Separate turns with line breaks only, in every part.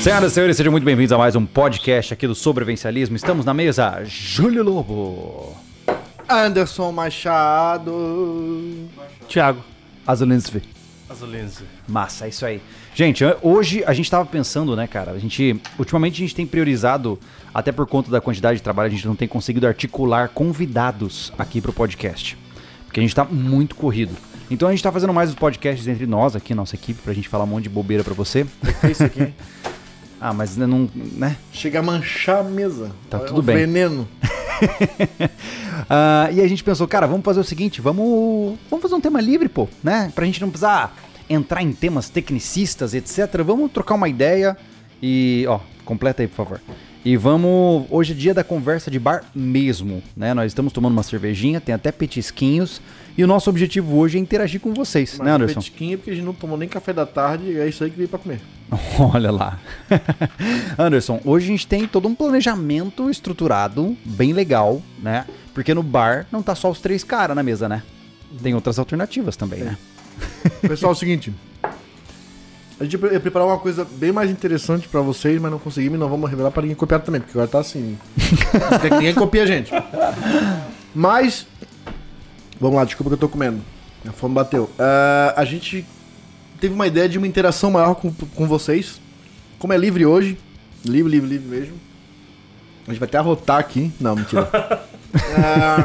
Senhoras e senhores, sejam muito bem-vindos a mais um podcast aqui do Sobrevencialismo. Estamos na mesa, Júlio Lobo.
Anderson Machado.
Thiago.
Azulensve.
Azulense.
Massa, é isso aí. Gente, hoje a gente tava pensando, né, cara? A gente. Ultimamente a gente tem priorizado, até por conta da quantidade de trabalho, a gente não tem conseguido articular convidados aqui pro podcast. Porque a gente tá muito corrido. Então a gente tá fazendo mais os podcasts entre nós aqui, nossa equipe, pra gente falar um monte de bobeira pra você.
Isso aqui.
Ah, mas ainda não. né?
Chega a manchar a mesa.
Tá
É
tudo
um
bem.
Veneno.
Ah, e a gente pensou, cara, vamos fazer o seguinte, vamos, vamos fazer um tema livre, pô, né? Pra gente não precisar entrar em temas tecnicistas, etc. Vamos trocar uma ideia e, ó, completa aí, por favor. E vamos, hoje é dia da conversa de bar mesmo, né? Nós estamos tomando uma cervejinha, tem até petisquinhos, e o nosso objetivo hoje é interagir com vocês, né,
um
Anderson?
Petisquinha, é porque a gente não tomou nem café da tarde e é isso aí que veio pra comer.
Olha lá. Anderson, hoje a gente tem todo um planejamento estruturado, bem legal, né? Porque no bar não tá só os três caras na mesa, né? Tem outras alternativas também, né?
Pessoal, é o seguinte. A gente ia preparar uma coisa bem mais interessante pra vocês, mas não conseguimos e não vamos revelar pra ninguém copiar também, porque agora tá assim. Não quer que ninguém copia a gente. Mas. Vamos lá, desculpa que eu tô comendo. A fome bateu. Ah, a gente teve uma ideia de uma interação maior com, com vocês. Como é livre hoje, livre, livre, livre mesmo. A gente vai até arrotar aqui. Não, mentira. Ah,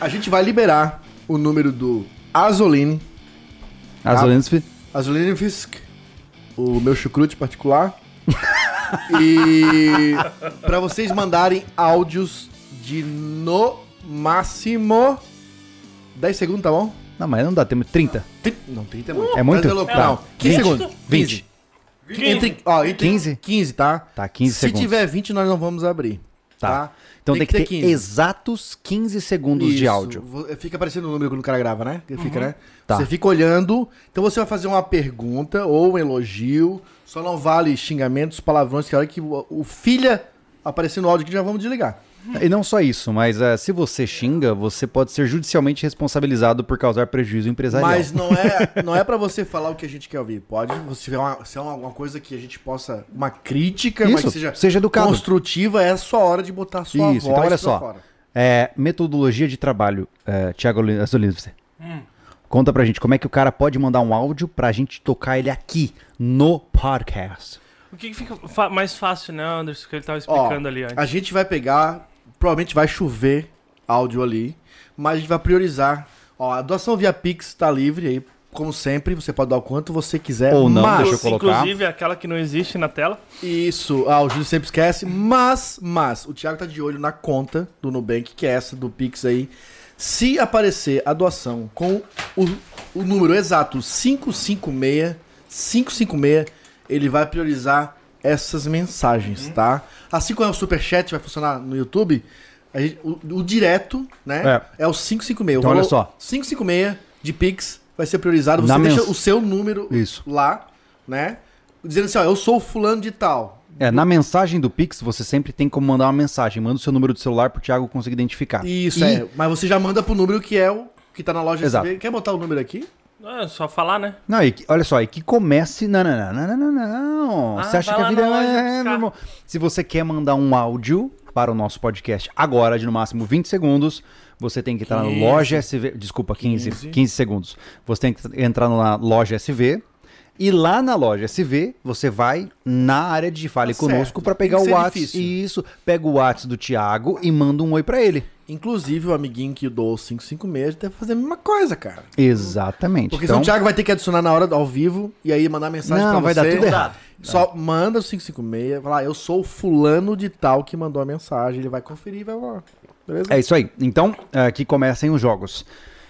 a gente vai liberar o número do Azoline.
As Olensfi.
Azulinfisk, o meu chucrute particular. e pra vocês mandarem áudios de no máximo 10 segundos, tá bom?
Não, mas não dá tempo. 30.
Tri- Não, 30 é muito.
É muito?
30 louco.
Tá.
Não, 15
20.
segundos.
20.
Entre, ó, entre
15?
15, tá?
Tá, 15
Se
segundos.
tiver 20, nós não vamos abrir.
Tá.
Tá.
Então tem, que, ter
15.
exatos 15 segundos de
Isso.
áudio.
Vo- eh, Fica aparecendo o número quando o cara grava, né? Fica, né?
Tá.
Você fica olhando, então você vai fazer uma pergunta ou um elogio, só não vale xingamentos, palavrões, que é a hora que o, o filha aparecer no áudio aqui, já vamos desligar.
E não só isso, mas eh, se você xinga, você pode ser judicialmente responsabilizado por causar prejuízo empresarial.
Mas não é, não é para você falar o que a gente quer ouvir. Pode, se tiver uma, se é uma, alguma coisa que a gente possa, uma crítica, mas
Isso,
que seja,
seja educado.
construtiva, é a sua hora de botar a sua
Isso,
voz
então olha
pra
só.
fora.
É, metodologia de trabalho, é, Tiago Azulino, você. Conta pra gente como é que o cara pode mandar um áudio pra gente tocar ele aqui no podcast.
O que que fica fa- mais fácil, né, Anderson? Que ele tava explicando ali antes.
A gente vai pegar, provavelmente vai chover áudio ali, mas a gente vai priorizar. Ó, a doação via Pix tá livre aí, como sempre, você pode dar o quanto você quiser.
Ou não,
mas,
deixa eu colocar.
Inclusive aquela que não existe na tela.
Isso, ah, o Júlio sempre esquece, mas, mas, o Thiago tá de olho na conta do Nubank, que é essa do Pix aí. Se aparecer a doação com o, o número exato 556, 556, ele vai priorizar essas
Uhum.
mensagens, tá? Assim como é o Superchat, vai funcionar no YouTube, a gente- o, o direto, né, é, o 556.
Então,
O
olha
valor
só.
556 de Pix vai ser priorizado, você
Na
deixa
mens-
o seu número
Isso.
lá, né? Dizendo assim, ó, eu sou o fulano de tal.
É, na mensagem do Pix, você sempre tem como mandar uma mensagem. Manda o seu número de celular pro Thiago conseguir identificar.
Isso,
E-
é. Mas você já manda pro número que é o que tá na loja
Exato.
SB. Quer botar o número aqui?
É só falar, né?
Não, e que- olha só, e que comece. Não, não, não, não, não, não, não.
Ah,
você acha
vai
que a
lá
vida
na loja
é.
buscar.
meu irmão. Se você quer mandar um áudio para o nosso podcast agora, de no máximo 20 segundos, você tem que entrar na
15.
loja SV. Desculpa, 15, 15. segundos. Você tem que entrar na loja SV. E lá na loja SV, você vai na área de Fale
Tá
Conosco
certo.
para
Tem
pegar
que
o
ser
WhatsApp.
difícil.
Isso, pega o WhatsApp do Thiago e manda um oi para ele.
Inclusive, o amiguinho que doou 556 deve fazer a mesma coisa, cara.
Exatamente.
Porque
então,
senão o Thiago vai ter que adicionar na hora do- ao vivo e aí mandar mensagem
Não,
pra
vai
você.
dar tudo errado.
Só manda o 556, fala, ah, eu sou o fulano de tal que mandou a mensagem. Ele vai conferir e vai lá. Beleza?
É isso aí. Então, é, que comecem os jogos.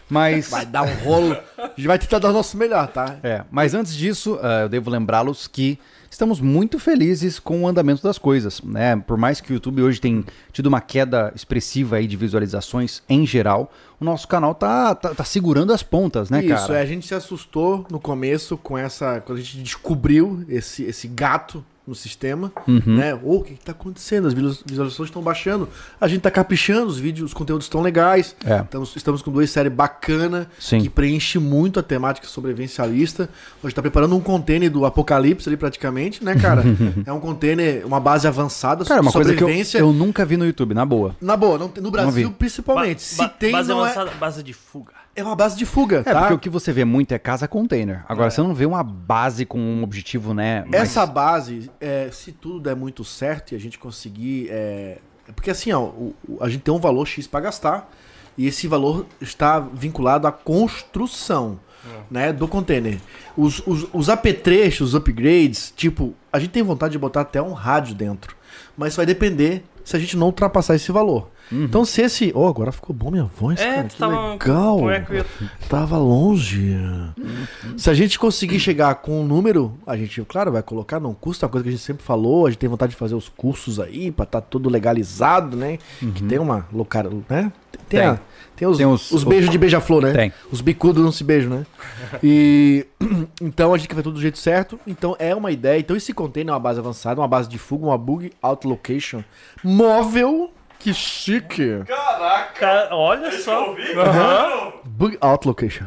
Mas.
Vai dar um rolo. A gente vai tentar dar o nosso melhor, tá?
É, mas antes disso, ah, eu devo lembrá-los que estamos muito felizes com o andamento das coisas, né? Por mais que o YouTube hoje tenha tido uma queda expressiva aí de visualizações em geral, o nosso canal tá, tá, tá segurando as pontas, né,
Isso,
cara?
é, a gente se assustou no começo com essa. Quando a gente descobriu esse, esse gato no sistema,
Uhum.
né? Ô, o que, que tá acontecendo? As visualiza- visualizações estão baixando. A gente tá caprichando, os vídeos, os conteúdos estão legais.
É.
Estamos, estamos com duas séries bacana
Sim.
que preenche muito a temática sobrevivencialista. A gente tá preparando um container do apocalipse ali praticamente, né, cara? é um container, uma base avançada
Cara, uma coisa que eu,
sobrevivência.
eu nunca vi no YouTube, na boa.
Na boa, não tem- no Brasil
vi.
principalmente. Se
Ba-
tem,
base
não é,
avançada- base de fuga.
é uma base de fuga,
É,
tá?
porque o que você vê muito é casa container. Agora, você não vê uma base com um objetivo, né? mais-
Essa base, é, se tudo der muito certo e a gente conseguir. É, é porque assim, ó, o- o- a gente tem um valor X para gastar e esse valor está vinculado à construção
É.
né, do container. Os, os, os apetrechos, os upgrades, tipo, a gente tem vontade de botar até um rádio dentro, mas vai depender se a gente não ultrapassar esse valor. Então, se esse. Oh, agora ficou bom minha voz,
Uhum. É,
cara.
tu
Que
tava-
legal.
Como é que eu ia-
Tava longe. Se a gente conseguir chegar com um número, a gente, claro, vai colocar, não custa, é uma coisa que a gente sempre falou, a gente tem vontade de fazer os cursos aí, pra tá tudo legalizado, né? Que tem uma locara, né? Tem, tem,
Tem.
a- tem os,
Tem os-
os beijos de beija-flor, né?
Tem.
Os bicudos não se beijam, né? E então a gente quer fazer tudo do jeito certo. Então é uma ideia. Então esse container é uma base avançada, uma base de fuga, uma bug out location móvel. Que chique!
Cara, olha só.
Bug out location.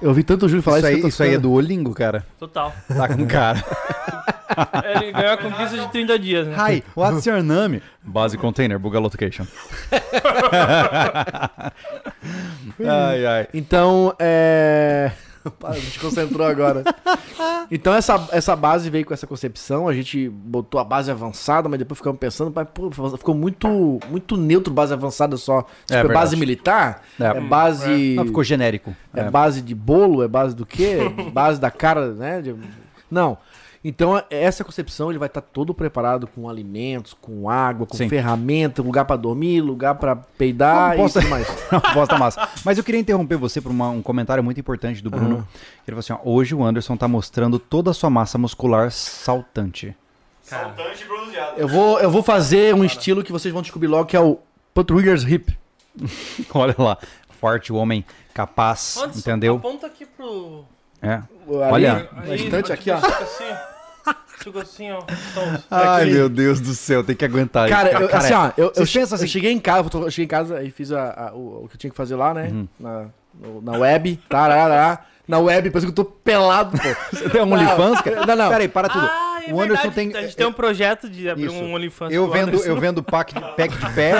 Eu vi tanto o Júlio falar
Isso,
que
aí,
eu tô
isso aí é
ficando-
do Olingo, cara.
Total.
Tá com cara.
Ele ganhou a conquista de 30 dias, né?
Hi, what's your name? Base container, Bugal Location. ai, ai.
Então, é. Pá, A gente concentrou agora. Então, essa, essa base veio com essa concepção. A gente botou a base avançada, mas depois ficamos pensando, mas, pô, ficou muito, muito neutro base avançada só. Tipo, é,
verdade.
base militar?
É.
É, base.
Não, ficou genérico.
É base de bolo? É base do quê? É base da cara, né? De- Não. Então, essa concepção ele vai estar todo preparado com alimentos, com água, com
Sim.
ferramenta, lugar pra dormir, lugar pra peidar
Não posso-
e tudo mais.
Voz da massa. Mas eu queria interromper você por uma- um comentário muito importante do Bruno. Que ele falou assim: ó, hoje o Anderson tá mostrando toda a sua massa muscular saltante.
Saltante bronzeado.
Eu vou, eu vou fazer um estilo que vocês vão descobrir logo, que é o Patrulhers Hip.
Olha lá. Forte, o homem capaz,
Anderson,
entendeu?
Aponta aqui pro.
É.
Olha,
Olha.
na estante aqui, ó.
Fica assim, fica assim, ó. Então,
Ai,
Aqui.
meu Deus do céu, tem que aguentar
Cara, eu, assim, ó, eu, eu,
vocês pensam assim-
eu cheguei em casa, eu tô- eu cheguei em casa e fiz a, a- o, o que eu tinha que fazer lá, né? Na, no- na web, tarará, na web, parece que eu tô pelado, pô.
Você tem um OnlyFans, cara?
Não, não.
Peraí, para tudo.
Ah,
o
é
Anderson
verdade.
tem.
A gente tem um projeto de abrir
Isso.
um OnlyFans.
eu
pro
vendo,
Anderson.
eu vendo pack de, pack de pé.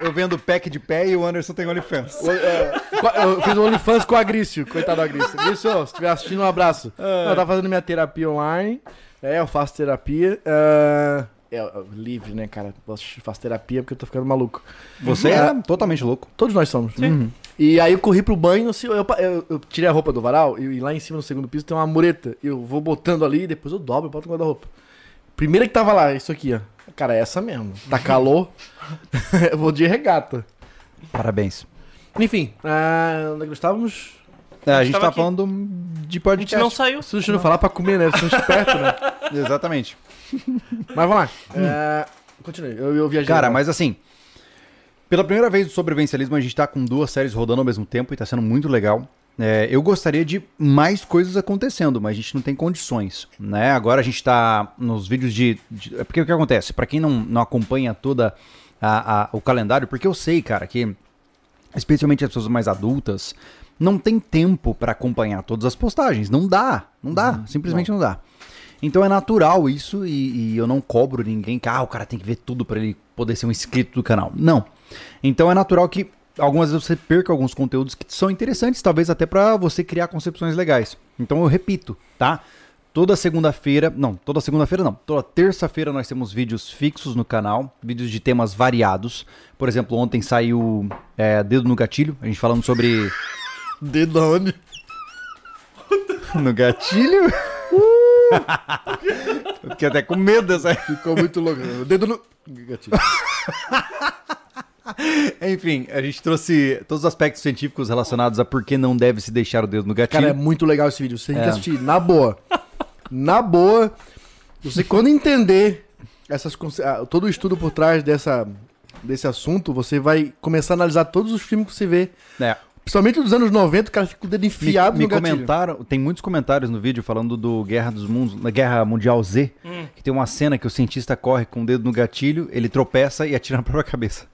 eu vendo pack de pé e o Anderson tem OnlyFans.
O- é, co- eu fiz o OnlyFans com o Agrício, coitado do Agrício. Agrício, se estiver assistindo, um abraço. Não, eu tava fazendo minha terapia online, é, eu faço terapia. ah, é, é, livre, né, cara? Posso- Faço terapia porque eu tô ficando maluco.
Você é totalmente louco.
Todos nós somos. Uhum. E aí eu corri pro banho, assim, eu, eu- eu tirei a roupa do varal e, e lá em cima no segundo piso tem uma mureta. Eu vou botando ali e depois eu dobro, eu boto no guarda-roupa. Primeira que tava lá, isso aqui, ó. Cara, é essa mesmo. Tá calor. eu vou de regata.
Parabéns.
Enfim, ah, onde é que nós estávamos?
É, a gente
tava
tá
aqui.
falando de
A
podcast.
gente não saiu.
Vocês deixaram eu falar pra comer, né? Vocês são espertos, né?
Exatamente.
Mas vamos lá. É, continue, eu, eu viajei.
Cara,
lá.
mas assim. Pela primeira vez do sobrevivencialismo, a gente tá com duas séries rodando ao mesmo tempo e tá sendo muito legal. É, eu gostaria de mais coisas acontecendo, mas a gente não tem condições, né? Agora a gente tá nos vídeos de... de- é porque o que acontece? Pra quem não, não acompanha toda a- a- o calendário, porque eu sei, cara, que especialmente as pessoas mais adultas, não tem tempo pra acompanhar todas as postagens. Não dá, não dá, simplesmente não. dá. Então é natural isso e, e eu não cobro ninguém que ah, o cara tem que ver tudo pra ele poder ser um inscrito do canal. Não. Então é natural que algumas vezes você perca alguns conteúdos que são interessantes, talvez até pra você criar concepções legais. Então eu repito, tá? Toda segunda-feira, não, toda segunda-feira não, toda terça-feira nós temos vídeos fixos no canal, vídeos de temas variados. Por exemplo, ontem saiu é, Dedo no Gatilho, a gente falando sobre.
Dedone.
no gatilho? Eu Fiquei até com medo dessa.
Ficou muito louco. Dedo no. Gatilho.
Enfim, a gente trouxe todos os aspectos científicos relacionados a por que não deve se deixar o dedo no gatilho.
Cara, é muito legal esse vídeo. Você tem
É.
que assistir, na boa. Na boa. Você quando entender essas, conce- ah, todo o estudo por trás dessa, desse assunto, você vai começar a analisar todos os filmes que você vê.
É.
Principalmente nos anos 90, o cara fica com o dedo enfiado
me, me
no gatilho.
comentaram, tem muitos comentários no vídeo falando do Guerra dos Mundos, na Guerra Mundial Z,
Hum.
que tem uma cena que o cientista corre com o dedo no gatilho, ele tropeça e atira na própria cabeça.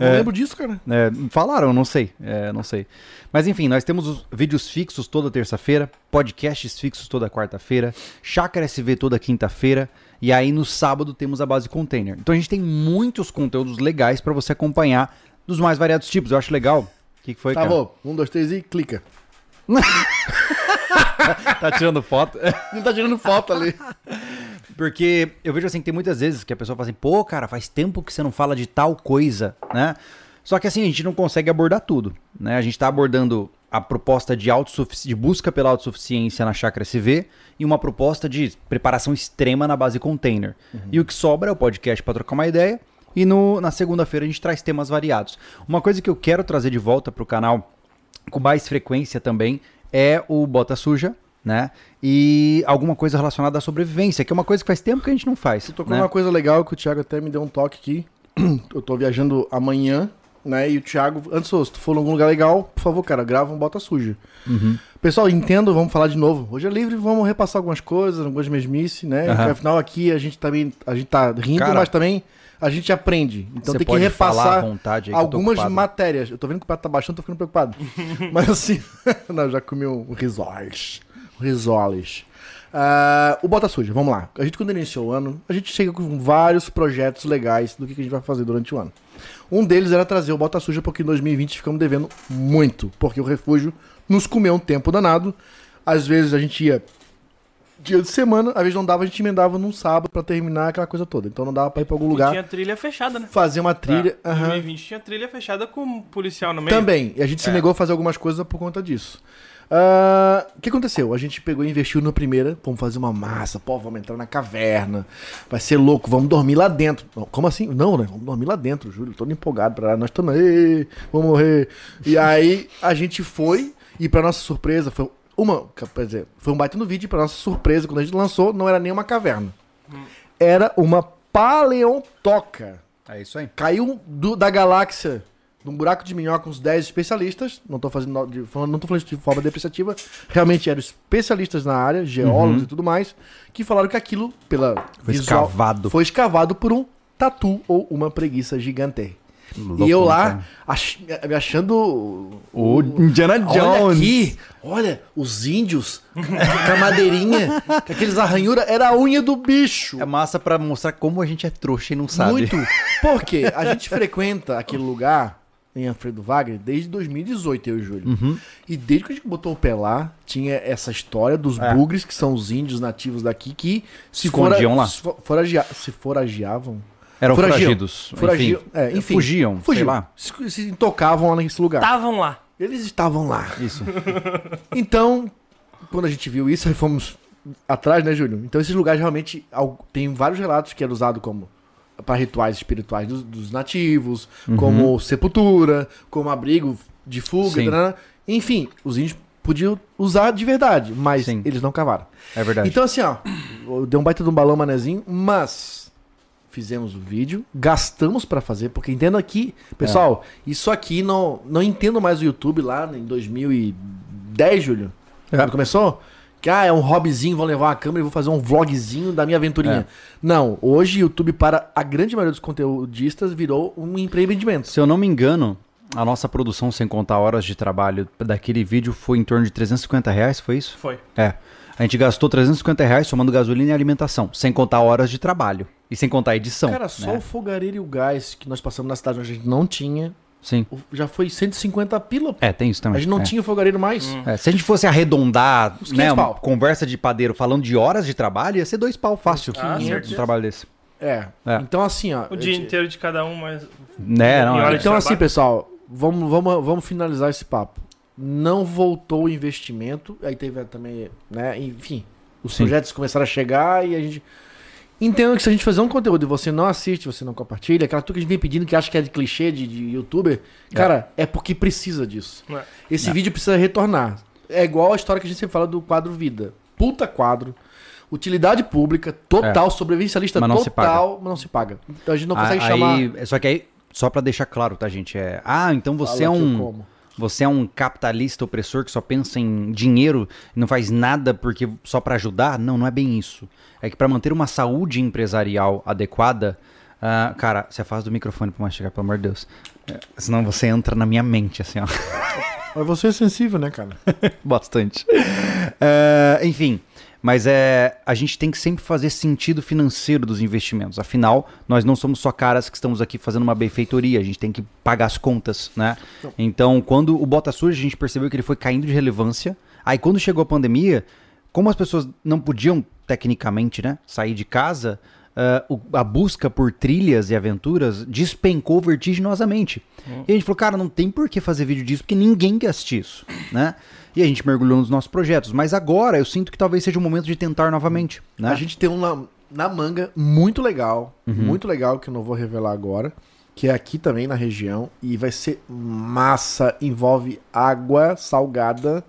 Não lembro disso, cara.
É, falaram, não sei, é, não sei. Mas enfim, nós temos os vídeos fixos toda terça-feira, podcasts fixos toda quarta-feira, Chácara SV toda quinta-feira e aí no sábado temos a base container. Então a gente tem muitos conteúdos legais pra você acompanhar dos mais variados tipos. Eu acho legal. O que, que foi,
Tá
cara?
bom. Um, dois, três e clica.
Tá tirando foto?
Ele tá tirando foto ali.
Porque eu vejo assim que tem muitas vezes que a pessoa fala assim, pô, cara, faz tempo que você não fala de tal coisa, né? Só que assim, a gente não consegue abordar tudo, né? A gente tá abordando a proposta de, autossufici- de busca pela autossuficiência na Chácara SV e uma proposta de preparação extrema na base container. E o que sobra é o podcast para trocar uma ideia e no, na segunda-feira a gente traz temas variados. Uma coisa que eu quero trazer de volta pro canal com mais frequência também é o Bota Suja, né? E alguma coisa relacionada à sobrevivência, que é uma coisa que faz tempo que a gente não faz.
Tu tocou
né?
uma coisa legal que o Thiago até me deu um toque aqui. Eu tô viajando amanhã, né? E o Thiago, antes, ô, se tu for em algum lugar legal, por favor, cara, grava um bota suja.
Uhum.
Pessoal, entendo, vamos falar de novo. Hoje é livre, vamos repassar algumas coisas, algumas mesmice, né?
Aham.
Porque, afinal, aqui a gente também a gente tá rindo,
Cara,
mas também a gente aprende. Então
Você
tem que
pode falar à
repassar
vontade aí que eu tô
algumas
ocupado.
matérias. Eu tô vendo que o prato tá baixando, tô ficando preocupado. mas assim, não, eu já comi um risoles. Um Risoles. Ah, o Bota Suja, vamos lá. A gente, quando iniciou o ano, a gente chega com vários projetos legais do que que a gente vai fazer durante o ano. Um deles era trazer o Bota Suja, porque em 2020 ficamos devendo muito, porque o refúgio nos comeu um tempo danado. Às vezes a gente ia dia de semana, às vezes não dava, a gente emendava num sábado pra terminar aquela coisa toda. Então não dava pra ir pra algum lugar,
Tinha trilha fechada, né?
fazer uma trilha.
Tá.
aham.
2020 tinha trilha fechada com um policial no meio. É.
Também. E a gente se negou a fazer algumas coisas por conta disso. Ah, O que aconteceu? A gente pegou e investiu na primeira. Vamos fazer uma massa, pô, vamos entrar na caverna. Vai ser louco, vamos dormir lá dentro. Não, Como assim? Não, né? Vamos dormir lá dentro, Júlio. Todo empolgado pra lá. Nós estamos. "Ê, Vou morrer. E aí a gente foi, e pra nossa surpresa, foi uma. Quer dizer, foi um baita no vídeo, e pra nossa surpresa, quando a gente lançou, não era nem uma caverna.
Hum.
Era uma paleontoca
É isso aí.
caiu do- da galáxia de um buraco de minhoca uns 10 especialistas. Não tô fazendo no- de- falando, não tô falando isso de forma depreciativa. Realmente eram especialistas na área, geólogos e tudo mais, que falaram que aquilo pela
Uhum. Foi escavado.
foi escavado por um tatu ou uma preguiça gigante. e eu lá ach- me achando
né, O Indiana
Olha
Jones.
aqui, olha, os índios, com a madeirinha, com aqueles arranhura, era a unha do bicho.
É massa pra mostrar como a gente é trouxa e não sabe.
Muito. Porque a gente frequenta aquele lugar em Alfredo Wagner desde 2018, eu e o Júlio.
Uhum.
E desde que a gente botou o pé lá, tinha essa história dos
É.
bugres, que são os índios nativos daqui, que se
Escondiam lá.
Se, fo- foragea- se forageavam.
Eram
Foragiam.
foragidos.
Foragiam,
enfim.
é, enfim.
Fugiam, sei
Fugiam.
lá.
Se, se tocavam lá nesse lugar.
Estavam lá.
Eles estavam lá.
Isso.
Então, quando a gente viu isso, aí fomos atrás, né, Júlio? Então, esses lugares realmente al- tem vários relatos que era usado como para rituais espirituais dos, dos nativos,
Uhum.
como sepultura, como abrigo de fuga,
Sim.
tarará. enfim, os índios podiam usar de verdade, mas
Sim.
eles não cavaram.
É verdade.
Então, assim, ó, eu dei um baita de um balão manezinho, mas fizemos o vídeo, gastamos pra fazer, porque entenda aqui, pessoal, isso aqui não, não entendo mais o YouTube lá né, em 2010, Júlio.
É.
Quando começou? Que ah, é um hobbyzinho, vou levar uma câmera e vou fazer um vlogzinho da minha aventurinha. Não, hoje o YouTube, para a grande maioria dos conteudistas, virou um empreendimento.
Se eu não me engano, a nossa produção, sem contar horas de trabalho daquele vídeo, foi em torno de 350 reais, foi isso?
Foi.
É. A gente gastou 350 reais somando gasolina e alimentação, sem contar horas de trabalho. E sem contar a edição.
Cara, só
né?
o fogareiro e o gás que nós passamos na cidade onde a gente não tinha,
Sim.
já foi 150 pila. pô.
É, tem isso também.
A gente não
é.
tinha o fogareiro mais.
É, se a gente fosse arredondar,
Uns
né,
500
uma
pau.
conversa de padeiro falando de horas de trabalho, ia ser dois pau fácil.
Ah,
um
certeza.
trabalho desse.
É.
É.
Então, assim, ó.
O dia
eu te-
inteiro de cada um, mas.
Né, não,
E
é.
olha-
Então,
de
assim,
trabalho.
pessoal, vamos, vamos, vamos finalizar esse papo. Não voltou o investimento, aí teve também, né? Enfim, os
Sim.
projetos começaram a chegar e a gente. Entendo que se a gente fazer um conteúdo e você não assiste, você não compartilha, aquela tudo que a gente vem pedindo que acha que é de clichê de, de youtuber, cara, é porque precisa disso.
Não é.
Esse vídeo precisa retornar. É igual a história que a gente sempre fala do quadro Vida. Puta quadro. Utilidade pública, total, sobrevivencialista
É. Mas não se
total, mas não se paga. Então a gente não consegue
Ah,
chamar.
aí- só que aí, só pra deixar claro, tá, gente? É, ah, então você
Fala
é
que eu
um.
como.
Você é um capitalista opressor que só pensa em dinheiro e não faz nada porque só para ajudar? Não, não é bem isso. É que para manter uma saúde empresarial adequada, ah, cara, se afasta do microfone pra mais chegar, pelo amor de Deus. É, Senão você entra na minha mente, assim, ó.
Mas você é sensível, né, cara?
Bastante. É, enfim, mas é, a gente tem que sempre fazer sentido financeiro dos investimentos. Afinal, nós não somos só caras que estamos aqui fazendo uma benfeitoria, a gente tem que pagar as contas, né? Então, quando o Bota surge, a gente percebeu que ele foi caindo de relevância. Aí, quando chegou a pandemia, como as pessoas não podiam, tecnicamente, né, sair de casa, ah, o- a busca por trilhas e aventuras despencou vertiginosamente.
Hum.
E a gente falou, cara, não tem por que fazer vídeo disso, porque ninguém quer assistir isso, né? E a gente mergulhou nos nossos projetos. Mas agora eu sinto que talvez seja o momento de tentar novamente, né? Uhum.
A gente tem um na, na manga muito legal, muito legal, que eu não vou revelar agora, que é aqui também na região, e vai ser massa, envolve água salgada,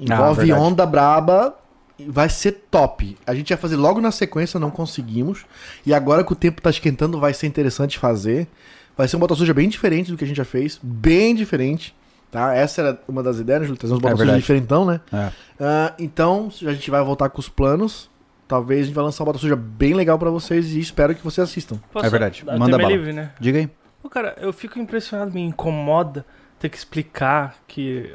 envolve
Ah, verdade.
onda braba, e vai ser top. A gente ia fazer logo na sequência, não conseguimos, e agora que o tempo tá esquentando, vai ser interessante fazer. Vai ser um bota suja bem diferente do que a gente já fez, bem diferente. Tá? Essa era uma das ideias, né, Júlio? Trazer uns bota suja
É verdade.
diferentão, né?
É.
Ah, então, a gente vai voltar com os planos. Talvez a gente vai lançar uma bota suja bem legal pra vocês e espero que vocês assistam.
É verdade.
dar
Manda
tema
bala.
livre, né?
Diga aí.
Pô, cara, eu fico impressionado, me incomoda ter que explicar que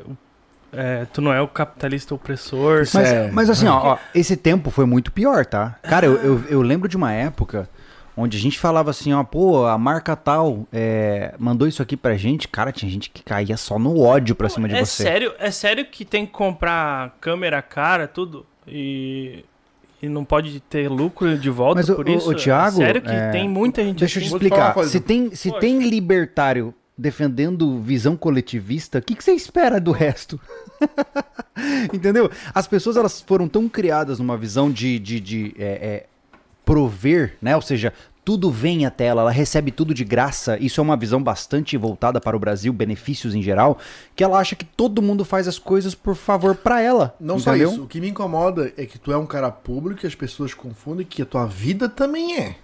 é, tu não é o capitalista opressor.
Mas,
É.
mas assim, ó, ó, esse tempo foi muito pior, tá? Cara, eu, eu, eu lembro de uma época onde a gente falava assim, ó, pô, a marca tal é, mandou isso aqui pra gente. Cara, tinha gente que caía só no ódio pra cima de
é
você.
sério, é sério que tem que comprar câmera cara, tudo e e não pode ter lucro de volta
Mas o-
por
o-
isso?
o Thiago,
é sério que
é,
tem muita gente
Deixa eu te
assim?
Vou te falar uma
explicar.
coisa.
Se tem, se
Poxa.
tem libertário defendendo visão coletivista, o que, que você espera do resto? Entendeu? As pessoas elas foram tão criadas numa visão de, de, de, é, é, prover, né? Ou seja, tudo vem até ela, ela recebe tudo de graça. Isso é uma visão bastante voltada para o Brasil, benefícios em geral, que ela acha que todo mundo faz as coisas por favor pra ela.
Não
entendeu?
só isso. O que me incomoda é que tu é um cara público e as pessoas confundem que a tua vida também é.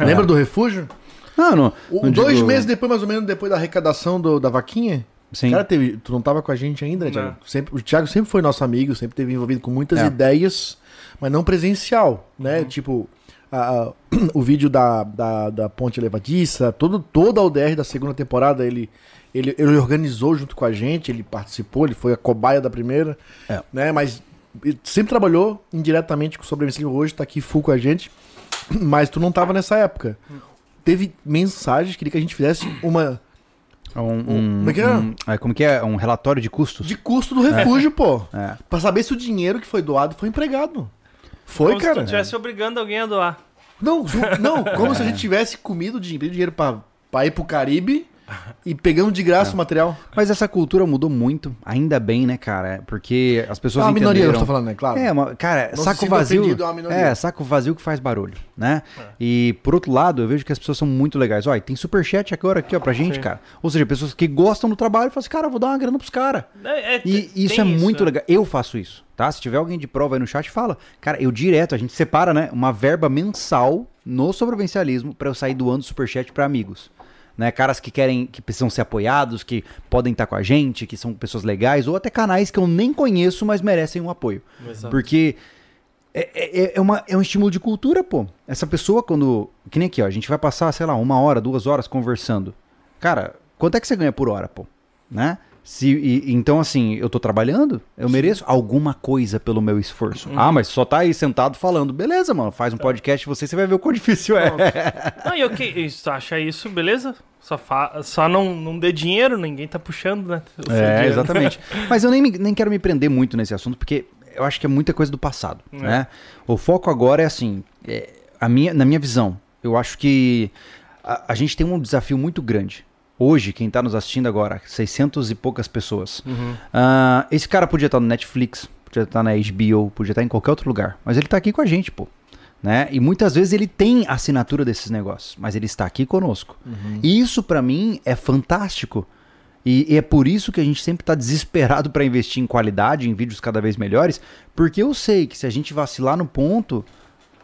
Lembra do refúgio?
Não, não.
O-
não
dois
digo-
meses depois, mais ou menos, depois da arrecadação do- da vaquinha.
Sim.
Cara, teve, tu não tava com a gente ainda, né,
Não.
Thiago? Sempre, o Thiago sempre foi nosso amigo, sempre teve envolvido com muitas
É.
ideias, mas não presencial, né? Tipo, a- a- o vídeo da, da, da Ponte Levadiça, todo, toda a ODR da segunda temporada, ele, ele, ele organizou junto com a gente, ele participou, ele foi a cobaia da primeira,
É.
né? Mas ele sempre trabalhou indiretamente com o Sobrevivência hoje, tá aqui full com a gente, mas tu não tava nessa época. Teve mensagens que queria que a gente fizesse uma
Um, um-
Como é que é?
um- é, como que é? Um relatório de custos?
de custo do refúgio, pô.
É.
Pra saber se o dinheiro que foi doado foi empregado. Foi,
Como se
cara.
tu estivesse obrigando alguém a doar.
Não, ju- não, como se a gente tivesse comido din- dinheiro pra, pra ir pro Caribe e pegando de
É.
graça o material.
Mas essa cultura mudou muito, ainda bem, né, cara? Porque as pessoas
É uma minoria,
entenderam...
eu tô falando, né? Claro.
É, uma- cara,
Não se
saco
sinta
vazio...
ofendido, é uma minoria. É.
É, saco vazio que faz barulho, né? E, por outro lado, eu vejo que as pessoas são muito legais. Olha, tem superchat agora aqui, ó,
Ah,
pra gente,
Sim.
cara. Ou seja, pessoas que gostam do trabalho e falam assim, cara, eu vou dar uma grana pros caras.
É, é,
E
tem
isso é muito
né?
legal. Eu faço isso, tá? Se tiver alguém de prova aí no chat, fala. Cara, eu direto, a gente separa, né? Uma verba mensal no sobrevivencialismo pra eu sair doando superchat pra amigos. Né, caras que querem, que precisam ser apoiados, que podem estar com a gente, que são pessoas legais, ou até canais que eu nem conheço, mas merecem um apoio.
Exato.
Porque é, é- é uma- é um estímulo de cultura, pô. Essa pessoa, quando. Que nem aqui, ó. A gente vai passar, sei lá, uma hora, duas horas conversando. Cara, quanto é que você ganha por hora, pô? Né? Se, e- então, assim, eu tô trabalhando, eu mereço alguma coisa pelo meu esforço. Ah, mas só tá aí sentado falando. Beleza, mano, faz um podcast você, você vai ver o quão difícil é.
Não, e ok, isso, tu acha isso, beleza? Só, fa... Só não, não dê dinheiro, ninguém tá puxando, né? O seu
É,
dinheiro.
exatamente. Mas eu nem, me- nem quero me prender muito nesse assunto, porque eu acho que é muita coisa do passado, né? O foco agora é assim, é, a minha, na minha visão, eu acho que a, a gente tem um desafio muito grande. Hoje, quem tá nos assistindo agora, 600 e poucas pessoas. Ah, esse cara podia estar no Netflix, podia estar na HBO, podia estar em qualquer outro lugar. Mas ele tá aqui com a gente, pô. Né? E muitas vezes ele tem assinatura desses negócios, mas ele está aqui conosco.
Uhum.
E isso pra mim é fantástico. E, e é por isso que a gente sempre tá desesperado pra investir em qualidade, em vídeos cada vez melhores, porque eu sei que se a gente vacilar no ponto,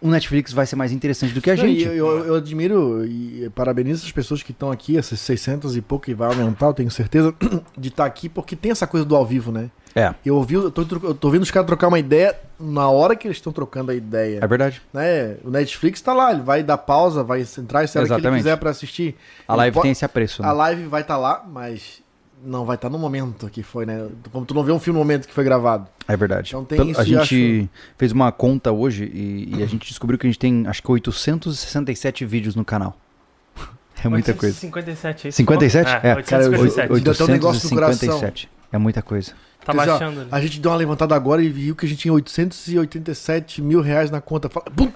o Netflix vai ser mais interessante do que a
Não, e
gente.
Eu, eu- eu admiro e parabenizo as pessoas que estão aqui, essas 600 e pouco, e vai aumentar, eu tenho certeza, de estar aqui, porque tem essa coisa do ao vivo, né?
É,
Eu ouvi, eu tô, tro- eu tô vendo os caras trocar uma ideia na hora que eles estão trocando a ideia.
é verdade.
Né? O Netflix tá lá, ele vai dar pausa, vai entrar, se a hora que ele
Exatamente.
quiser pra assistir.
A live
Ele po-
tem esse apreço. né?
A live vai estar lá, mas não vai estar no momento que foi, né? Como tu não vê um filme no momento que foi gravado.
É verdade.
Então tem
Pelo-
isso
a
e
gente fez uma conta hoje e, e a gente descobriu que a gente tem acho que 867 vídeos no canal. É muita coisa.
57 aí.
57?
É,
É, cara,
857.
Deu até um negócio no coração.
857. É muita coisa.
Tá
Quer dizer, assim, ó,
baixando ali.
A gente deu uma levantada agora e viu que a gente tinha 887 mil reais na conta. Fala, puta,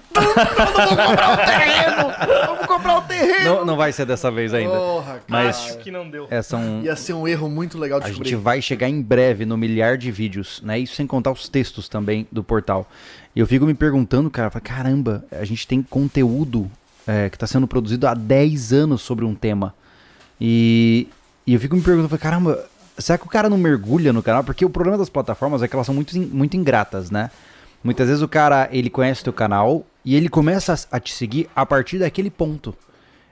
vamos comprar o terreno! Vamos comprar o terreno!
Não, não vai ser dessa vez ainda.
Porra, cara.
Mas-
Acho que não
Ah.
deu.
É, são,
Ia ser um erro muito legal
a
descobrir.
gente vai chegar em breve no milhar de vídeos, né? Isso sem contar os textos também do portal. E eu fico me perguntando, cara, eu falo, caramba, a gente tem conteúdo é, que tá sendo produzido há 10 anos sobre um tema. E, e eu fico me perguntando, eu falo, caramba, será que o cara não mergulha no canal? Porque o problema das plataformas é que elas são muito, in- muito ingratas, né? Muitas vezes o cara, ele conhece teu canal e ele começa a- a te seguir a partir daquele ponto.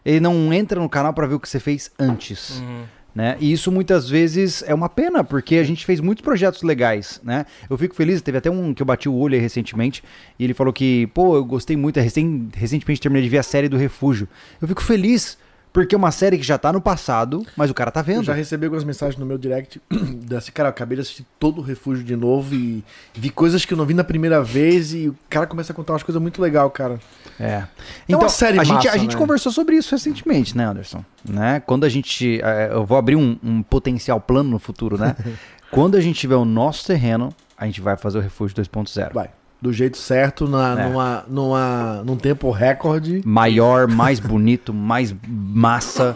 Ele não entra no canal pra ver o que você fez antes
Uhum.
né? E isso muitas vezes é uma pena, porque a gente fez muitos projetos legais, né? Eu fico feliz, teve até um que eu bati o olho aí recentemente, e ele falou que, pô, eu gostei muito, é recém- recentemente terminei de ver a série do Refúgio. Eu fico feliz, porque é uma série que já tá no passado, mas o cara tá
Eu
vendo.
já recebi algumas mensagens no meu direct dessa, cara, eu acabei de assistir todo o refúgio de novo e vi coisas que eu não vi na primeira vez e o cara começa a contar umas coisas muito legal, cara.
É.
É
Então,
uma série
a, gente,
massa,
a gente
né?
conversou sobre isso recentemente, né, Anderson? Né? Quando a gente. eh, eu vou abrir um, um potencial plano no futuro, né? Quando a gente tiver o nosso terreno, a gente vai fazer o Refúgio 2.0.
Vai. Do jeito certo, na,
É.
numa, numa, num tempo recorde.
maior, mais bonito, mais massa.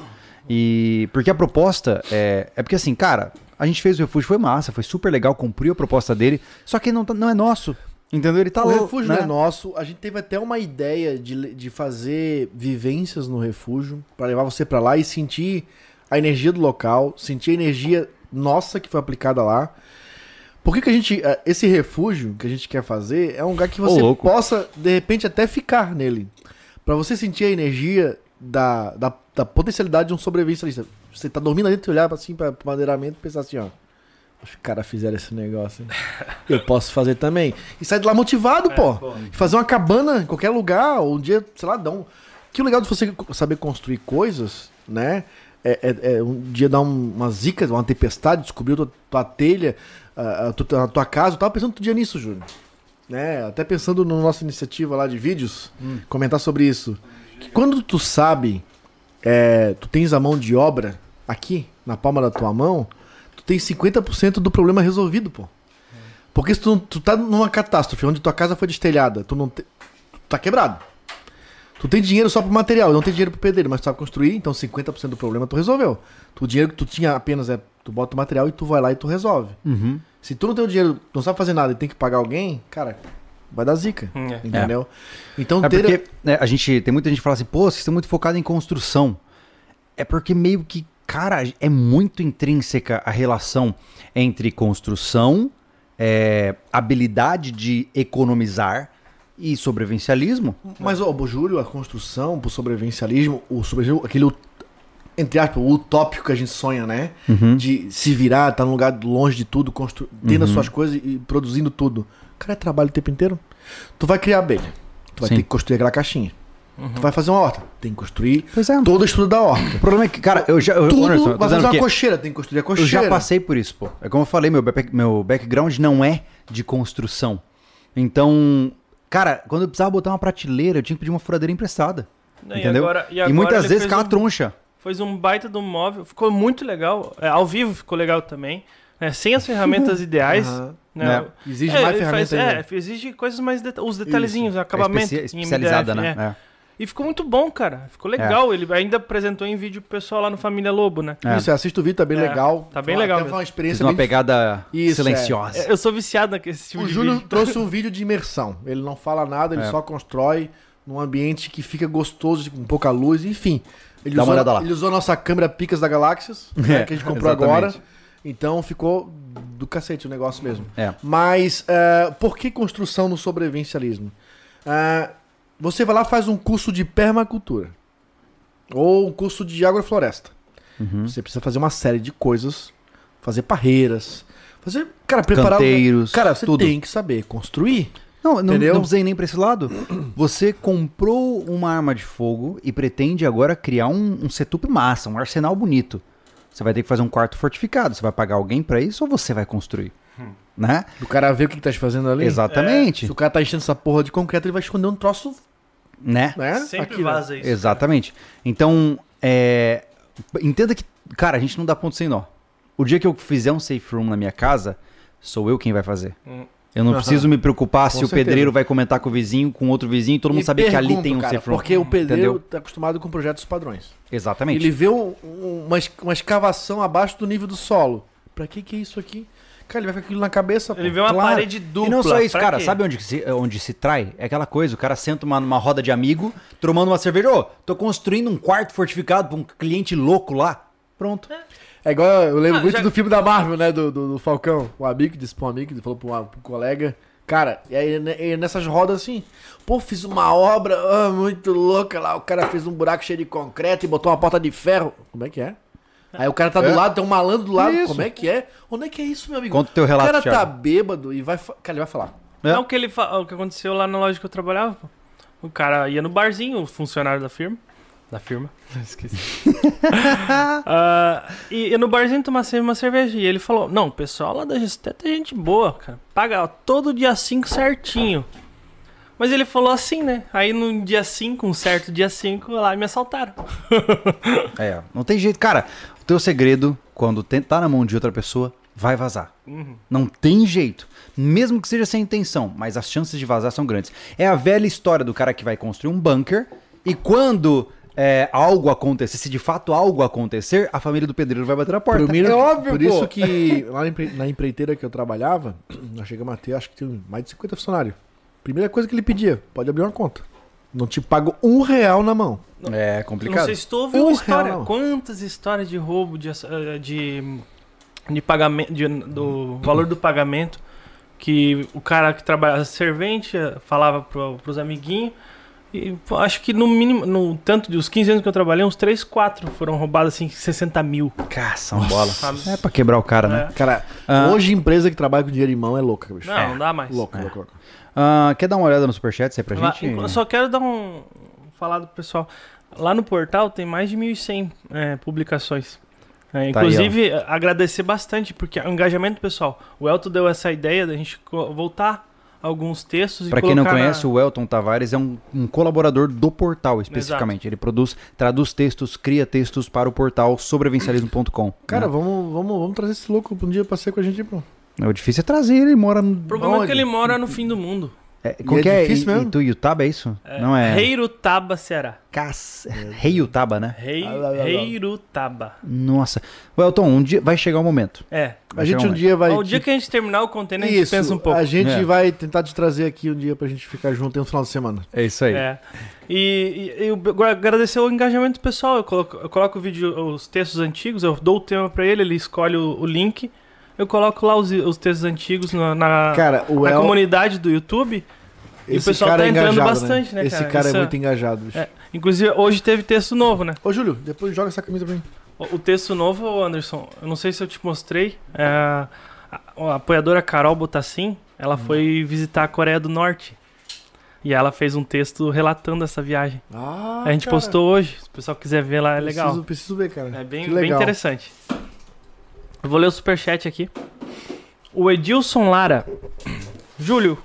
E porque a proposta é, é porque assim, cara, a gente fez o refúgio, foi massa, foi super legal, cumpriu a proposta dele, só que não, tá- não é nosso. Entendeu? Ele tá
o
lá,
refúgio
né?
não é nosso. A gente teve até uma ideia de, le- de fazer vivências no refúgio pra levar você pra lá e sentir a energia do local, sentir a energia nossa que foi aplicada lá. Por que, que a gente. eh, Esse refúgio que a gente quer fazer é um lugar que
Ô,
você
louco.
possa, de repente, até ficar nele. Pra você sentir a energia da, da, da potencialidade de um sobrevivencialista. Você tá dormindo ali, tu olhar assim pra, pro madeiramento e pensar assim, ó. Os caras fizeram esse negócio. hein? Eu posso fazer também. E sai de lá motivado, pô. Fazer uma cabana em qualquer lugar, ou um dia, sei lá, dá um. Que o legal de você saber construir coisas, né? É, é- é um dia dar um- uma zica, uma tempestade, descobrir tua, tua telha, a, a tua, a tua casa. Eu tava pensando outro dia nisso, Júnior. Né? Até pensando na nossa iniciativa lá de vídeos, comentar sobre isso. Que quando tu sabe, é, tu tens a mão de obra aqui, na palma da tua mão, tu tem 50% do problema resolvido, pô. Porque se tu, não- tu tá numa catástrofe onde tua casa foi destelhada, tu não te- tu tá quebrado. Tu tem dinheiro só pro material, não tem dinheiro pro pedreiro, mas tu sabe construir, então 50% do problema tu resolveu. Tu, o dinheiro que tu tinha apenas é tu bota o material e tu vai lá e tu resolve.
Uhum.
Se tu não tem o dinheiro, não sabe fazer nada e tem que pagar alguém, cara, vai dar zica.
Hum, é.
Entendeu? Então
É
ter
porque né, a gente tem muita gente que fala assim, pô, vocês estão muito focados em construção. É porque meio que, cara, é muito intrínseca a relação entre construção, é, habilidade de economizar e sobrevivencialismo.
Mas, ó, o Júlio, a construção pro sobrevivencialismo, o sobrevivencialismo, aquele, ut- entre aspas, o utópico que a gente sonha, né?
Uhum.
De se virar, tá num lugar longe de tudo, constru... tendo as suas coisas e produzindo tudo. Cara, é trabalho o tempo inteiro. Tu vai criar abelha. Tu vai
Sim.
ter que construir aquela caixinha.
Uhum.
Tu vai fazer uma horta. Tem que construir
Pois é.
toda a estrutura da horta.
O problema é que, cara, eu já. Eu,
Tudo
Anderson, eu tô
vai
dizendo
fazer uma
que
cocheira. Tem que construir a
eu
cocheira.
já passei por isso, pô. É como eu falei, meu, back- meu background não é de construção. Então, cara, quando eu precisava botar uma prateleira, eu tinha que pedir uma furadeira emprestada.
Não, É, e
entendeu? E,
agora- e agora
muitas
ele
vezes
fez
ficava
um-
troncha. é
Fez um baita do móvel, ficou muito legal. É, ao vivo ficou legal também. né? Sem as ferramentas ideais.
Aham.
Né?
Né?
Exige
É,
mais
ele faz-
ferramentas. ainda.
É, exige coisas mais. deta- os detalhezinhos,
É
acabamento.
especia-
em
especializada,
MDF, é.
né?
E ficou muito bom, cara. Ficou legal. Ele ainda apresentou em vídeo pro pessoal lá no Família Lobo, né?
É.
Isso, assista o vídeo, tá bem
É,
legal.
tá bem
Foi-
legal
até
mesmo.
Foi uma
É. Fiz
experiência
uma
bem
pegada
Isso, é.
silenciosa.
Eu sou viciado naquele tipo
O
de
Júlio
vídeo.
trouxe um vídeo de imersão. Ele não fala nada, ele
É.
só constrói num ambiente que fica gostoso, com pouca luz, enfim. Ele,
Dá uma
usou,
olhada lá. É,
ele usou a nossa câmera Picas da Galáxias, né, que a gente comprou
exatamente.
agora. Então ficou do cacete o negócio mesmo.
É.
Mas eh, por que construção no sobrevivencialismo? Ah, Você vai lá faz um curso de permacultura. Ou um curso de agrofloresta.
Uhum.
Uhum. Você precisa fazer uma série de coisas. Fazer parreiras. Fazer. Cara, preparar.
Canteiros,
Cara, você
tudo.
tem que saber construir.
Não, não,
Entendeu?
não precisei nem pra esse lado. Você comprou uma arma de fogo e pretende agora criar um, um setup massa, um arsenal bonito. Você vai ter que fazer um quarto fortificado. Você vai pagar alguém pra isso ou você vai construir?
Hum.
Né?
O cara vê o que, que tá te fazendo ali.
Exatamente.
Se o cara tá enchendo essa porra de concreto, ele vai esconder um troço,
Né?
né?
Sempre
Aqui, né?
vaza isso.
Exatamente. Então, é, entenda que, cara, a gente não dá ponto sem nó. O dia que eu fizer um safe room na minha casa, sou eu quem vai fazer.
Hum.
Eu não
Aham.
preciso me preocupar se o
certeza.
pedreiro vai comentar com o vizinho, com outro vizinho, e todo mundo
E
saber que ali
pergunto,
tem um
cara,
safe room.
Porque o pedreiro
Entendeu?
tá acostumado com projetos padrões.
Exatamente.
Ele vê um- um- uma, es- uma escavação abaixo do nível do solo. Pra que que é isso aqui? Cara, ele vai ficar com aquilo na cabeça.
Ele
pô.
vê uma
Claro.
parede dupla.
e não só isso,
pra
cara.
quê?
Sabe onde que se, onde se trai? É aquela coisa, o cara senta uma, numa roda de amigo, tomando uma cerveja. Ô, tô construindo um quarto fortificado pra um cliente louco lá. Pronto.
É igual, eu lembro
Ah,
muito
já-
do filme da Marvel, né? Do, do, do Falcão. O amigo que disse pra um amigo, que falou pra um, pra um colega. Cara, e aí né, e nessas rodas assim, pô, fiz uma obra ah, muito louca lá. O cara fez um buraco cheio de concreto e botou uma porta de ferro. Como é que é? Aí o cara tá do
É.
lado, tem um malandro do lado.
Isso.
Como é que é? Onde é que é isso, meu amigo?
Conta o teu relato,
O cara tá
Thiago.
bêbado e vai. fa- Cara, ele vai falar.
É.
Não, o que, ele fa- o que aconteceu lá na loja que eu trabalhava. pô. O cara ia no barzinho, o funcionário da firma. Da firma? Esqueci. Ah, e, e no barzinho tomar sempre uma cerveja. E ele falou: Não, o pessoal lá da Gesteta é gente boa, cara. Paga ó, todo dia 5 certinho. Mas ele falou assim, né? Aí no dia 5, um certo dia 5, lá me assaltaram.
É, não tem jeito. Cara, o teu segredo, quando te- tá na mão de outra pessoa, vai vazar.
Uhum.
Não tem jeito. Mesmo que seja sem intenção, mas as chances de vazar são grandes. É a velha história do cara que vai construir um bunker e quando é, algo acontecer, se de fato algo acontecer, a família do pedreiro vai bater na porta.
Primeiro,
é óbvio,
Por
pô.
isso que lá na empre- na empreiteira que eu trabalhava, nós chegamos a ter, acho que tem mais de 50 funcionários. Primeira coisa que ele pedia, pode abrir uma conta. Não te pago um real na mão.
É
Eu Não
complicado.
sei se tu ouviu
Um
a história.
real.
Quantas histórias de roubo, de, ass- eh, de, de pagamento, de- do valor do pagamento, que o cara que trabalha servente eh, falava pro, pros amiguinhos. E pô, acho que no mínimo, no tanto dos 15 anos que eu trabalhei, uns 3, 4 foram roubados assim, 60 mil.
Cação bola.
Sabe?
É pra quebrar o cara, né?
É.
Cara,
Ah. é.
hoje empresa que trabalha com dinheiro em mão é louca, bicho.
Não, não dá mais.
Louca, louca, louca.
Ah, quer dar uma olhada no superchat, se é pra
Lá-
gente?
eu Só quero dar um. falar do pessoal. Lá no portal tem mais de 1.100 é, publicações. É,
Tá aí,
inclusive, a- agradecer bastante, porque é um engajamento pessoal. O Elton deu essa ideia da gente co- voltar alguns textos
Pra
e
quem não
colocar.
conhece,
na...
o Elton Tavares é um, um colaborador do portal, especificamente. Ele produz, traduz textos, cria textos para o portal sobrevivencialismo.com.
Cara,
né?
vamos, vamos, vamos trazer esse louco um dia pra ser com a gente, pô.
o difícil é trazer ele, mora no.
O problema é
Onde?
que ele mora no fim do mundo.
É, qual
E é
que é?
difícil
I-
mesmo?
Ituiutaba, é isso? Não é.
Reirutaba, Ceará.
Cac- Reiutaba, né?
Rei...
Ah, lá, lá, lá.
Reirutaba.
Nossa. O Elton, um dia vai chegar o momento.
É.
A
Vai
gente
chegar
um
o
dia vai.
Ao dia
te-
que a gente terminar o container, a gente
Isso,
pensa um pouco.
A gente
É.
vai tentar te trazer aqui um dia pra gente ficar junto em um final de semana.
É isso aí.
É. E, e- eu gra- agradecer o engajamento pessoal. Eu coloco, eu coloco o vídeo, os textos antigos, eu dou o tema pra ele, ele escolhe o, o link. Eu coloco lá os, os textos antigos na, na-
Cara, o
na
El,
comunidade do YouTube. e Ah. o
esse
pessoal
cara
tá
é
entrando
engajado,
bastante, né,
Esse
cara?
cara, é
Isso é-
muito engajado, bicho.
É. Inclusive, hoje teve texto novo, né?
Ô, Júlio, depois joga essa camisa pra mim.
O, o texto novo, Anderson, eu não sei se eu te mostrei. é, a, a apoiadora Carol Botassin,
Hum.
ela foi visitar a Coreia do Norte. E ela fez um texto relatando essa viagem.
Ah,
a gente
cara.
postou hoje. Se o pessoal quiser ver lá, é legal.
Preciso, preciso ver, cara.
É bem,
Que
bem
legal.
interessante. Eu vou ler o superchat aqui. O Edilson Lara. Júlio.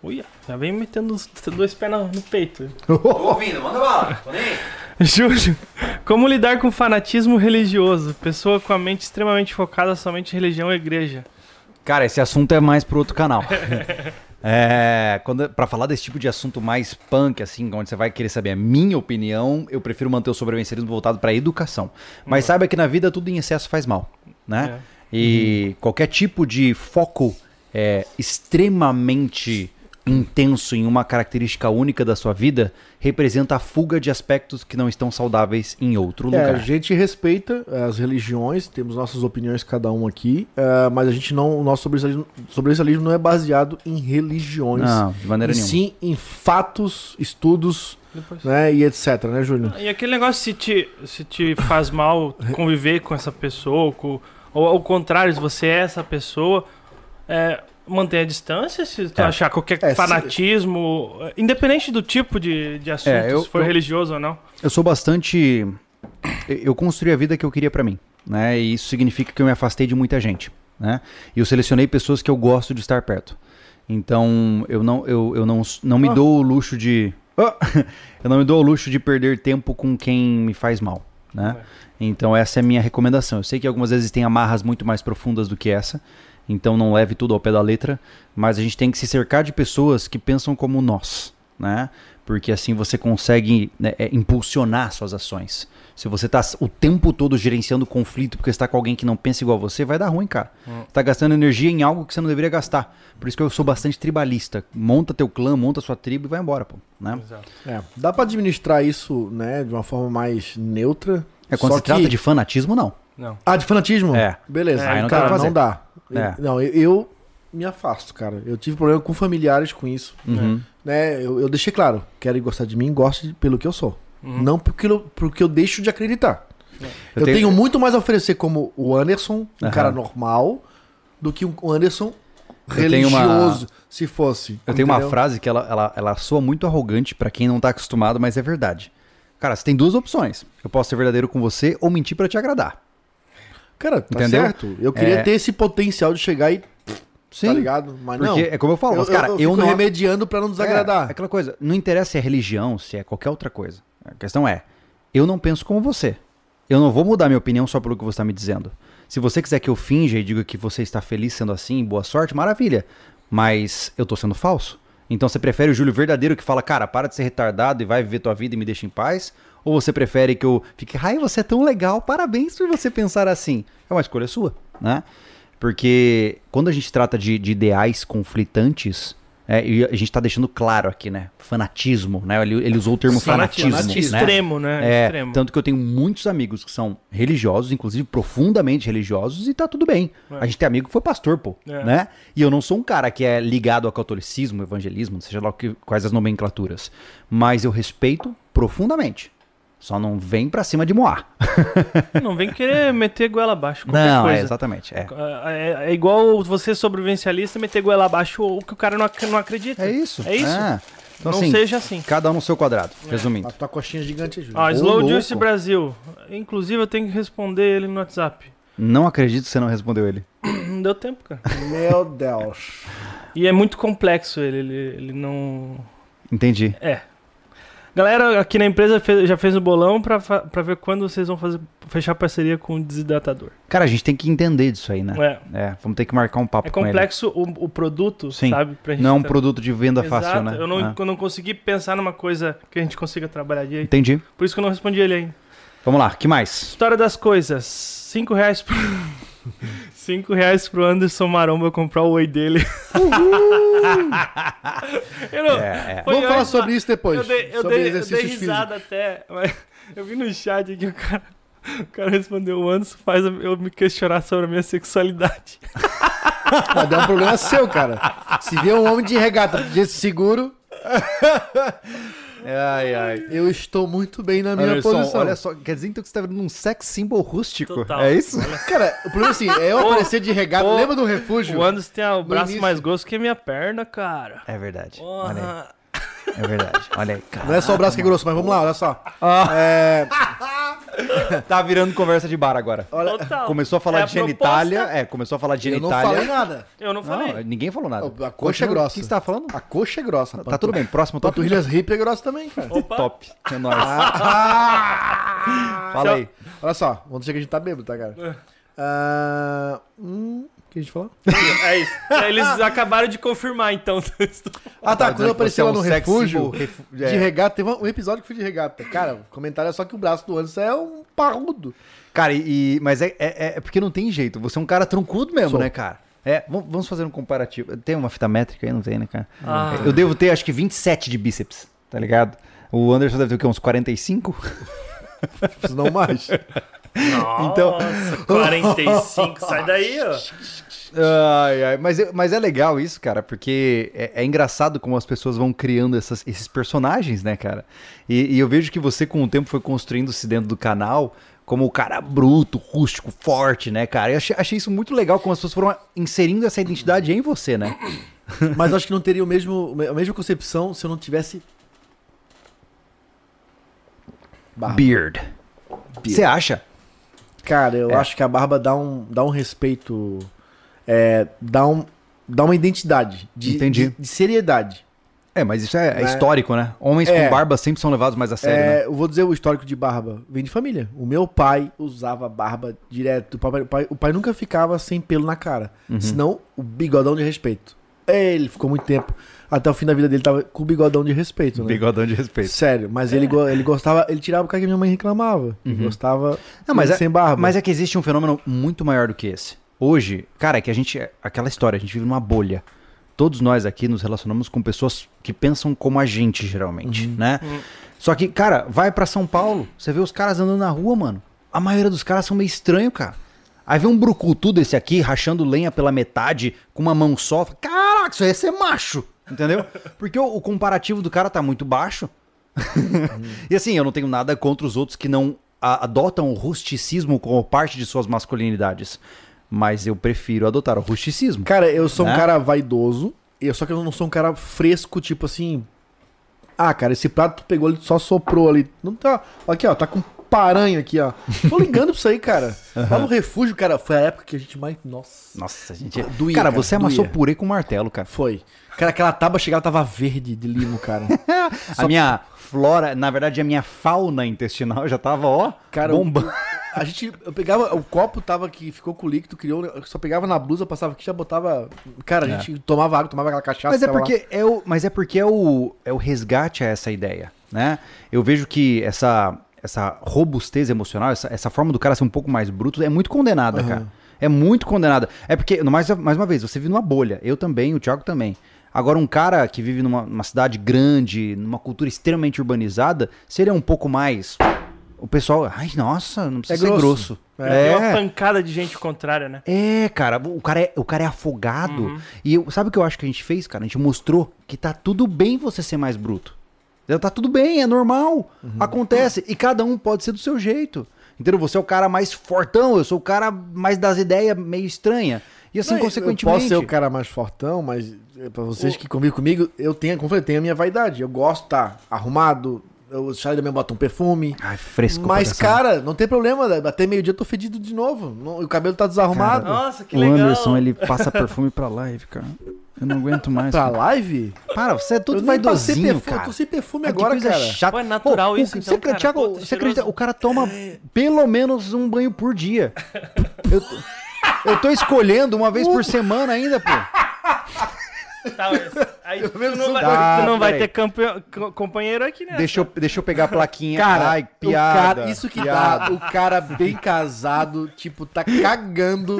Uia, já vem metendo os dois pés no, no peito.
Tô ouvindo, manda bala. Tô nem
Júlio, como lidar com fanatismo religioso? Pessoa com a mente extremamente focada somente em religião e igreja.
Cara, esse assunto é mais pro outro canal. É, quando, pra falar desse tipo de assunto mais punk, assim, onde você vai querer saber a minha opinião, eu prefiro manter o sobrevivencialismo voltado pra educação. Mas saiba que na vida tudo em excesso faz mal, né? E qualquer tipo de foco é, extremamente intenso em uma característica única da sua vida representa a fuga de aspectos que não estão saudáveis em outro
É, a
lugar.
gente respeita as religiões, temos nossas opiniões cada um aqui, eh, mas a gente não, o nosso sobrenaturalismo- sobrenaturalismo não é baseado em religiões.
Não, de maneira
e
nenhuma.
sim em fatos, estudos,
Depois.
né, e etc, né, Júnior?
E aquele negócio, se te, se te faz mal conviver com essa pessoa, ou com- ou ao contrário, se você é essa pessoa, é, mantenha a distância, se tu
É.
achar qualquer
É, se-
fanatismo, é, independente do tipo de, de assunto,
É, eu-
se for
eu-
religioso ou não.
Eu sou bastante. Eu construí a vida que eu queria pra mim, né? E isso significa que eu me afastei de muita gente, né? E eu selecionei pessoas que eu gosto de estar perto. Então eu não, eu, eu não, não me
Ah.
dou o luxo de. Ah! eu não me dou o luxo de perder tempo com quem me faz mal, né? Então essa é a minha recomendação. Eu sei que algumas vezes tem amarras muito mais profundas do que essa, então não leve tudo ao pé da letra, mas a gente tem que se cercar de pessoas que pensam como nós, né? Porque assim você consegue né, é, impulsionar suas ações. Se você tá o tempo todo gerenciando conflito porque está com alguém que não pensa igual a você, vai dar ruim, cara. Você tá gastando energia em algo que você não deveria gastar. Por isso que eu sou bastante tribalista. Monta teu clã, monta sua tribo e vai embora, pô, né?
Exato.
É, dá pra administrar isso, né, de uma forma mais neutra.
É quando
só
se trata
que-
de fanatismo, não.
Não.
Ah, de fanatismo?
É.
Beleza.
É, aí não
dá
cara,
pra
não
fazer.
dá. Eu-
É.
não, eu, eu me afasto, cara. Eu tive problema com familiares com isso.
Uhum.
Né? Eu, eu deixei claro, quero gostar de mim, goste pelo que eu sou.
Uhum.
Não porque eu, porque eu deixo de acreditar.
É.
Eu, tenho... muito mais a oferecer como o Anderson, um
Aham.
cara normal, do que um Anderson
Eu tenho uma-
religioso, se fosse.
Eu tenho uma
entendeu?
frase que ela, ela, ela soa muito arrogante pra quem não tá acostumado, mas é verdade. Cara, você tem duas opções. Eu posso ser verdadeiro com você ou mentir pra te agradar.
Tá Cara, tá
Entendeu?
certo. Eu queria
É.
ter esse potencial de chegar e. Tá ligado? Mas não.
Porque é como eu falo, mas, cara, eu,
fico
não
remediando pra não desagradar.
É, aquela coisa, não interessa se é religião, se é qualquer outra coisa. A questão é, eu não penso como você. Eu não vou mudar minha opinião só pelo que você está me dizendo. Se você quiser que eu finja e diga que você está feliz sendo assim, boa sorte, maravilha. Mas eu tô sendo falso. Então você prefere o Júlio verdadeiro que fala, cara, para de ser retardado e vai viver tua vida e me deixa em paz? Ou você prefere que eu fique, ai, você é tão legal, parabéns por você pensar assim? É uma escolha sua, né? Porque quando a gente trata de, de ideais conflitantes, é, e a gente tá deixando claro aqui, né? Fanatismo, né? Ele, ele usou o termo
Sim,
fanatismo.
fanatismo.
né?
Extremo, né?
É,
Extremo.
tanto que eu tenho muitos amigos que são religiosos, inclusive profundamente religiosos, e tá tudo bem.
É.
A gente tem amigo que foi pastor, pô,
É.
né? E eu não sou um cara que é ligado ao catolicismo, evangelismo, seja lá o que- quais as nomenclaturas, mas eu respeito profundamente. Só não vem pra cima de Moá.
Não vem querer meter goela abaixo. qualquer
Não, é,
coisa.
exatamente. É.
É, é- é igual você sobrevivencialista meter goela abaixo o que o cara não, ac- não acredita.
É isso.
É isso.
Ah, então,
não
assim,
seja É. assim.
cada um no seu quadrado, resumindo.
A tua coxinha é gigante, Júlio.
Ó,
Ô,
Ah, Slow
louco.
Juice Brasil. Inclusive, eu tenho que responder ele no WhatsApp.
Não acredito que você não respondeu ele.
Não deu tempo, cara.
Meu Deus.
E é muito complexo ele, ele, ele não.
Entendi.
É. Galera aqui na empresa fe- já fez o bolão pra, fa- pra ver quando vocês vão fazer, fechar parceria com o desidratador.
Cara, a gente tem que entender disso aí, né?
É,
É, vamos ter que marcar um papo
é
com ele.
complexo o, o produto,
Sim.
sabe? Pra
Não é um
tá-
produto de venda
Exato,
fácil, né?
Eu não,
Ah,
eu não consegui pensar numa coisa que a gente consiga trabalhar direito.
Entendi.
Por isso que eu não respondi ele ainda.
Vamos lá, que mais?
História das coisas. Cinco reais pro... Cinco reais pro Anderson Maromba comprar o Oi dele. eu não...
É, é.
Foi
Vamos falar
antes,
sobre isso depois.
Eu dei, eu
sobre
dei- eu
exercícios
dei
físicos.
risada até, mas eu vi no chat aqui o cara, o cara respondeu, o Anderson faz eu me questionar sobre a minha sexualidade.
Mas é um problema seu, cara. Se vê um homem de regata de seguro,
Ai, ai.
eu estou muito bem na minha
Anderson,
posição.
olha só, quer dizer então que você tá vendo um sex symbol rústico?
Total.
É isso?
Cara, o problema é assim, é eu
Ô,
aparecer de regata.
ô,
Lembra do refúgio?
O Anderson tem o braço
início.
mais grosso que a minha perna, cara.
É verdade. Olha
Porra.
aí. É verdade. Olha aí,
Não
cara.
é só o braço que é grosso, mas vamos lá, olha só. É,
Tá virando conversa de bar agora.
olha,
Total.
Começou a falar
É
de genitália.
proposta.
É, começou a falar de
eu não
genitália.
falei nada.
Eu não falei.
Não, ninguém falou nada.
A coxa é
Continua.
grossa.
O que você tá falando?
A coxa é grossa.
Tá tudo bem. Próximo top.
Panturrilhas hip é grossa também, cara.
Opa.
Top. É nóis. Fala aí.
Olha só, vamos dizer que a gente tá bêbado, tá, cara? Ah, hum, o que a gente falou?
É isso. Eles acabaram de confirmar, então.
Ah, tá. Quando eu
Você
apareci
é
lá
um
no
sex
refúgio
symbol, refu-
de
é.
regata, teve um episódio que fui de regata. Cara, o comentário é só que o braço do Anderson é um parrudo.
Cara, e, e- mas é, é, é porque não tem jeito. Você é um cara troncudo mesmo,
Sou.
né, cara? É, v- vamos fazer um comparativo. Tem uma fita métrica aí? Não tem, né, cara?
Ah.
Eu devo ter, acho que 27 de bíceps, tá ligado? O Anderson deve ter o quê? Uns 45?
Não mais.
Nossa,
Então-
45, sai daí, ó.
Ai, ai. Mas, eu- mas é legal isso, cara, porque é, é engraçado como as pessoas vão criando essas- esses personagens, né, cara? E, e eu vejo que você, com o tempo, foi construindo-se dentro do canal como o cara bruto, rústico, forte, né, cara? Eu achei, achei isso muito legal, como as pessoas foram inserindo essa identidade em você, né?
Mas acho que não teria o mesmo, a mesma concepção se eu não tivesse. Barba.
Beard. Você acha?
Cara,
É.
eu acho que a barba dá um, dá um respeito. é, dá, um, dá uma identidade. De,
Entendi.
De, de seriedade.
É, mas isso é, é
Né?
histórico, né? Homens
É.
com barba sempre são levados mais a sério,
É,
né?
Eu vou dizer o histórico de barba. Vem de família. O meu pai usava barba direto. O papai- o pai, o pai nunca ficava sem pelo na cara.
Uhum.
Senão, o bigodão de respeito. Ele ficou muito tempo. Até o fim da vida dele tava com o bigodão de respeito, né?
Bigodão de respeito. É.
Sério, mas ele, go- ele gostava, ele tirava o cara que minha mãe reclamava. Ele gostava
Uhum. Não, mas,
dele
é,
sem barba.
mas é que existe um fenômeno muito maior do que esse. Hoje, cara, é que a gente. é Aquela história, a gente vive numa bolha. Todos nós aqui nos relacionamos com pessoas que pensam como a gente, geralmente,
Uhum.
né? Só que, cara, vai pra São Paulo, você vê os caras andando na rua, mano. A maioria dos caras são meio estranho, cara. Aí vê um brucutu desse aqui, rachando lenha pela metade, com uma mão só. fala, Caraca, isso aí é ser macho, entendeu? Porque o, o comparativo do cara tá muito baixo. E assim, eu não tenho nada contra os outros que não a- adotam o rusticismo como parte de suas masculinidades. Mas eu prefiro adotar o rusticismo.
Cara, eu sou um
Né?
cara vaidoso, eu- só que eu não sou um cara fresco, tipo assim. Ah, cara, esse prato tu pegou, ele só soprou ali. Não tá. Aqui, ó, tá com paranho aqui, ó. Tô ligando pra isso aí, cara. Lá no refúgio, cara, foi a época que a gente mais. Nossa.
Nossa, gente.
Ah, Doía,
cara,
cara,
você amassou
doía.
purê com martelo, cara.
Foi. Cara, aquela tábua chegava, tava verde de limo, cara.
A minha flora, na verdade, a minha fauna intestinal já tava, ó,
Cara,
bomba.
eu- a gente. Eu pegava. O copo tava que ficou com o líquido, criou. um eu Só pegava na blusa, passava aqui, já botava. Cara,
É.
a gente tomava água, tomava aquela cachaça.
Mas é
ficava lá.
porque é o, mas é porque é o, é o resgate a essa ideia, né? Eu vejo que essa essa robustez emocional, essa, essa forma do cara ser um pouco mais bruto é muito condenada, cara. É muito condenada. É porque mais mais uma vez, você vive numa bolha, eu também, o Thiago também. Agora um cara que vive numa, numa cidade grande, numa cultura extremamente urbanizada, se ele é um pouco mais o pessoal, ai, nossa, não precisa
É
ser
grosso.
grosso.
É uma pancada de gente contrária, né?
É, cara, o cara é, o cara é afogado.
Uhum.
E eu- sabe o que eu acho que a gente fez, cara? A gente mostrou que tá tudo bem você ser mais bruto. Tá tudo bem, é normal.
Uhum.
Acontece. E cada um pode ser do seu jeito. Entendeu? Você é o cara mais fortão, eu sou o cara mais das ideias meio estranha. E assim,
Não, eu-
consequentemente.
Eu posso ser o cara mais fortão, mas é, pra vocês que convivem comigo, eu tenho, como eu falei, tenho a minha vaidade. Eu gosto de tá arrumado, eu saio da minha bota um perfume.
Ai, fresco.
mas,
coração.
cara, não tem problema, né? até meio-dia eu tô fedido de novo. Não- e o cabelo tá desarrumado.
Nossa, que
O
legal.
Anderson, ele passa perfume pra live, cara. Eu não aguento mais.
pra
cara.
live?
Para, você é
Eu
todo
nem passei
vaidosinho,
perfume, eu
cara.
tô sem perfume
Ai, Ah, que
agora,
coisa
cara.
chata.
Pô, é natural
o-
isso,
Você,
então,
acredita-
cara.
Thiago,
Pô, tá
você acredita?
cheiroso.
O cara toma
É.
pelo menos um banho por dia. Eu, tô- eu tô escolhendo uma vez por semana ainda, pô.
Tá, mas aí tu não vai,
dá,
tu não vai
peraí.
ter campe- co- companheiro aqui, né?
Deixa eu, deixa eu pegar a plaquinha.
Cara,
Ai,
o
piada.
cara- isso que
piada.
dá. O cara bem casado, tipo, tá cagando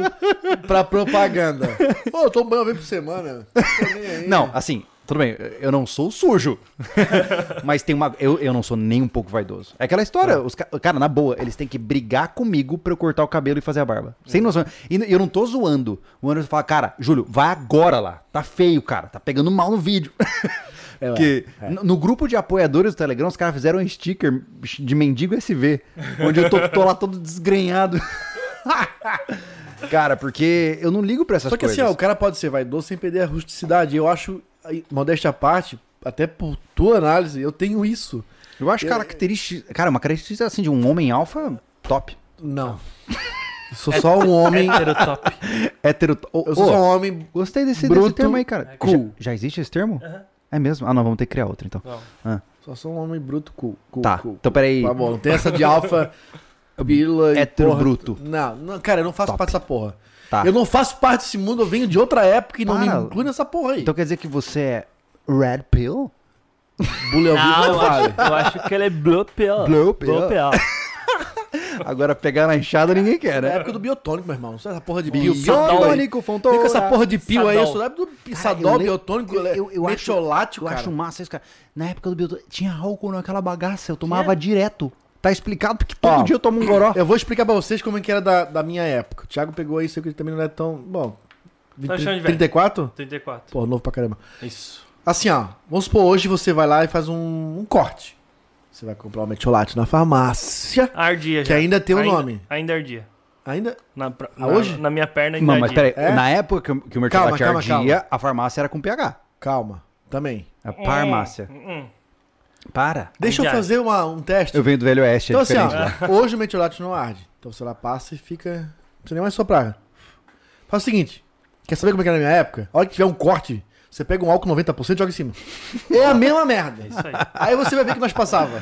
pra propaganda. Pô, eu tomo banho uma vez por semana. Tô nem aí.
Não, assim, tudo bem, eu não sou sujo. mas tem uma. Eu, eu não sou nem um pouco vaidoso. É aquela história, os, ca- cara, na boa, eles têm que brigar comigo pra eu cortar o cabelo e fazer a barba.
É.
Sem noção. E n- eu não tô zoando. O Anderson fala, cara, Júlio, vai agora lá. Tá feio, cara. Tá pegando mal no vídeo.
É,
Porque no- no grupo de apoiadores do Telegram, os caras fizeram um sticker de mendigo SV, onde eu tô, tô lá todo desgrenhado. cara, porque eu não ligo pra essas
Só que
coisas.
assim, ó, o cara pode ser vaidoso sem perder a rusticidade. Eu acho, aí, modéstia à parte, até por tua análise, eu tenho isso.
Eu acho característica. Cara, uma característica assim de um homem alfa top.
Não. Eu sou só um homem.
Hétero top.
Hétero. Oh,
Eu sou só um homem.
Gostei desse, desse
Bruto, É,
termo aí, cara.
cool.
Já, já existe esse termo? É mesmo? Ah, não, vamos ter que criar outro então.
Não.
Ah,
Só sou um homem bruto, cool. cool,
tá,
cool.
então peraí.
Tá bom, não tem essa de alfa, bila e
Hétero
porra.
bruto.
Não, não, cara, eu não faço parte dessa porra.
Tá.
Eu não faço parte desse mundo, eu venho de outra época e não
Para.
me inclui nessa porra aí.
Então quer dizer que você é Red Pill?
Bulha ao vivo
Não,
não
eu
vale.
acho, eu acho que ele é blue pill.
Blue pill.
Blue pill.
Agora pegar na enxada ninguém quer,
É a
né?
época do biotônico, meu irmão. é Essa porra de bio.
Biotônico, Fontoura.
Fica essa porra de pio aí,
Sadol.
isso é do
eu
Sadol,
le-
biotônico,
eu- eu- eu acho-
metiolate,
Eu
cara.
acho um massa isso, cara. Na época do Biotônico, tinha álcool naquela bagaça, eu tomava direto. Tá explicado porque todo
Ó,
dia eu tomo um goró.
Eu vou explicar pra vocês como é que era da, da minha época. O Thiago pegou isso, que ele também não é tão... Bom,
Tá achando de velho.
34?
34.
Pô, novo pra caramba.
Isso.
Assim, ó. Vamos supor, hoje você vai lá e faz um, um corte. Você vai comprar um metiolate na farmácia,
Ardia
que
já.
ainda tem o
Ainda-
nome.
Ainda ardia.
Ainda...
Na, pra-
Ah,
na-
hoje?
Na minha perna ainda
Não, mas
ardia.
peraí,
É?
na época que o- que o mercado
Calma, calma,
ardia, a farmácia era com pH.
Calma, também.
A farmácia.
Hum,
Para.
Deixa eu
Já.
fazer uma- um teste.
Eu venho do Velho Oeste, é
Então assim,
diferente lá.
ó, hoje o metiolate não arde. Então você lá passa e fica... Não precisa nem mais soprar. Faz o seguinte. Quer saber como é que era na minha época? A hora que tiver um corte, você pega um álcool 90% e joga em cima. É a mesma merda.
Isso aí.
Aí você vai ver que nós passava.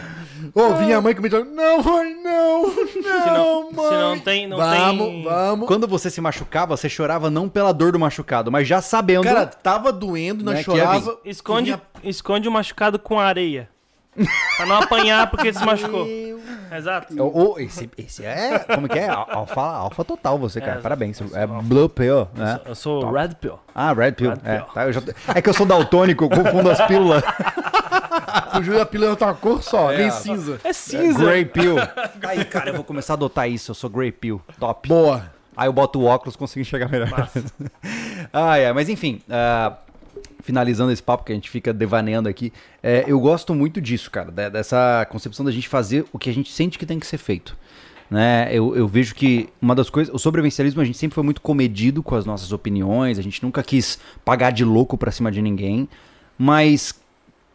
Ô, vinha a mãe que me dizia, não, mãe, não,
Se não,
não,
se
mãe.
não tem... Não
vamos,
tem...
vamos.
Quando você se machucava, você chorava não pela dor do machucado, mas já sabendo.
Cara, tava doendo, nós
Né, que ia
chorava.
Esconde,
Vinha-
esconde o machucado com areia. pra não apanhar porque ele se machucou. Exato.
Ou- ou esse, esse é. Como que é? Al- Alfa, alfa total, você, cara.
É,
Parabéns. É Blue Pill, né?
Eu sou
Top.
Red Pill.
Ah, Red Pill.
Red
é,
pill.
tá, eu já- é que eu sou daltônico, eu confundo as pílulas.
O Júlio da pílula tá uma cor só,
É,
nem
tá-
cinza.
É cinza.
Grey Pill. Aí, cara, eu vou começar a adotar isso. Eu sou Grey Pill. Top.
Boa.
Aí eu boto o óculos e consigo enxergar melhor. ai, ai, mas enfim, ah, finalizando esse papo que a gente fica devaneando aqui, é, eu gosto muito disso, cara, de- dessa concepção da gente fazer o que a gente sente que tem que ser feito. Né? Eu, eu vejo que uma das coisas. O sobrevivencialismo a gente sempre foi muito comedido com as nossas opiniões, a gente nunca quis pagar de louco pra cima de ninguém, mas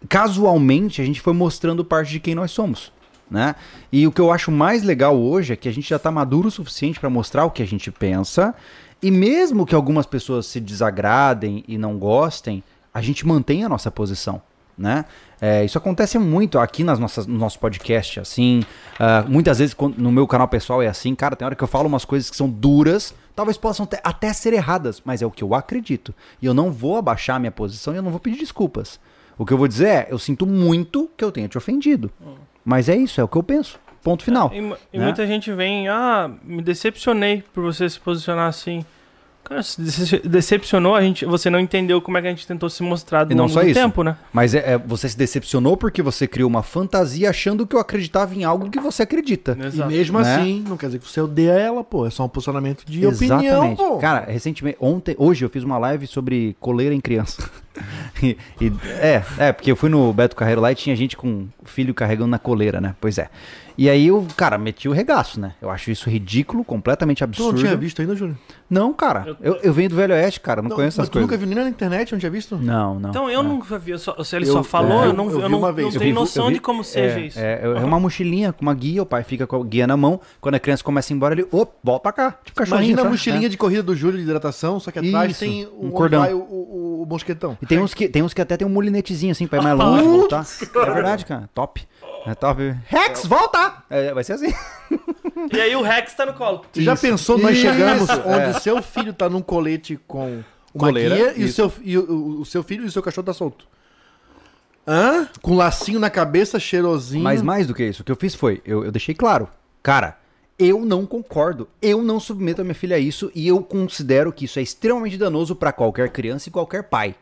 casualmente a gente foi mostrando parte de quem nós somos. Né? E o que eu acho mais legal hoje é que a gente já tá maduro o suficiente para mostrar o que a gente pensa. E mesmo que algumas pessoas se desagradem e não gostem, a gente mantém a nossa posição. Né? É, isso acontece muito aqui nas nossas, no nosso podcast, assim. ah, muitas vezes quando- no meu canal pessoal é assim, cara, tem hora que eu falo umas coisas que são duras, talvez possam te- até ser erradas, mas é o que eu acredito. E eu não vou abaixar a minha posição e eu não vou pedir desculpas. O que eu vou dizer é, eu sinto muito que eu tenha te ofendido. Mas é isso, é o que eu penso. Ponto final.
É,
E, mu- e
né?
muita gente vem, ah, me decepcionei por você se posicionar assim. Cara, se dece- decepcionou, a gente, você não entendeu como é que a gente tentou se mostrar
E
do
não
longo
só
do
isso.
tempo, né?
Mas é, é, você se decepcionou porque você criou uma fantasia achando que eu acreditava em algo que você acredita.
E
Exato.
mesmo
Né?
assim, não quer dizer que você odeia ela, pô. É só um posicionamento de opinião, pô.
Cara, recentemente, ontem, hoje eu fiz uma live sobre coleira em criança. E- e- é, é, porque eu fui no Beto Carreiro lá e tinha gente com o filho carregando na coleira, né? Pois é. E aí eu, cara, meti o regaço, né? Eu acho isso ridículo, completamente
tu
absurdo.
não tinha visto ainda, Júlio?
Não, cara. Eu, eu venho do Velho Oeste, cara. eu Não, conheço
mas
essas
tu
coisas.
nunca viu nem na internet, não tinha visto?
Não, não.
Então eu nunca vi, eu só, se ele
Eu-
só falou,
é,
eu não,
eu
eu
vi
não,
uma
não
vez. Eu
tenho
vi- É. eu
noção
vi-
de como
é,
seja isso.
É, é uma mochilinha com uma guia, o pai fica com a guia na mão. Quando a criança começa a ir embora, ele, opa, volta pra cá. Tipo cachorrinho.
Imagina a
sabe?
mochilinha de corrida do Júlio de hidratação, só que atrás
Isso,
tem
um
o, onde
cordão.
vai o, o, o mosquetão.
É. E tem uns, que, tem uns que até tem um mulinetezinho assim pra ir mais longe, voltar. É verdade, cara. Top. É top. Rex, volta! É, vai ser assim.
E aí o Rex tá no colo.
Você já
Isso.
pensou nós
Isso,
chegamos
é.
onde o seu filho tá num colete com uma
Coleira,
guia e, o
isso.
seu, e o, o seu filho e o seu cachorro tá solto? Hã? Com lacinho na cabeça, cheirosinho.
Mas mais do que isso, o que eu fiz foi, eu, eu deixei claro. Cara, eu não concordo. Eu não submeto a minha filha a isso e eu considero que isso é extremamente danoso pra qualquer criança e qualquer pai.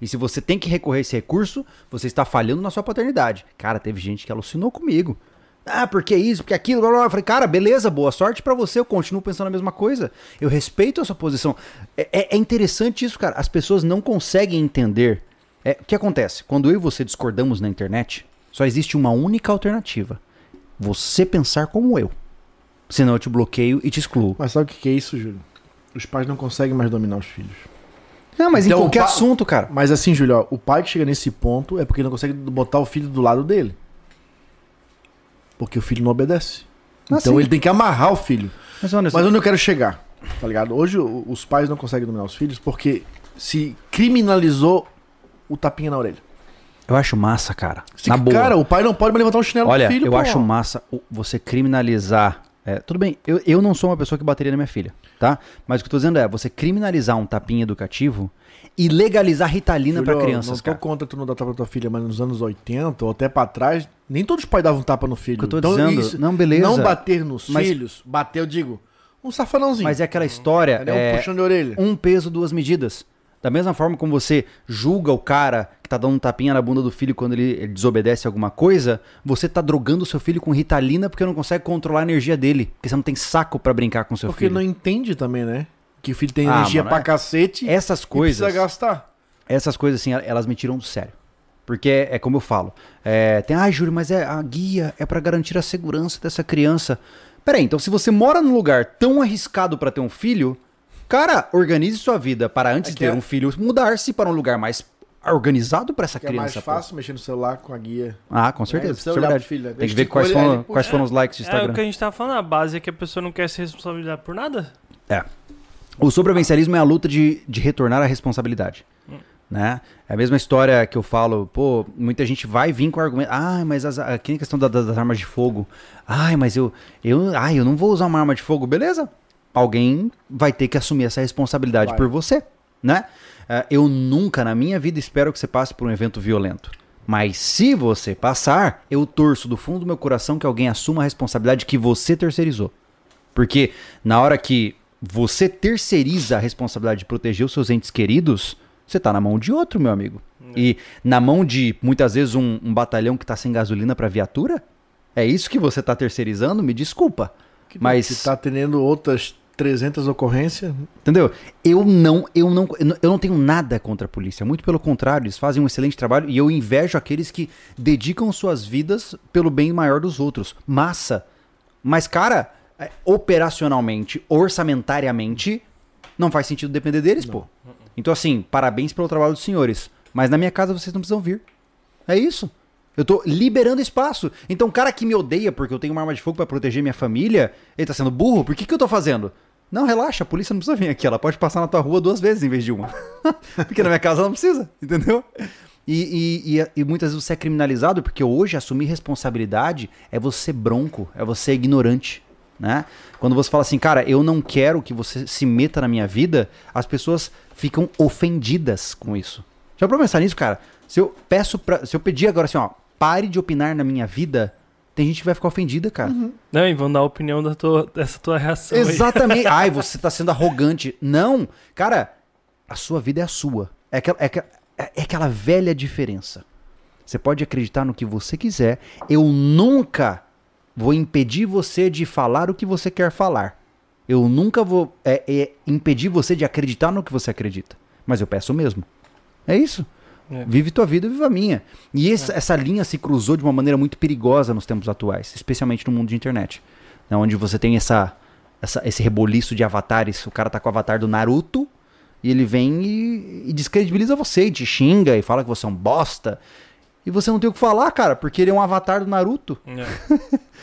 E se você tem que recorrer a esse recurso, você está falhando na sua paternidade. Cara, teve gente que alucinou comigo. Ah, porque isso, porque aquilo, blá, blá, blá. Eu falei, cara, beleza, boa sorte pra você, eu continuo pensando a mesma coisa. Eu respeito a sua posição. É- é- é interessante isso, cara. As pessoas não conseguem entender é, o que acontece? Quando eu e você discordamos na internet, só existe uma única alternativa. Você pensar como eu. Senão eu te bloqueio e te excluo.
Mas sabe o que que é isso, Júlio? Os pais não conseguem mais dominar os filhos.
Não, mas
Então,
em qualquer
pa-
assunto, cara.
Mas assim, Júlio, ó, o pai que chega nesse ponto é porque não consegue botar o filho do lado dele. Porque o filho não obedece.
Ah,
então
sim.
ele tem que amarrar o filho.
Mas, olha só.
Mas onde eu quero chegar, tá ligado? Hoje o- os pais não conseguem dominar os filhos porque se criminalizou o tapinha na orelha.
eu acho massa, cara. é
Se-
na boa.
Cara, o pai não pode mais levantar um chinelo
olha,
pro filho,
eu
pô.
acho massa o- você criminalizar É, tudo bem, eu, eu não sou uma pessoa que bateria na minha filha, tá? Mas o que eu tô dizendo é, você criminalizar um tapinha educativo e legalizar ritalina pra
Júlio,
crianças,
não
cara.
tô contra tu não dar tapa pra tua filha, mas nos anos 80 ou até pra trás, nem todos os pais davam tapa no filho. Então,
O que eu tô dizendo, não, beleza.
Não bater nos
Mas-
filhos, bater, eu digo, um safanãozinho.
Mas é aquela história,
entendeu?
é,
um puxão de orelha.
um peso, duas medidas. Da mesma forma como você julga o cara que tá dando um tapinha na bunda do filho quando ele, ele desobedece alguma coisa, você tá drogando o seu filho com ritalina porque não consegue controlar a energia dele, porque você não tem saco pra brincar com seu
Porque
filho.
não entende também, né? Que o filho tem
Ah,
energia
mano,
pra
é.
cacete
Essas
e
coisas,
precisa gastar.
essas coisas assim, elas me tiram do sério. Porque é, é como eu falo, é, tem, ah, Júlio, mas é a guia é pra garantir a segurança dessa criança. Peraí, então se você mora num lugar tão arriscado pra ter um filho, cara, organize sua vida para antes
É
de
que
ter
é-
um filho mudar-se para um lugar mais organizado pra essa
Que é mais
criança. pô.
fácil mexer no celular com a guia.
Ah, com
É,
certeza.
precisa
isso é
olhar
verdade.
pro filho, né?
Tem que ver
Esticou
quais
ele,
foram,
ele puxa.
quais foram os likes do
É o que
Instagram.
a gente tava falando, a base é que a pessoa não quer se responsabilizar por nada.
É. O sobrevivencialismo é a luta de, de retornar à responsabilidade. Né? É a mesma história que eu falo, pô, muita gente vai vir com argumento. Ai, mas as, aqui na questão da- da- das armas de fogo. Ai, mas eu, eu, ai, eu não vou usar uma arma de fogo, beleza? Alguém vai ter que assumir essa responsabilidade
Vai.
por você, né? É, Eu nunca na minha vida espero que você passe por um evento violento. Mas se você passar, eu torço do fundo do meu coração que alguém assuma a responsabilidade que você terceirizou. Porque na hora que você terceiriza a responsabilidade de proteger os seus entes queridos, você tá na mão de outro, meu amigo. E na mão de, muitas vezes, um, um batalhão que tá sem gasolina pra viatura? É isso que você tá terceirizando? Me desculpa. mas,
Se tá atendendo outras 300 ocorrências,
entendeu? Eu não, eu não, eu não tenho nada contra a polícia. Muito pelo contrário, eles fazem um excelente trabalho e eu invejo aqueles que dedicam suas vidas pelo bem maior dos outros. Massa. Mas, cara, é, operacionalmente, orçamentariamente, não faz sentido depender deles, pô. Então, assim, parabéns pelo trabalho dos senhores. Mas na minha casa vocês não precisam vir. É isso. Eu tô liberando espaço. Então, o cara que me odeia porque eu tenho uma arma de fogo pra proteger minha família, ele tá sendo burro? Por que, que eu tô fazendo? Não, relaxa, a polícia não precisa vir aqui. Ela pode passar na tua rua duas vezes em vez de uma. porque na minha casa ela não precisa, entendeu? E, e- e- e muitas vezes você é criminalizado porque hoje assumir responsabilidade é você bronco, é você ignorante. Né? Quando você fala assim, cara, eu não quero que você se meta na minha vida, as pessoas ficam ofendidas com isso. Já pra pensar nisso, cara? Se eu peço pra, se eu pedir agora assim, ó, pare de opinar na minha vida, tem gente que vai ficar ofendida, cara.
Não, e vão dar a opinião da tua- dessa tua reação. aí.
Exatamente. Ai, você tá sendo arrogante. Não, cara, a sua vida é a sua. É aquela, é, aquela- é aquela velha diferença. Você pode acreditar no que você quiser. Eu nunca vou impedir você de falar o que você quer falar. Eu nunca vou é, é, impedir você de acreditar no que você acredita. Mas eu peço o mesmo. É isso.
É.
Vive tua vida, viva a minha. E esse- essa linha se cruzou de uma maneira muito perigosa nos tempos atuais, especialmente no mundo de internet. Né, onde você tem essa, essa- esse reboliço de avatares. O cara tá com o avatar do Naruto e ele vem e, e descredibiliza você, e te xinga e fala que você é um bosta. E você não tem o que falar, cara, porque ele é um avatar do Naruto.
É.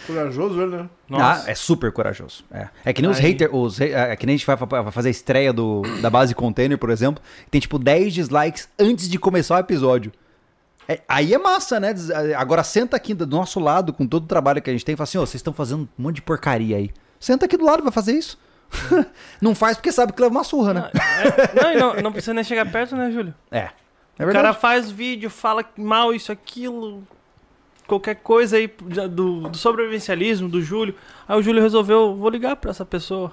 corajoso ele, né?
Ah, é super corajoso. É, É que nem os
Aí-
haters, os, ha- é que nem a gente vai, fa- vai fazer a estreia do, da base container, por exemplo, e tem tipo 10 dislikes antes de começar o episódio. É, aí é massa, né? Diz- Agora senta aqui do nosso lado, com todo o trabalho que a gente tem, e fala assim, ó, vocês estão fazendo um monte de porcaria aí. Senta aqui do lado, vai fazer isso. não faz porque sabe que leva uma surra, né?
É, Não, e não, não precisa nem chegar perto, né, Júlio?
É. É
O
verdade.
cara faz vídeo, fala mal isso, aquilo, qualquer coisa aí já do, do sobrevivencialismo, do Júlio. Aí o Júlio resolveu, vou ligar pra essa pessoa.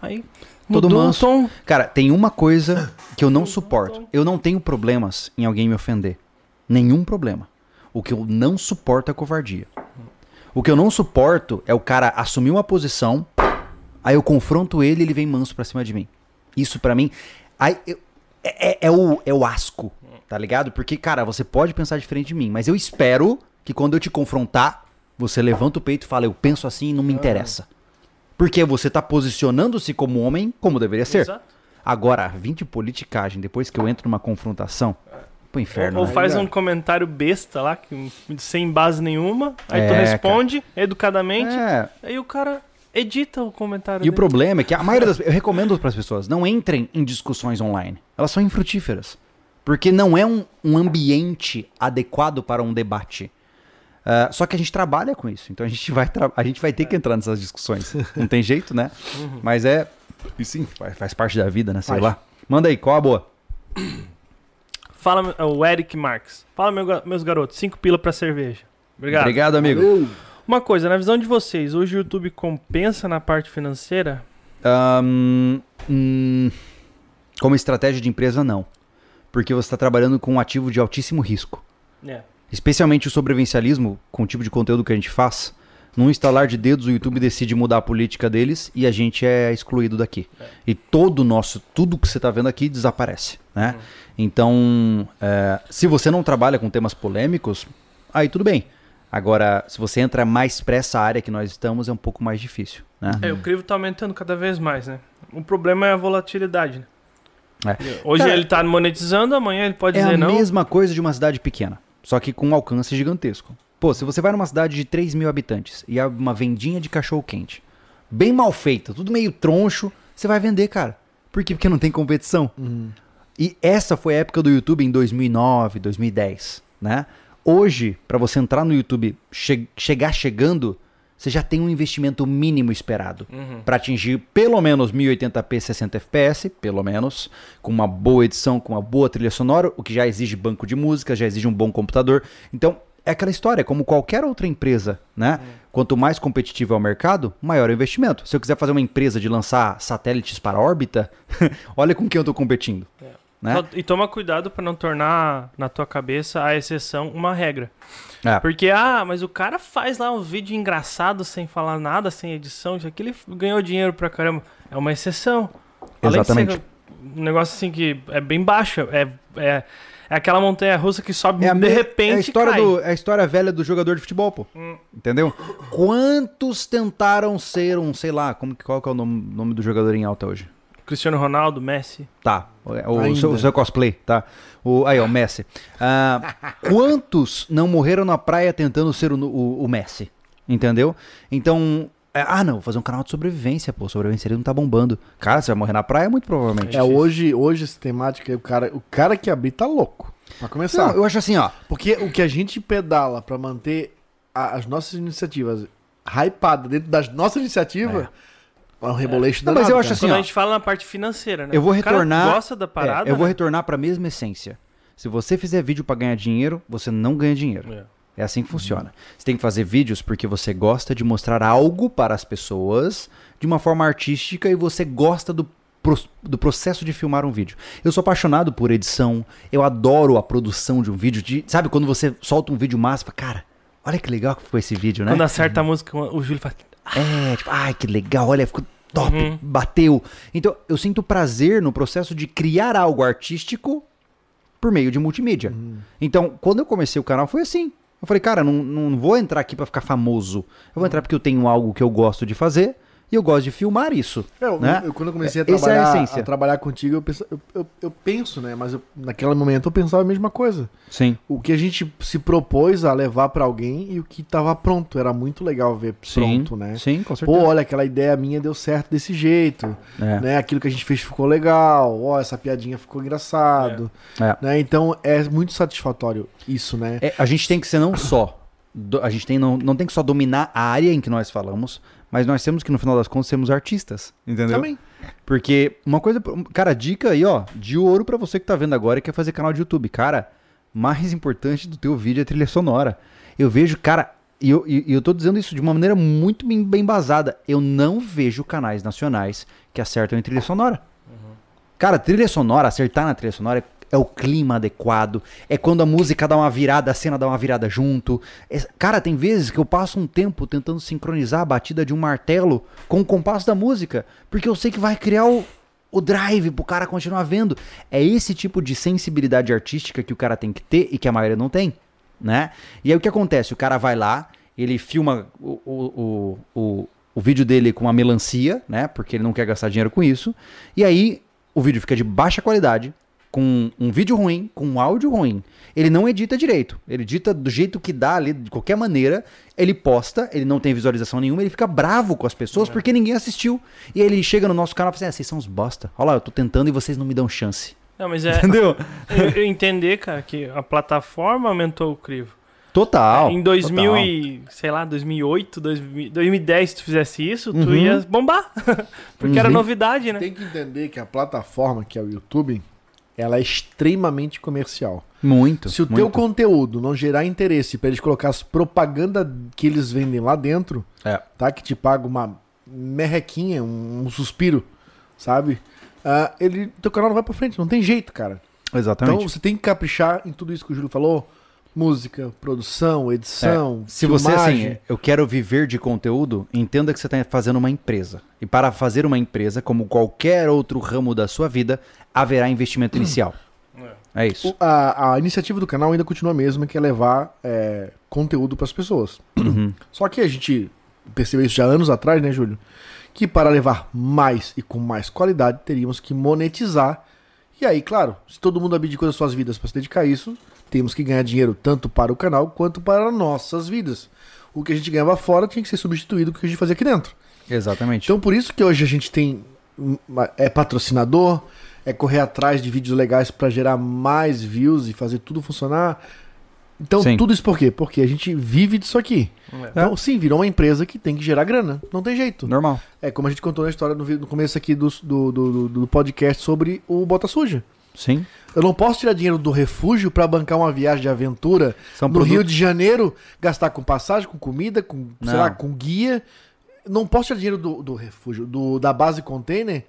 Aí,
Todo
mudou
manso.
o tom.
Cara, tem uma coisa que eu não suporto. Eu não tenho problemas em alguém me ofender. Nenhum problema. O que eu não suporto é covardia. O que eu não suporto é o cara assumir uma posição, aí eu confronto ele e ele vem manso pra cima de mim. Isso pra mim. Aí eu- é, é- é o, é o asco, tá ligado? Porque, cara, você pode pensar diferente de mim, mas eu espero que quando eu te confrontar, você levanta o peito e fala, eu penso assim e não me interessa. Porque você tá posicionando-se como homem, como deveria ser.
Exato.
Agora, vim de politicagem depois que eu entro numa confrontação. Pro inferno.
Ou
né?
faz um comentário besta lá, que, sem base nenhuma. Aí tu
É,
responde educadamente.
É,
Aí o cara edita o comentário.
e o
dele.
problema é que a maioria das eu recomendo para as pessoas, não entrem em discussões online. Elas são infrutíferas. Porque não é um, um ambiente adequado para um debate. Ah, Ah, só que a gente trabalha com isso, então a gente vai, tra- a gente vai ter que entrar nessas discussões. Não tem jeito, né?
Uhum.
Mas é. E sim, faz, faz parte da vida, né? Sei
Faz.
lá. Manda aí, qual a boa?
Fala, meu- é o Eric Marx. Fala, meu ga- meus garotos, cinco pila pra cerveja. Obrigado.
Obrigado, amigo.
Eu-
Uma coisa, na visão de vocês, hoje o YouTube compensa na parte financeira?
Ahn, hum, como estratégia de empresa, não. Porque você está trabalhando com um ativo de altíssimo risco.
É.
Especialmente o sobrevivencialismo, com o tipo de conteúdo que a gente faz. Num instalar de dedos, o YouTube decide mudar a política deles e a gente é excluído daqui. E todo o nosso, tudo que você está vendo aqui desaparece, né? Então, é, se você não trabalha com temas polêmicos, aí tudo bem. Agora, se você entra mais pra essa área que nós estamos, é um pouco mais difícil, né?
É, o crivo tá aumentando cada vez mais, né? O problema é a volatilidade, né?
É.
Hoje
Cara,
ele tá monetizando, amanhã ele pode
é
dizer
a
não.
mesma coisa de uma cidade pequena, só que com um alcance gigantesco. Pô, se você vai numa cidade de 3 mil habitantes e abre uma vendinha de cachorro-quente, bem mal feita, tudo meio troncho, você vai vender, cara. Por quê? Porque não tem competição. E essa foi a época do YouTube em 2009, 2010, né? Hoje, pra você entrar no YouTube, che- chegar chegando, você já tem um investimento mínimo esperado
Uhum.
para atingir pelo menos 1080p 60 fps, pelo menos, com uma boa edição, com uma boa trilha sonora, o que já exige banco de música, já exige um bom computador. Então, é aquela história, como qualquer outra empresa, né? Quanto mais competitivo é o mercado, maior é o investimento. Se eu quiser fazer uma empresa de lançar satélites para a órbita, olha com quem eu tô competindo. Né?
Só- E toma cuidado pra não tornar na tua cabeça a exceção uma regra.
É.
Porque, ah, mas o cara faz lá um vídeo engraçado sem falar nada, sem edição, isso aqui ele ganhou dinheiro pra caramba. É uma exceção.
Exatamente.
Além de ser um negócio assim que é bem baixo, é, é, é aquela montanha russa que sobe
É a
de
me-
repente
é a história
cai. Hum.
do- é a história velha do jogador de futebol, pô. Entendeu? Quantos tentaram ser um, sei lá, como que qual que é o nome, nome do jogador em alta hoje?
Cristiano Ronaldo, Messi.
Tá. O, o
Ainda.
seu, o seu cosplay, tá? O, aí, ó, o Messi. Ah, quantos não morreram na praia tentando ser o, nu- o- o Messi? Entendeu? Então. é, ah, não, vou fazer um canal de sobrevivência, pô. Sobrevivência ele não tá bombando. Cara, você vai morrer na praia, muito provavelmente.
É, hoje, hoje essa temática, o cara, o cara que abrir tá louco. Pra começar.
Não, eu acho assim, ó.
Porque o que a gente pedala pra manter a- as nossas iniciativas hypadas dentro das nossas iniciativas é, um reboleixo
Não,
da
mas eu acho assim,
Quando
ó.
a gente fala na parte financeira, né?
Eu vou
O cara
retornar.
gosta da parada.
É, eu vou
né?
retornar pra mesma essência. Se você fizer vídeo pra ganhar dinheiro, você não ganha dinheiro. É assim que funciona. Você tem que fazer vídeos porque você gosta de mostrar algo para as pessoas de uma forma artística e você gosta do, pro- do processo de filmar um vídeo. Eu sou apaixonado por edição, eu adoro a produção de um vídeo. de- sabe quando você solta um vídeo massa e fala, cara, olha que legal que ficou esse vídeo, né?
Quando acerta a música, o Júlio faz.
É, tipo, ai, que legal, olha, ficou top,
Uhum.
bateu. Então, eu sinto prazer no processo de criar algo artístico por meio de multimídia. Então, quando eu comecei o canal, foi assim. Eu falei, cara, não, não vou entrar aqui pra ficar famoso. Eu vou entrar porque eu tenho algo que eu gosto de fazer e eu gosto de filmar isso.
Eu,
né?
eu- quando eu comecei a
Essa é a
trabalhar,
essência.
a trabalhar contigo, eu penso, eu, eu- eu penso né? Mas eu- naquele momento eu pensava a mesma coisa.
Sim.
O que a gente se propôs a levar pra alguém e o que tava pronto. Era muito legal ver pronto, né?
Sim, com
Pô,
certeza.
olha, aquela ideia minha deu certo desse jeito.
É.
Né? Aquilo que a gente fez ficou legal. Ó, essa piadinha ficou engraçado.
É.
Né? Então é muito satisfatório isso, né?
É, a gente tem que ser não só. do- a gente tem, não, não tem que só dominar a área em que nós falamos, mas nós temos que, no final das contas, sermos artistas. Entendeu?
Também.
Porque uma coisa, cara, dica aí, ó, de ouro pra você que tá vendo agora e quer fazer canal de YouTube. Cara, mais importante do teu vídeo é a trilha sonora. Eu vejo, cara, e eu, e e eu tô dizendo isso de uma maneira muito bem, bem basada. Eu não vejo canais nacionais que acertam em trilha sonora. Cara, trilha sonora, acertar na trilha sonora é- é o clima adequado, é quando a música dá uma virada, a cena dá uma virada junto. É- cara, tem vezes que eu passo um tempo tentando sincronizar a batida de um martelo com o compasso da música, porque eu sei que vai criar o, o drive pro cara continuar vendo. É esse tipo de sensibilidade artística que o cara tem que ter e que a maioria não tem, né? E aí o que acontece? O cara vai lá, ele filma o, o, o, o, o vídeo dele com uma melancia, né? Porque ele não quer gastar dinheiro com isso. E aí o vídeo fica de baixa qualidade, com um vídeo ruim, com um áudio ruim. Ele não edita direito. Ele edita do jeito que dá ali, de qualquer maneira. Ele posta, ele não tem visualização nenhuma, ele fica bravo com as
É.
pessoas porque ninguém assistiu. E aí ele chega no nosso canal e fala assim: "Ah, vocês são uns bosta. Olha lá, eu tô tentando e vocês não me dão chance.
Não, mas é.
Entendeu?
eu, eu entender, cara, que a plataforma aumentou o crivo.
Ah,
É,
Total.
em 2000
total.
e, sei lá, 2008, 2000, 2010, se tu fizesse isso, tu ia bombar. Porque era
Uhum.
novidade, né?
Tem que entender que a plataforma, que é o YouTube, ela é extremamente comercial.
Muito.
Se o
muito.
teu conteúdo não gerar interesse pra eles colocar as propaganda que eles vendem lá dentro,
É.
tá? Que te paga uma merrequinha, um, um suspiro, sabe? Ah, ele, teu canal não vai pra frente, não tem jeito, cara.
Exatamente.
Então você tem que caprichar em tudo isso que o Júlio falou: música, produção, edição.
Se você,
filmagem.
assim, eu quero viver de conteúdo, entenda que você está fazendo uma empresa. E para fazer uma empresa, como qualquer outro ramo da sua vida, haverá investimento inicial. É isso.
O- a, a iniciativa do canal ainda continua a mesma, que é levar é, conteúdo para as pessoas. Só que a gente percebeu isso já anos atrás, né, Júlio? Que para levar mais e com mais qualidade, teríamos que monetizar. E aí, claro, se todo mundo abdicou das suas vidas para se dedicar a isso, temos que ganhar dinheiro tanto para o canal quanto para nossas vidas. O que a gente ganhava fora tinha que ser substituído com o que a gente fazia aqui dentro.
Exatamente.
Então por isso que hoje a gente tem uma- é patrocinador, é correr atrás de vídeos legais pra gerar mais views e fazer tudo funcionar. Então
Sim.
tudo isso por quê? Porque a gente vive disso aqui. Então sim, virou uma empresa que tem que gerar grana, não tem jeito.
Normal.
É como a gente contou na história no, vi- no começo aqui do, do, do, do podcast sobre o Bota Suja.
Sim.
Eu não posso tirar dinheiro do refúgio pra bancar uma viagem de aventura
São
no
produtos-
Rio de Janeiro, gastar com passagem, com comida, com, sei
Não.
lá, com guia. Não posso tirar dinheiro do, do refúgio, do, da base container,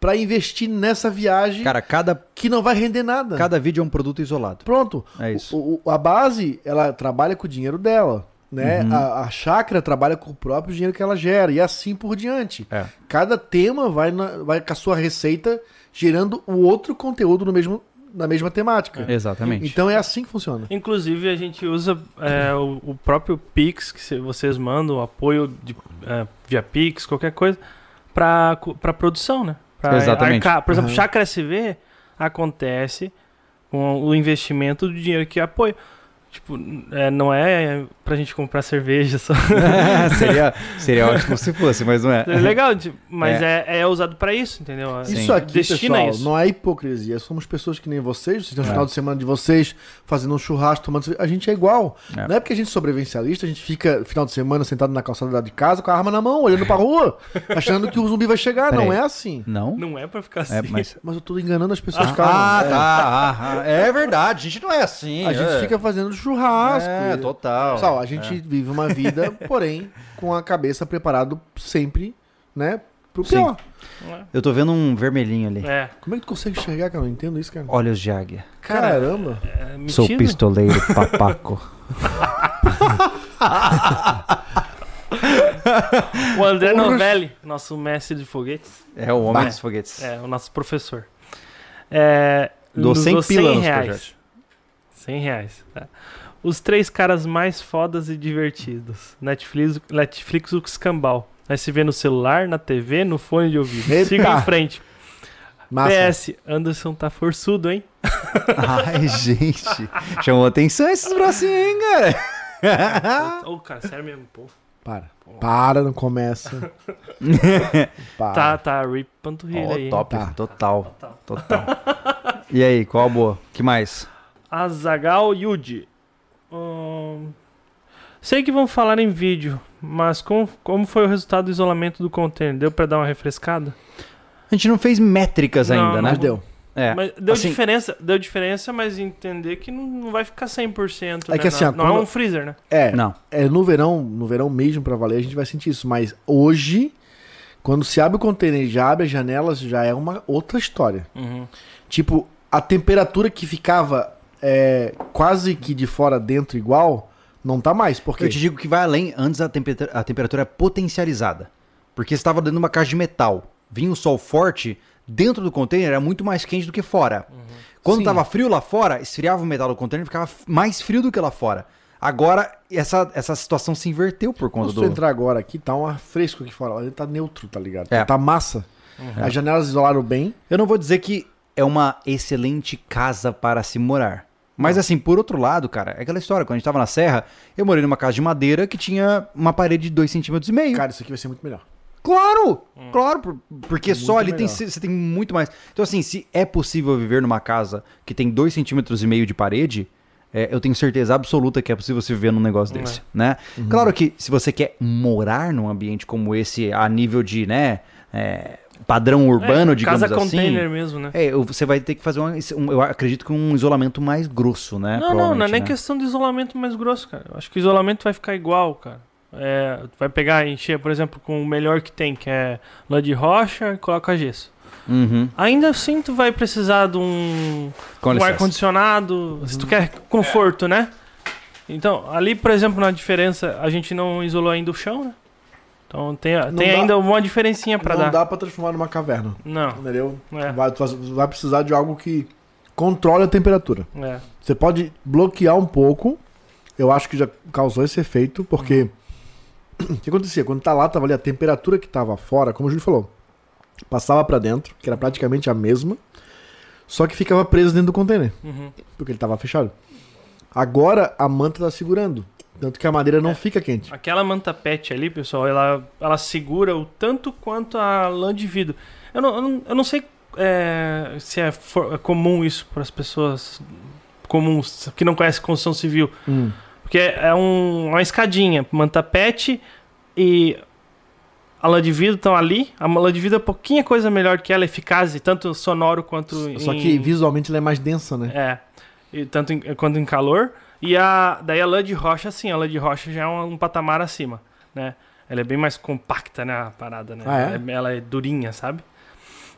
pra investir nessa viagem
Cara, cada,
que não vai render nada.
cada vídeo é um produto isolado.
Pronto.
É isso.
O- o- a base, ela trabalha com o dinheiro dela. Né?
Uhum.
A, a chácara trabalha com o próprio dinheiro que ela gera e assim por diante.
É.
Cada tema vai, na- vai com a sua receita gerando o outro conteúdo no mesmo, na mesma temática.
Exatamente.
Então é assim que funciona.
Inclusive, a gente usa é, o, o próprio Pix, que cê- vocês mandam, o apoio de, é, via Pix, qualquer coisa, para produção, né? Pra
Exatamente. Uhum.
arcar. Por exemplo,
Aham.
Chakra SV acontece com o investimento do dinheiro que apoia. Tipo, é, não é pra gente comprar cerveja só.
seria, seria ótimo se fosse, mas não é.
É legal, tipo, mas é, é usado pra isso, entendeu?
Sim.
Isso aqui,
Destina
pessoal,
isso.
não é hipocrisia. Somos pessoas que nem vocês, vocês têm um
É.
final de semana de vocês, fazendo um churrasco, tomando... cerveja. A gente é igual.
É.
Não é porque a gente é sobrevivencialista, a gente fica final de semana sentado na calçada de casa com a arma na mão, olhando pra rua, achando que o zumbi vai chegar.
Peraí.
Não é assim.
Não?
Não é pra ficar assim.
É, mas...
Mas eu tô enganando as pessoas,
Ah,
calma. É.
tá. ah, ah. É verdade. A gente não é assim.
A gente
é.
fica fazendo churrasco.
É, total. É.
Pessoal, a gente vive uma vida, porém, com a cabeça preparado sempre, né, pro
Sim.
pior.
Eu tô vendo um vermelhinho ali.
É.
Como é que tu consegue enxergar, cara? Eu não entendo isso, cara.
Olhos de águia.
Cara,
Caramba.
é metido.
Sou pistoleiro papaco.
O André
Porra.
Novelli, nosso mestre de foguetes.
É o homem dos foguetes.
É, o nosso professor. É,
Dou
nos
100
dou
pila nos
reais.
projetos.
100 reais. tá. Os três caras mais fodas e divertidos. Netflix, Netflix o escambau. Vai se ver no celular, na TV, no fone de ouvido.
Eita.
Siga em frente.
é,
Massa.
PS, Anderson tá forçudo, hein?
Ai, gente. Chamou atenção esses bracinhos, hein, cara?
Ô, cara, sério mesmo, pô.
Para. Para, não começa. Para.
Tá, tá, Rip Panturrilha
Ah. Ó,
aí. hein?
top,
Tá.
total. Total. E aí, qual a boa? Que mais?
Azagal Yuji. Ahn, sei que vão falar em vídeo, mas com- como foi o resultado do isolamento do container? Deu pra dar uma refrescada?
A gente não fez métricas
Não,
ainda, né?
Mas deu.
É.
Mas deu
assim-
diferença, deu diferença, mas entender que não, não vai ficar 100%,
É
né?
que assim, ó,
não, não é
quando-
um freezer, né?
É,
Não.
é no verão, no verão mesmo pra valer, a gente vai sentir isso. Mas hoje, quando se abre o container e já abre as janelas, já é uma outra história.
Uhum.
Tipo, a temperatura que ficava é, quase que de fora dentro igual, não tá mais. Porque
Eu te digo que vai além. Antes a, temperatura- a temperatura é potencializada. Porque estava dentro de uma caixa de metal. Vinha um sol forte. Dentro do container era muito mais quente do que fora. Quando
Uhum. Sim.
estava frio lá fora, esfriava o metal do container e ficava f- mais frio do que lá fora. Agora, essa, essa situação se inverteu por conta
se
do.
tu entrar agora aqui, tá um ar fresco aqui fora. Lá dentro tá neutro, tá ligado?
É.
Tá massa.
Uhum.
As janelas isolaram bem.
Eu não vou dizer que é uma excelente casa para se morar. Mas assim, por outro lado, cara, é aquela história. Quando a gente tava na serra, eu morei numa casa de madeira que tinha uma parede de 2,5 cm.
Cara, isso aqui vai ser muito melhor.
Claro!
Hum.
Claro, por- porque só
Muito
ali tem,
melhor.
você tem muito mais. Então, assim, se é possível viver numa casa que tem 2,5 centímetros e meio de parede, é, eu tenho certeza absoluta que é possível se viver num negócio desse,
é.
né? Claro que se você quer morar num ambiente como esse a nível de, né, é, padrão urbano,
É,
digamos
Casa
assim...
container mesmo, né?
É, eu- você vai ter que fazer um, um- Eu acredito que um isolamento mais grosso, né?
não, não, não é
provavelmente,
nem
né?
questão de isolamento mais grosso, cara. Eu acho que o isolamento vai ficar igual, cara. É, tu vai pegar e encher, por exemplo, com o melhor que tem, que é lã de rocha, e coloca gesso.
Uhum.
Ainda assim, tu vai precisar de um,
Com
um
licença.
ar-condicionado, se tu quer conforto, né? Então, ali, por exemplo, na diferença, a gente não isolou ainda o chão, né? Então tem, tem
dá-
ainda uma diferencinha pra
não
dar.
dá pra transformar numa caverna,
Não,
entendeu?
é,
Vai, tu vai- tu vai precisar de algo que controle a temperatura.
é.
Você pode bloquear um pouco. Eu acho que já causou esse efeito, porque o que acontecia? Quando tá lá, tava ali a temperatura que tava fora, como o Júlio falou, passava pra dentro, que era praticamente a mesma, só que ficava preso dentro do container,
Uhum.
porque ele tava fechado. Agora a manta tá segurando, tanto que a madeira não fica quente.
Aquela manta pet ali, pessoal, ela, ela segura o tanto quanto a lã de vidro. Eu não, eu não, eu não sei é, se é, for- é comum isso para as pessoas comuns que não conhecem construção civil. Porque é um- uma escadinha, manta pet e a lã de vidro estão ali. A lã de vidro é pouquinha coisa melhor que ela, eficaz, e tanto sonoro quanto
Só
em-
que visualmente ela é mais densa, né?
É, e tanto em, quanto em calor. E a, daí a lã de rocha, sim, a lã de rocha já é um, um patamar acima, né? Ela é bem mais compacta, né, a parada, né?
Ah, é?
Ela, é, ela é durinha, sabe?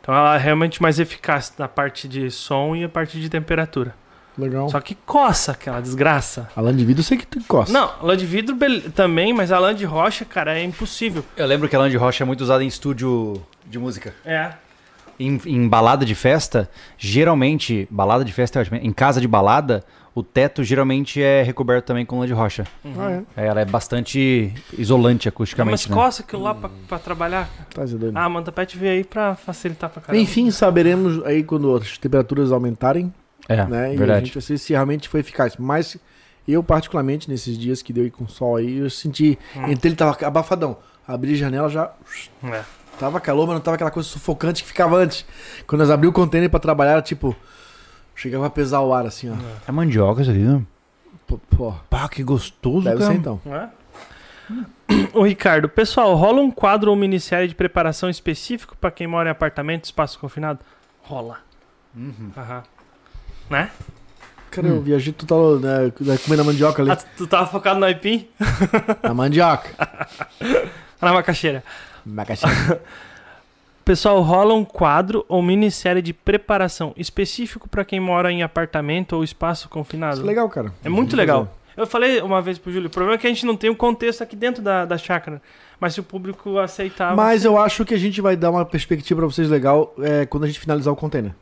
Então ela é realmente mais eficaz na parte de som e a parte de temperatura.
Legal.
Só que coça aquela desgraça.
A lã de vidro eu sei que tu encosta.
Não, lã de vidro bele- também, mas a lã de rocha, cara, é impossível.
Eu lembro que a lã de rocha é muito usada em estúdio de música.
É.
Em, em balada de festa, geralmente, balada de festa é ótimo. Em casa de balada, o teto geralmente é recoberto também com lã de rocha.
Ah, é?
É, Ela é bastante isolante
Mas
acusticamente, né?
coça aquilo lá pra, pra trabalhar.
Tá, Zé doido.
Ah, a Manta Pet veio aí pra facilitar pra caramba.
Enfim, saberemos aí quando as temperaturas aumentarem,
É,
né? E a
verdade.
gente vai ver se realmente foi eficaz. Mas eu, particularmente, nesses dias que deu aí com sol aí, eu senti.
Hum.
Então ele tava abafadão. Abri a janela já.
É.
Tava calor, mas não tava aquela coisa sufocante que ficava antes. Quando nós abrimos o container pra trabalhar, era tipo. Chegava a pesar o ar assim, ó.
É mandioca isso aqui, né?
Pô, pô,
Pá, que gostoso,
deve
cara.
ser então.
Não é? Ô Ricardo, pessoal, rola um quadro ou minissérie de preparação específico pra quem mora em apartamento, espaço confinado? Rola. Aham. Né?
Cara, eu viajei total, né? Comendo a mandioca ali.
Ah, tu- tu tava focado no aipim? Ah,
A mandioca.
Na macaxeira.
Macaxi.
Pessoal, rola um quadro ou minissérie de preparação específico pra quem mora em apartamento ou espaço confinado.
Isso é legal, cara.
É muito
Uhum.
legal. Eu falei uma vez pro Júlio, o problema é que a gente não tem um contexto aqui dentro da, da chácara. Mas se o público aceitar.
Mas eu acho que a gente vai dar uma perspectiva pra vocês legal é, quando a gente finalizar o container.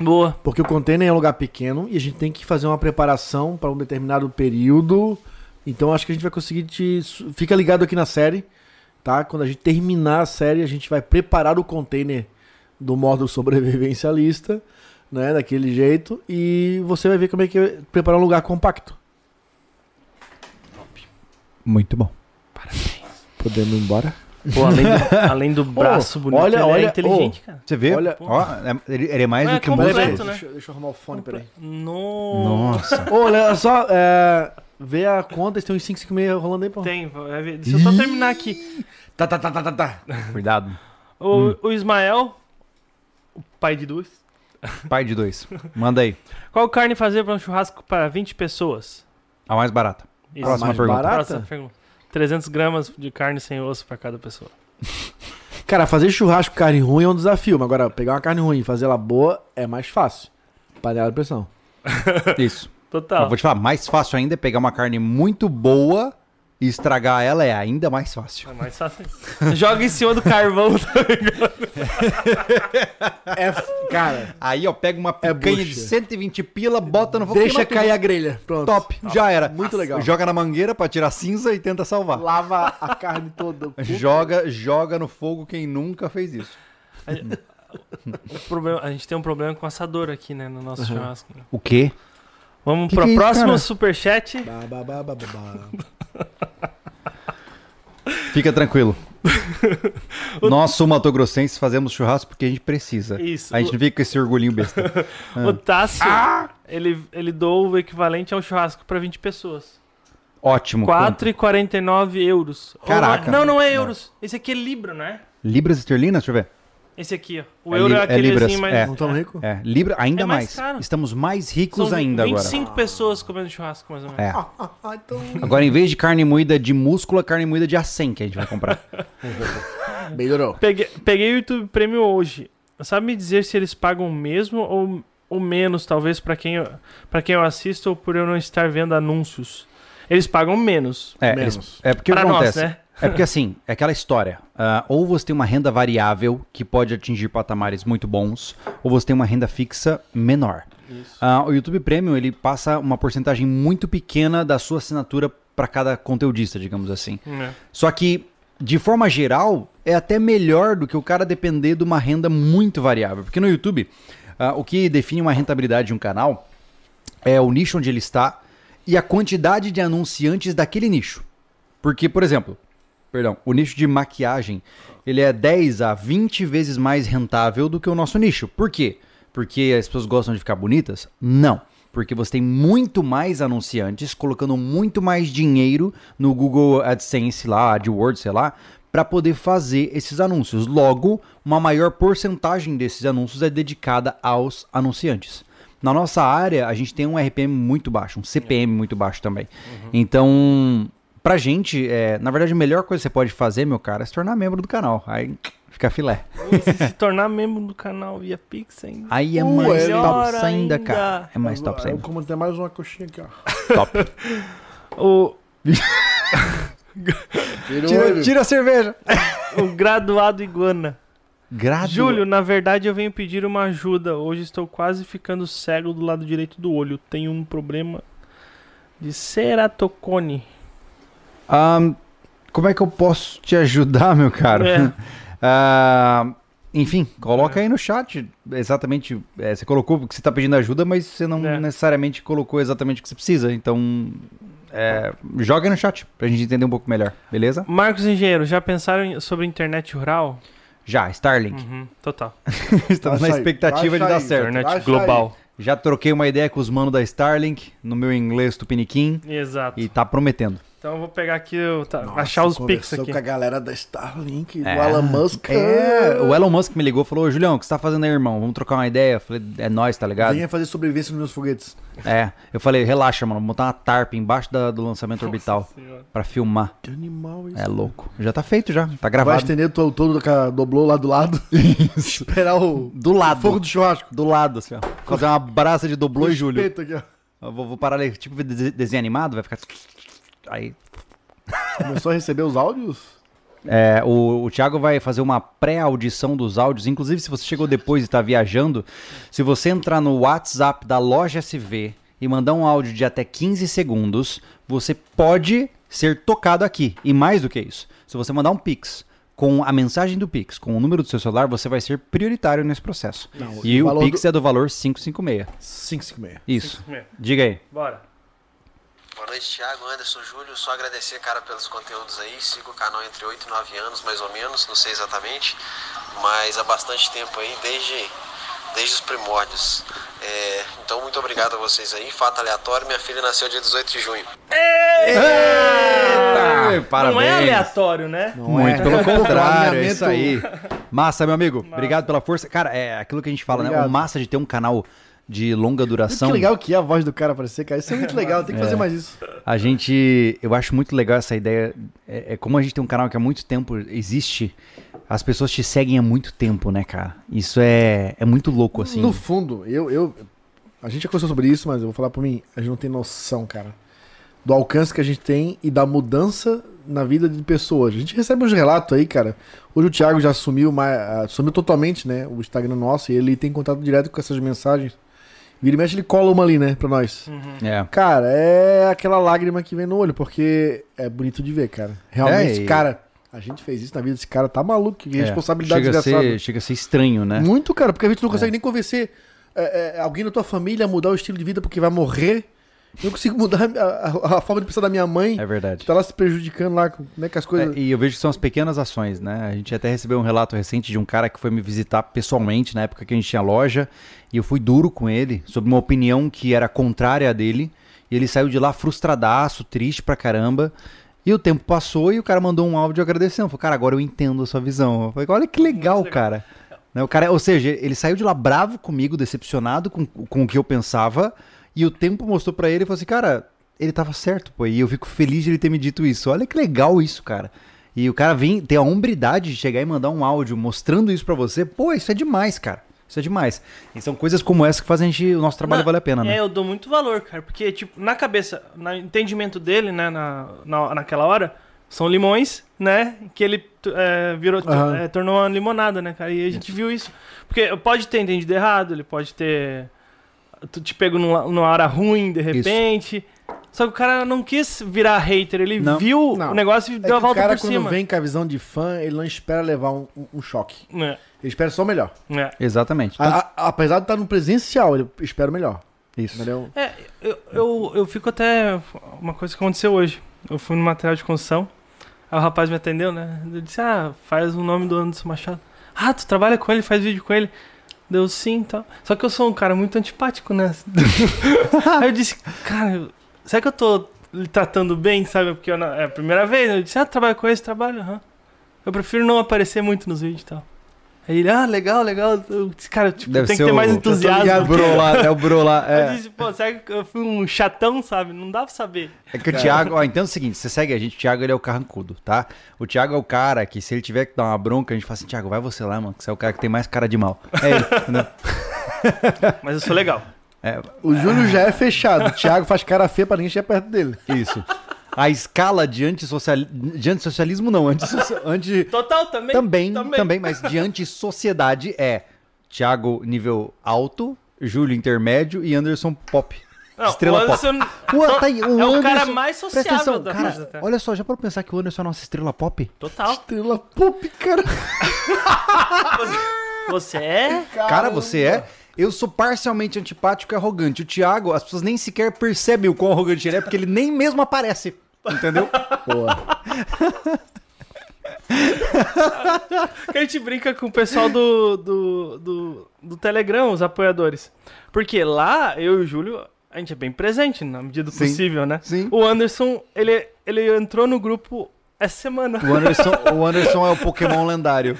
Boa.
Porque o container é um lugar pequeno e a gente tem que fazer uma preparação para um determinado período. Então acho que a gente vai conseguir te. su- Fica ligado aqui na série, tá? Quando a gente terminar a série, a gente vai preparar o container do modo sobrevivencialista, né? Daquele jeito. E você vai ver como é que é preparar um lugar compacto.
Muito bom.
Podemos ir embora?
Pô, além do, além do braço bonito,
olha,
ele
olha,
é inteligente, cara.
Você vê?
Olha-
Ó, é- ele, ele é mais
Não,
do
é
que um
completo,
músico.
né?
deixa, eu- deixa eu arrumar o fone, peraí.
No...
Nossa.
Ô, olha só, é, vê a conta, tem uns 556 rolando aí, pô.
Tem, vai ver. deixa eu só terminar aqui.
Tá, tá, tá, tá, tá, tá.
Cuidado.
O, o Ismael, o pai de duas.
Pai de dois. Manda aí.
Qual carne fazer para um churrasco para 20 pessoas?
A mais barata. Próxima
mais
pergunta.
barata?
Próxima pergunta. 300 gramas de carne sem osso para cada pessoa.
Cara, fazer churrasco com carne ruim é um desafio, mas agora pegar uma carne ruim e fazer ela boa é mais fácil. Panela de pressão.
Isso. Eu
Tá.
Total.
vou te falar, mais fácil ainda é pegar uma carne muito boa e estragar ela é ainda mais fácil.
É mais fácil. Joga em cima do carvão.
É, f- cara,
Aí, ó, pega uma picanha
É bucha.
de 120 pila, bota no fogo.
deixa
queima
cair a grelha. Pronto.
tudo. Top, já era.
Muito legal.
Joga na mangueira pra tirar cinza e tenta salvar.
Lava a carne toda.
Joga, joga no fogo quem nunca fez isso.
O problema- a gente tem um problema com assador aqui, né, no nosso churrasco.
O quê?
Vamos
Que
para
que é
o
isso,
próximo
cara?
superchat.
Ba, ba, ba, ba, ba, ba.
Fica tranquilo. Nós, sumatogrossenses, fazemos churrasco porque a gente ah. precisa.
Isso.
A gente não fica com esse orgulhinho besta.
O Tássio, ele, ele doou o equivalente a um churrasco pra 20 pessoas.
Ótimo. quanto?
4,49 euros.
Caraca.
Ou- não, não é euros. Esse aqui é Libra, não é?
Libras esterlinas, deixa eu ver.
Esse aqui, ó. O
É
euro
li-
é
é
aquele
libras,
assim, mas.
é.
Não tão rico?
É, Libra, ainda
É mais
mais.
caro.
Estamos mais ricos
São
ainda
25 pessoas comendo churrasco, mais ou menos.
agora. É.
Ah, ah, então.
Agora, em vez de carne moída de músculo, é carne moída de acém que a gente vai comprar.
Melhorou.
Peguei, peguei o YouTube Premium hoje. Sabe me dizer se eles pagam o mesmo ou, ou menos, talvez, pra quem, eu- pra quem eu assisto ou por eu não estar vendo anúncios? Eles pagam menos.
É,
Menos.
eles- é porque o que
Pra nós,
acontece.
né?
É porque assim, é aquela história. ah, ou você tem uma renda variável que pode atingir patamares muito bons, ou você tem uma renda fixa menor. Ah, o YouTube Premium ele passa uma porcentagem muito pequena da sua assinatura para cada conteudista, digamos assim.
É.
Só que, de forma geral, é até melhor do que o cara depender de uma renda muito variável. Porque no YouTube, ah, o que define uma rentabilidade de um canal é o nicho onde ele está e a quantidade de anunciantes daquele nicho. Porque, por exemplo, perdão, o nicho de maquiagem, ele é 10 a 20 vezes mais rentável do que o nosso nicho. Por quê? Porque as pessoas gostam de ficar bonitas? Não. Porque você tem muito mais anunciantes colocando muito mais dinheiro no Google AdSense lá, AdWords, sei lá, para poder fazer esses anúncios. Logo, uma maior porcentagem desses anúncios é dedicada aos anunciantes. Na nossa área, a gente tem um RPM muito baixo, um CPM muito baixo também. Então, pra gente, é, na verdade, a melhor coisa que você pode fazer, meu cara, é se tornar membro do canal. Aí fica filé.
Se se tornar membro do canal via Pix ainda.
Aí é
Uh,
mais
é
top
melhor
ainda,
ainda.
cara. É mais top
Eu
ainda.
como até mais uma coxinha aqui, ó.
Top.
O,
Tira o
Tira,
olho.
tira a cerveja.
o graduado iguana.
Grado.
Júlio, na verdade eu venho pedir uma ajuda. Hoje estou quase ficando cego do lado direito do olho. Tenho um problema de ceratocone.
Ahn, como é que eu posso te ajudar, meu caro?
É.
Ah, enfim, coloca aí no chat exatamente. é, você colocou que você está pedindo ajuda, mas você não
É.
necessariamente colocou exatamente o que você precisa. Então, é, joga aí no chat pra gente entender um pouco melhor, beleza?
Marcos Engenheiro, já pensaram em- sobre internet rural?
Já, Starlink.
Uhum, total.
Estamos na
Acha aí,
expectativa de
acha
dar
aí,
certo.
Internet
Internet
Acha
global.
global.
Já troquei uma ideia com os manos da Starlink no meu inglês tupiniquim
Exato.
e tá prometendo.
Então eu vou pegar aqui, eu, tá,
Nossa,
achar os Pix
conversou
aqui.
com a galera da Starlink,
É.
do Elon Musk.
É, o Elon Musk me ligou e falou: "Ô, Julião, o que você tá fazendo aí, irmão? Vamos trocar uma ideia? Eu falei: é nóis, tá ligado?
Venha fazer sobrevivência nos meus foguetes.
É, eu falei, relaxa, mano, vou botar uma tarpa embaixo da- do lançamento orbital
Senhora.
pra filmar.
Que animal isso.
É louco. Já tá feito já, tá
Vai
gravado.
estender todo, todo com a doblô lá do lado. Esperar o
Do lado.
fogo do churrasco.
Do lado, assim, ó. Fazer uma braça de doblô e Júlio.
Espeto Aqui, ó.
Eu Vou, vou parar ali, tipo de- desenho animado, vai ficar... Aí...
Começou a receber os áudios?
É, o, o Thiago vai fazer uma pré-audição dos áudios. Inclusive, se você chegou depois e tá viajando, se você entrar no WhatsApp da loja SV e mandar um áudio de até 15 segundos, você pode ser tocado aqui. E mais do que isso, se você mandar um Pix com a mensagem do Pix, com o número do seu celular, você vai ser prioritário nesse processo.
Não,
e
o
o,
valor
Pix é do valor 556.
556.
Isso. Diga aí.
Bora.
Boa noite, Thiago, Anderson, Júlio. Só agradecer, cara, pelos conteúdos aí. Sigo o canal entre 8 e 9 anos, mais ou menos, não sei exatamente, mas há bastante tempo aí, desde, desde os primórdios. É, então, muito obrigado a vocês aí. Fato aleatório: minha filha nasceu dia 18 de junho.
Eita!
Não é aleatório, né?
Muito
é.
pelo contrário, é
Alinhamento. um.
isso aí. Massa, meu amigo. Obrigado pela força. Cara, é aquilo que a gente fala, né?
Obrigado.
O massa de ter um canal de longa duração.
Que legal que é a voz do cara aparecer, cara. Isso é muito legal, tem que fazer mais isso.
A gente. Eu acho muito legal essa ideia. É, é como a gente tem um canal que há muito tempo existe, as pessoas te seguem há muito tempo, né, cara? Isso é, é muito louco, assim.
No fundo, eu, eu. A gente já conversou sobre isso, mas eu vou falar pra mim. A gente não tem noção, cara. Do alcance que a gente tem e da mudança na vida de pessoas. A gente recebe uns relatos aí, cara. Hoje o Thiago já assumiu, mais, assumiu totalmente, né? O Instagram nosso e ele tem contato direto com essas mensagens. Vira e mexe, ele cola uma ali, né? Pra nós.
É.
Cara, é aquela lágrima que vem no olho, porque é bonito de ver, cara. Realmente,
É, e-
cara, a gente fez isso na vida desse cara, tá maluco. Que
É.
responsabilidade
chega a,
desgraçada.
ser, chega a ser estranho, né?
Muito, é, cara, porque a gente não consegue nem convencer é, é, alguém da tua família a mudar o estilo de vida porque vai morrer. Eu não consigo mudar a, a- a forma de pensar da minha mãe.
É verdade.
Que tá lá se prejudicando lá, com- né, que as coisas...
É, e eu vejo que são as pequenas ações, né? A gente até recebeu um relato recente de um cara que foi me visitar pessoalmente na época que a gente tinha loja, e eu fui duro com ele sobre uma opinião que era contrária à dele, e ele saiu de lá frustradaço, triste pra caramba. E o tempo passou e o cara mandou um áudio agradecendo. Falou, cara, agora eu entendo a sua visão. Eu falei, olha que legal, cara. Né, o cara. Ou seja, ele saiu de lá bravo comigo, decepcionado com, com o que eu pensava, e o tempo mostrou pra ele e falou assim, cara, ele tava certo, pô. E eu fico feliz de ele ter me dito isso. Olha que legal isso, cara. E o cara vem ter a hombridade de chegar e mandar um áudio mostrando isso pra você. Pô, isso é demais, cara. Isso é demais. E são coisas como essa que fazem a gente, o nosso trabalho
Não,
valer a pena, né?
É, eu dou muito valor, cara. Porque, tipo, na cabeça, no entendimento dele, né, na, na, naquela hora, são limões, né? Que ele tu- é, virou, tu-
Aham.
é, tornou uma limonada, né, cara? E a gente viu isso. Porque pode ter entendido errado, ele pode ter. Tu te pego numa, numa hora ruim, de repente. Só que o cara não quis virar hater, ele
Não.
viu
Não.
o negócio e
É
deu a
que o
volta
cara,
por
quando
cima.
vem com a visão de fã, ele não espera levar um, um- um choque.
É,
Ele espera só o melhor.
é.
Exatamente.
A- a- apesar de estar no presencial, ele espera o melhor.
Isso.
Entendeu?
É, eu, eu, eu fico até. Uma coisa que aconteceu hoje. Eu fui no material de construção, aí o rapaz me atendeu, né? Eu disse, ah, faz o nome do Anderson Machado. Ah, tu trabalha com ele, faz vídeo com ele. Deu sim e tal. Só que eu sou um cara muito antipático, né? aí eu disse, cara, eu- será que eu tô lhe tratando bem, sabe? Porque eu não- é a primeira vez. né? Eu disse, ah, tu trabalha com esse trabalho? Aham. Eu prefiro não aparecer muito nos vídeos e tal. Aí ele, ah, legal, legal. Eu disse, cara, tipo,
Deve
tem
ser
que ter
o-
mais
Eu tô
entusiasmo.
É o Brolá, é o Brolá.
Eu
É,
disse, tipo, pô, será que eu fui um chatão, sabe? Não dá pra saber.
é que o Thiago, ó, entenda o seguinte, você segue a gente, o Thiago ele é o carrancudo, tá? O Thiago é o cara que se ele tiver que dar uma bronca, a gente fala assim, Thiago, vai você lá, mano, que você é o cara que tem mais cara de mal. É ele, entendeu?
Mas eu sou legal.
É,
O Júlio já é fechado. O Thiago faz cara feia pra ninguém chegar perto dele.
Isso. A escala de, antissocial... de antissocialismo, não. antissocia- Anti...
Total também.
também, também, mas de antissociedade é Thiago nível alto, Júlio intermédio e Anderson pop.
Não,
Estrela
o Anderson
pop. Ué, tá aí,
é o cara mais
presta
sociável
atenção,
da
cara,
coisa, tá?
Olha só, já para pensar que o Anderson é a nossa estrela pop?
Total.
Estrela pop, cara.
Você é?
Cara, você é. Eu sou parcialmente antipático e arrogante. O Thiago, as pessoas nem sequer percebem o quão arrogante ele é, porque ele nem mesmo aparece. Entendeu?
Que a gente brinca com o pessoal do, do, do, do Telegram, os apoiadores. Porque lá, eu e o Júlio, a gente é bem presente, na medida do
Sim,
possível, né?
sim.
O Anderson, ele, ele entrou no grupo essa semana.
O Anderson, o Anderson é o Pokémon lendário.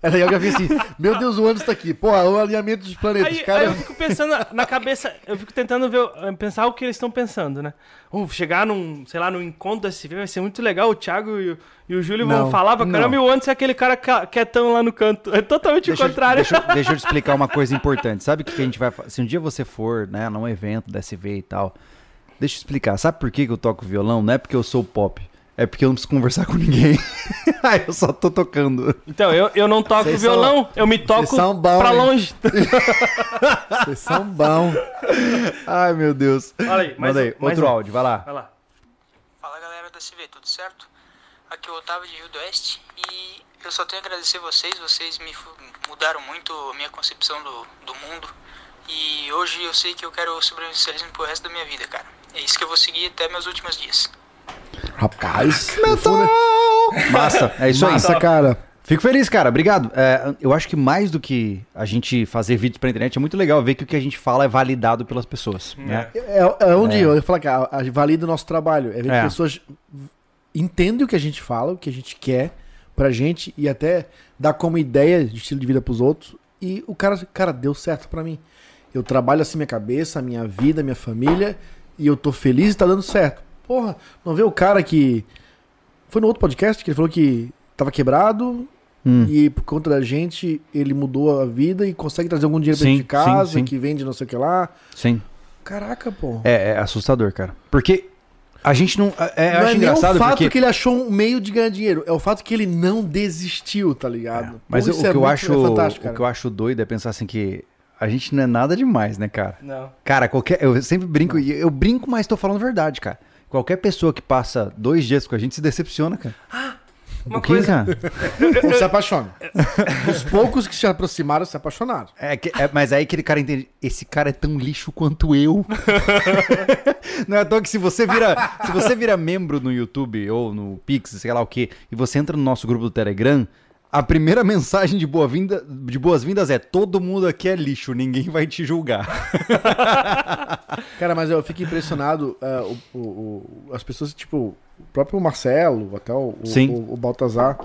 É legal que eu vi assim, meu Deus, o Anderson tá aqui. Pô, o alinhamento dos planetas,
Aí, aí
cara.
eu fico pensando na cabeça, eu fico tentando ver, o- eh, pensar o que eles estão pensando, né? Uh, chegar num, sei lá, num encontro da SV vai ser muito legal, o Thiago e, o- e o Júlio
Não,
vão falar pra
não.
caramba e o Anderson é aquele cara ca- quietão lá no canto. É totalmente
Deixa
o
eu-
contrário.
Deixa, eu- deixa eu te explicar uma coisa importante. Sabe o que que a gente vai fa- Se um dia você for, né, num evento da SV e tal, deixa eu explicar. Sabe por que que eu toco violão? Não é porque eu sou pop. É porque eu não preciso conversar com ninguém. eu só tô tocando.
Então, eu, eu não toco
Vocês são-
violão, eu me toco
são bons,
pra
hein? Tá.
longe.
Vocês são bons.
Ai, meu Deus.
Olha aí, mais
Manda aí,
um, mais
outro
um.
áudio, vai lá.
Vai lá.
Fala galera da CV, tudo certo? Aqui é o Otávio de Rio do Oeste e eu só tenho a agradecer vocês, vocês me fu- mudaram muito a minha concepção do, do mundo e hoje eu sei que eu quero o sobrevivencialismo pro resto da minha vida, cara. É isso que eu vou seguir até meus últimos dias.
Rapaz, é- metal.
Massa, é isso aí.
Massa, cara.
Fico feliz, cara. Obrigado. É, eu acho que mais do que a gente fazer vídeos pra internet, é muito legal ver que o que a gente fala é validado pelas pessoas,
Hum,
né?
É, é onde eu ia falar, cara, a- valida o nosso trabalho. É ver
É.
que pessoas entendem o que a gente fala, o que a gente quer pra gente e até dá como ideia de estilo de vida pros outros. E o cara, cara, deu certo pra mim. Eu trabalho assim minha cabeça, minha vida, minha família e eu tô feliz e tá dando certo. Porra, não vê o cara que. Foi no outro podcast que ele falou que tava quebrado
Hum.
e por conta da gente ele mudou a vida e consegue trazer algum dinheiro pra
Sim,
dentro de casa,
sim, sim.
que vende não sei o que lá.
Sim.
Caraca, pô.
É, é assustador, cara. Porque a gente não. É, eu acho
não é nem o
engraçado
fato
porque.
que ele achou um meio de ganhar dinheiro, é o fato que ele não desistiu, tá ligado? Pô,
Mas o,
isso
o que
é
eu
muito-
acho,
é fantástico,
o
cara.
que eu acho doido é pensar assim que a gente não é nada demais, né, cara?
Não.
Cara, qualquer. Eu sempre brinco, e eu brinco, mas tô falando verdade, cara. Qualquer pessoa que passa dois dias com a gente se decepciona, cara.
Ah, Uma
O quê,
coisa.
cara?
Pô, se apaixona. Os poucos que se aproximaram se apaixonaram.
É que- é, mas aí aquele cara entende, esse cara é tão lixo quanto eu. Não é à toa que se você vira, se você vira membro no YouTube ou no Pix, sei lá o que, e você entra no nosso grupo do Telegram, a primeira mensagem de boa-vinda, de boas-vindas é todo mundo aqui é lixo, ninguém vai te julgar.
Cara, mas eu fico impressionado. é, o- o- o- as pessoas, tipo, o próprio Marcelo, até o, o-
Sim.
o- o Baltazar,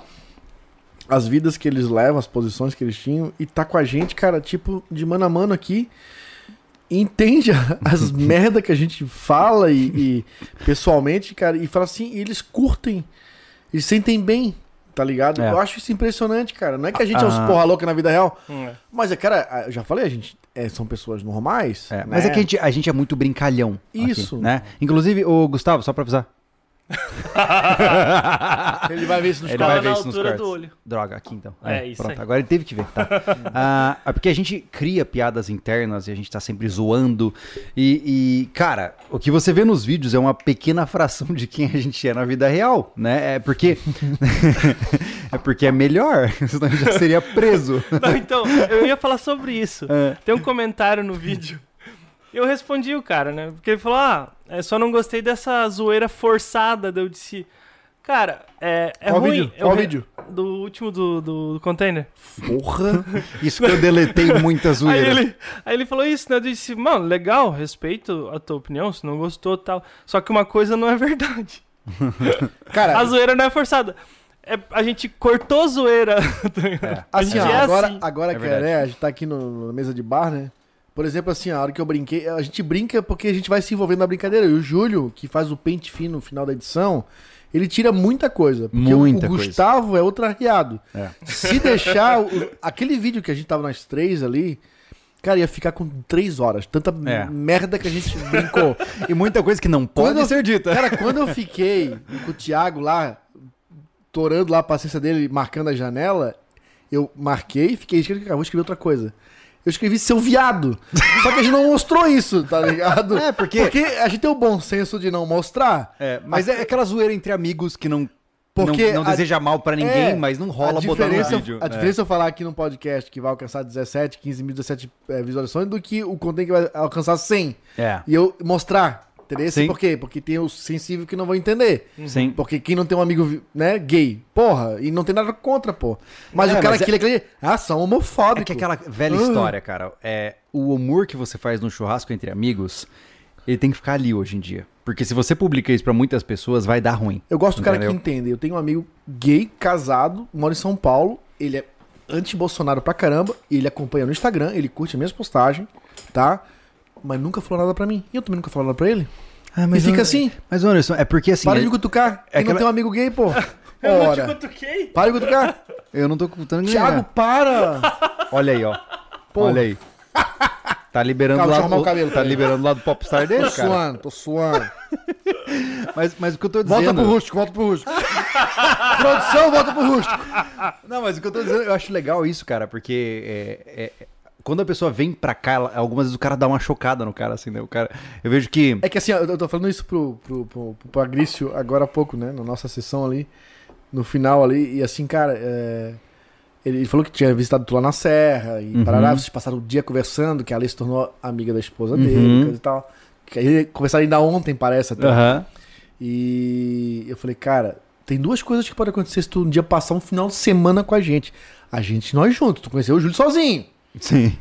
as vidas que eles levam, as posições que eles tinham, e tá com a gente, cara, tipo, de mano a mano aqui. e Entende a- as merda que a gente fala e, e pessoalmente, cara, e fala assim, e eles curtem, eles sentem bem, tá ligado?
É.
Eu acho isso impressionante, cara. Não é que a gente é uns
Ah.
porra louca na vida real,
Hum, é.
mas, é, cara, a- eu já falei, a gente é, são pessoas normais. né?
É, mas é que a gente, a gente é muito brincalhão. aqui,
Isso.
né? Inclusive, o Gustavo, só pra avisar.
Ele vai ver isso nos
Ele
Tava
vai ver
na
isso nos
altura
cortes.
do olho.
Droga, aqui então.
É, isso aí.
Agora ele teve que ver, tá? Ah, é porque a gente cria piadas internas e a gente tá sempre zoando. E, e, cara, o que você vê nos vídeos é uma pequena fração de quem a gente é na vida real, né? É porque... é porque é melhor, senão a gente já seria preso.
Não, então, eu ia falar sobre isso.
É.
Tem um comentário no vídeo. Eu respondi o cara, né? Porque ele falou: Ah, eu só não gostei dessa zoeira forçada. Daí eu disse: Cara, é, é
Qual
ruim.
vídeo?
Eu
Qual
re-
vídeo?
Do último do, do container.
Porra! Isso que eu deletei muita
Aí
zoeira.
ele, aí ele falou isso, né? Eu disse: Mano, legal, respeito a tua opinião, se não gostou tal. Só que uma coisa não é verdade.
Cara,
A zoeira não é forçada. É, a gente cortou a zoeira. tá A
assim,
gente
ó,
é
agora,
assim.
agora
É
que
verdade.
né, a gente tá aqui no- na mesa de bar, né? Por exemplo, assim, a hora que eu brinquei, a gente brinca porque a gente vai se envolvendo na brincadeira. E o Júlio, que faz o pente fino no final da edição, ele tira muita coisa. Porque o-
Muita
o
coisa.
Gustavo é outro arriado.
É.
Se deixar. o- aquele vídeo que a gente tava nós três ali, cara, ia ficar com três horas. Tanta
É.
merda que a gente brincou.
E muita coisa que não pode
Quando eu-
ser dita.
Cara, quando eu fiquei com o Thiago lá, torando lá a paciência dele, marcando a janela, eu marquei e fiquei escrito, cara, vou escrever outra coisa. Eu escrevi seu viado. Só que a gente não mostrou isso, tá ligado?
É, porque-
Porque a gente tem o bom senso de não mostrar.
É, mas é aquela zoeira entre amigos que não...
Porque
não, não
a-
deseja mal pra ninguém,
É,
mas não rola
a
botar no
diferença-
vídeo.
A
É.
diferença é eu falar aqui num podcast que vai alcançar 17, 15 mil, 17 eh, visualizações do que o conteúdo que vai alcançar 100.
É.
E eu mostrar. Entendeu?
Sim.
Por quê? Porque tem os sensíveis que não vão entender.
Sim.
Porque quem não tem um amigo, né, gay, porra, e não tem nada contra, pô. Mas
É,
o cara
mas
que ele acredita, ah, são homofóbicos.
É que aquela velha
Ah.
história, cara. É, o humor que você faz no churrasco entre amigos, ele tem que ficar ali hoje em dia. Porque se você publica isso pra muitas pessoas, vai dar ruim.
Eu gosto do cara
Entendeu?
que entende. Eu tenho um amigo gay, casado, mora em São Paulo, ele é anti-Bolsonaro pra caramba, e ele acompanha no Instagram, ele curte a minha postagem, tá? Mas nunca falou nada pra mim. E eu também nunca falo nada pra ele.
Ah,
mas eu-
Mas, Anderson, é porque assim.
Para
é-
de me cutucar.
é
Quem não
aquela-
tem um amigo gay, pô. é
Eu não te
Ora.
cutuquei.
Para de cutucar.
Eu não tô contando ninguém. né?
Thiago, para.
Olha aí, ó.
Porra.
Olha aí. Tá liberando
Calma,
lá
deixa eu arrumar o cabelo,
tá
peraí.
liberando o lado popstar dele,
Tô
cara.
suando, tô suando.
Mas, mas o que eu tô dizendo.
Volta pro rústico, volta pro rústico. Produção, volta pro rústico.
Não, mas o que eu tô dizendo, eu acho legal isso, cara, porque é, é, quando a pessoa vem pra cá, ela- algumas vezes o cara dá uma chocada no cara, assim, né? O cara. Eu vejo que.
É que assim, ó, eu tô falando isso pro, pro, pro, pro Agrício agora há pouco, né? Na nossa sessão ali, no final ali. E assim, cara, é, ele, ele falou que tinha visitado tu lá na Serra e
Uhum.
parará. Vocês passaram o dia conversando, que a Alice se tornou amiga da esposa
Uhum.
dele coisa e tal. Que aí conversaram ainda ontem, parece até.
Aham.
E eu falei, cara, tem duas coisas que podem acontecer se tu um dia passar um final de semana com a gente. A gente, nós juntos. Tu conheceu o Júlio sozinho.
Sim.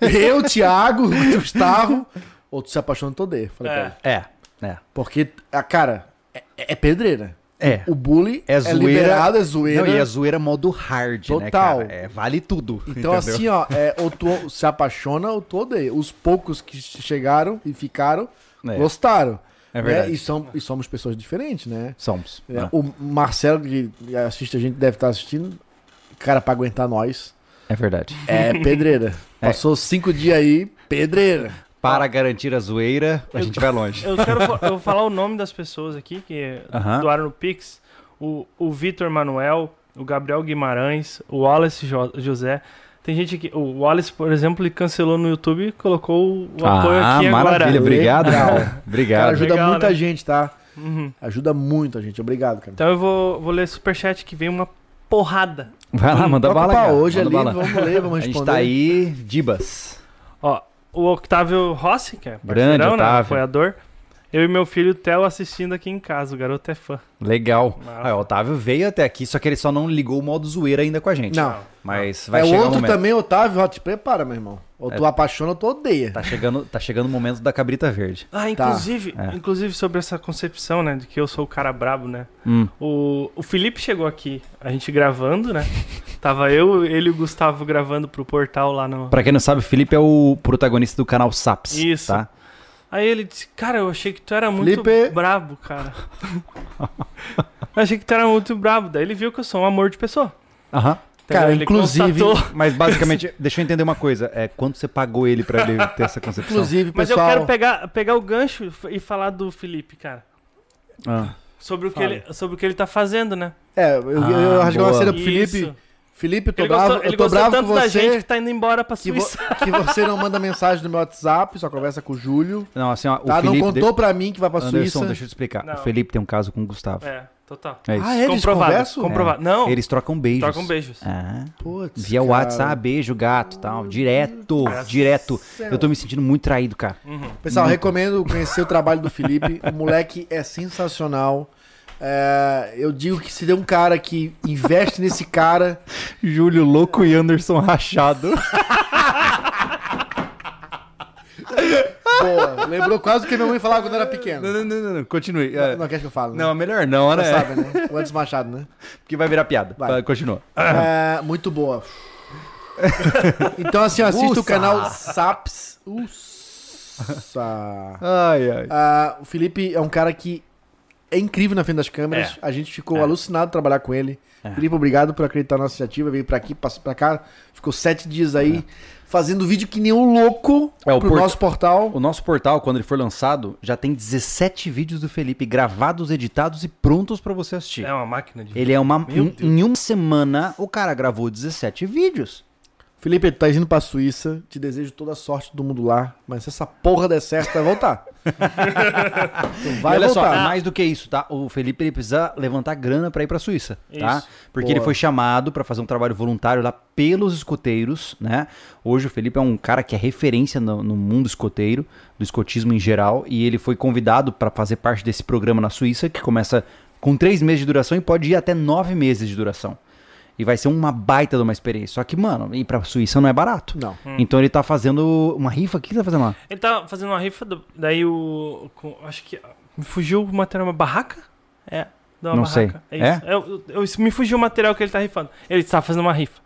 Eu, Thiago, Gustavo. Ou tu se apaixonou todo dia. Falei, pra ele.
É. É.
Porque, a cara, é, é pedreira.
É.
O bully
É zoeira.
liberado, é zoeira.
Não, e é zoeira modo hard, né,
Total.
cara? É, vale tudo.
Então, assim, ó, é, ou tu se apaixona ou tu odeia. Os poucos que chegaram e ficaram,
É.
gostaram.
É
né?
verdade.
E, são, e somos pessoas diferentes, né?
Somos.
É, O Marcelo, que assiste a gente, deve estar assistindo. Cara, pra aguentar nós,
É verdade.
é pedreira. Passou cinco dias aí, pedreira.
Para garantir a zoeira, a gente vai longe.
Eu quero fa- eu vou falar o nome das pessoas aqui que
Aham.
doaram no Pix. O, o Vitor Manuel, o Gabriel Guimarães, o Wallace Jo- José. Tem gente que... O Wallace, por exemplo, ele cancelou no YouTube e colocou o apoio aqui agora.
Ah, maravilha. Obrigado,
Legal.
cara.
Cara,
Obrigado.
ajuda
Legal,
muita
né?
gente, tá?
Uhum.
Ajuda muita gente. Obrigado, cara.
Então eu vou, vou ler superchat que veio uma porrada.
Vai lá, manda
Toca
bala,
o pau
cara.
hoje
manda
ali,
bala.
vamos ler, vamos
A gente
responder.
tá aí, Dibas.
Ó, o Octávio Rossi, que é
Grande
parceirão, né?
Otávio.
Apoiador. Eu e meu filho Theo assistindo aqui em casa. O garoto é fã.
Legal.
Massa.
Ah, o Otávio veio até aqui, só que ele só não ligou o modo zoeira ainda com a gente.
Não.
Mas vai
é o
chegar o
outro
momento. É.
também, Otávio, ó, te prepara, meu irmão. Ou tu apaixona ou tu odeia.
Tá chegando, tá chegando o momento da cabrita verde.
Ah,
Tá.
inclusive,
É.
inclusive sobre essa concepção, né? De que eu sou o cara brabo, né?
Hum.
O, o Felipe chegou aqui, a gente gravando, né? Tava eu, ele e o Gustavo gravando pro portal lá no.
Pra quem não sabe, o Felipe é o protagonista do canal Saps.
Isso.
Tá?
Aí ele disse, cara, eu achei que tu era muito
Felipe.
brabo, cara. Eu achei que tu era muito brabo. Daí ele viu que eu sou um amor de pessoa.
Aham.
entendeu?
Cara,
ele
inclusive-
constatou.
Mas basicamente, deixa eu entender uma coisa. É quanto você pagou ele pra ele ter essa concepção?
Inclusive,
Mas
pessoal.
eu quero pegar, pegar o gancho e falar do Felipe, cara.
Ah.
Sobre o, que
Fala.
ele, sobre o que ele tá fazendo, né?
É, eu, eu- eu
Ah,
rasguei uma
boa.
cena pro Felipe.
Isso.
Felipe, eu tô
Ele
bravo,
gostou, ele
eu tô
gostou
bravo com
tanto da gente
você.
que tá indo embora pra
Que, vo-
Suíça.
que você não manda mensagem no meu WhatsApp, só conversa com o Júlio.
Não, assim, ó, o
Tá? Não
Felipe.
contou pra mim que vai pra
Anderson,
Suíça.
deixa eu te explicar.
Não.
O Felipe tem um caso com o Gustavo. É,
É, total.
isso.
Ah, é? Eles
comprovado,
conversam?
comprovado.
Ah,
Não,
É.
é?
um
Eles trocam beijos.
trocam beijos.
Ah.
Putz,
Via
cara.
WhatsApp, ah, beijo, gato tal. Direto, direto. Eu tô me sentindo muito traído, cara.
Pessoal, recomendo conhecer o trabalho do Felipe. O moleque é sensacional. É, eu digo que se tem um cara que investe nesse cara.
Júlio louco e Anderson rachado.
Pô, lembrou quase o que minha mãe falava quando era pequena.
não, não, não, não, continue.
Não,
É.
não quer que eu fale, né?
Não, melhor não, né?
Já sabe, né? O Anderson Machado, né?
Porque vai virar piada.
Vai.
Vai, Continua.
É, muito boa. Então, assim, assista
Ussa.
o canal Saps. Ussa.
Ai, ai.
Ah, o Felipe é um cara que é incrível na frente das
É.
câmeras. A gente ficou alucinado de trabalhar com ele. Felipe, obrigado por acreditar na nossa iniciativa. Veio pra aqui, passou pra cá. Ficou sete dias aí fazendo vídeo que nem um louco
É, o
pro
porta-
nosso portal.
O nosso portal, quando ele for lançado, já tem 17 vídeos do Felipe gravados, editados e prontos pra você assistir.
É uma máquina de...
Ele é uma.
Meu
em- em uma semana, o cara gravou 17 vídeos.
Felipe, tu tá indo pra Suíça. Te desejo toda a sorte do mundo lá. Mas se essa porra der certo, tu vai voltar. Tu
E
vai
olha
voltar.
só, mais do que isso, tá? O Felipe ele precisa levantar grana pra ir pra Suíça, tá?
Isso.
Porque
Boa.
ele foi chamado pra fazer um trabalho voluntário lá pelos escoteiros, né? Hoje o Felipe é um cara que é referência no, no mundo escoteiro, do escotismo em geral, e ele foi convidado pra fazer parte desse programa na Suíça, que começa com três meses de duração e pode ir até nove meses de duração. E vai ser uma baita de uma experiência. Só que, mano, ir pra Suíça não é barato.
Não.
Então ele tá fazendo uma rifa. O que ele tá fazendo lá?
Ele tá fazendo uma rifa, do- daí o... com- acho que... Me fugiu o material, uma barraca? É, dá uma
Não
barraca.
sei.
É isso. Eu- eu- isso me fugiu o material que ele tá rifando. Ele tá fazendo uma rifa.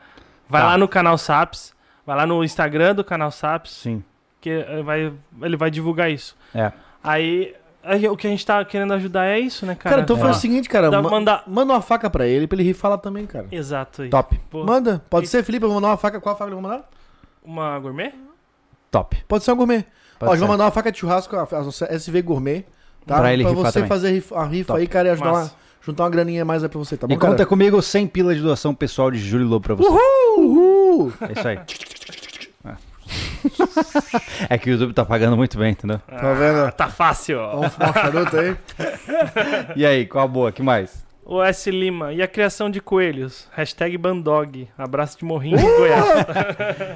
Vai
Tá.
lá no canal Saps, vai lá no Instagram do canal Saps,
Sim.
que eh, vai, ele vai divulgar isso.
É.
Aí, aí o que a gente tá querendo ajudar é isso, né, cara?
Cara, então faz
Ó,
o seguinte, cara.
Dá
ma-
pra mandar...
Manda uma faca pra ele, pra ele rir e falar também, cara.
É. Exato. aí.
Top,
Pô,
Manda. Pode
E-
ser, Felipe, eu vou mandar uma faca. Qual faca eu vou mandar?
Uma gourmet?
top.
Pode ser um gourmet. Ó,
Pode
eles vão
ser.
mandar uma faca de churrasco, a a SV Gourmet, tá?
Pra ele rifar
você
também.
fazer rifa- a rifa
Top.
aí, cara, e ajudar
Massa.
uma, juntar uma graninha a mais aí pra você, tá bom,
e conta
cara?
comigo 100 pila de doação pessoal de Júlio Lobo pra você.
Uhul!
É isso aí. É. É que o YouTube tá pagando muito bem, entendeu?
Tá vendo?
Tá fácil, ó.
Vamos fumar um charuto aí?
E aí, qual a boa? que mais?
O S. Lima. E a criação de coelhos? Hashtag Bandog. Abraço de morrinho de Goiás.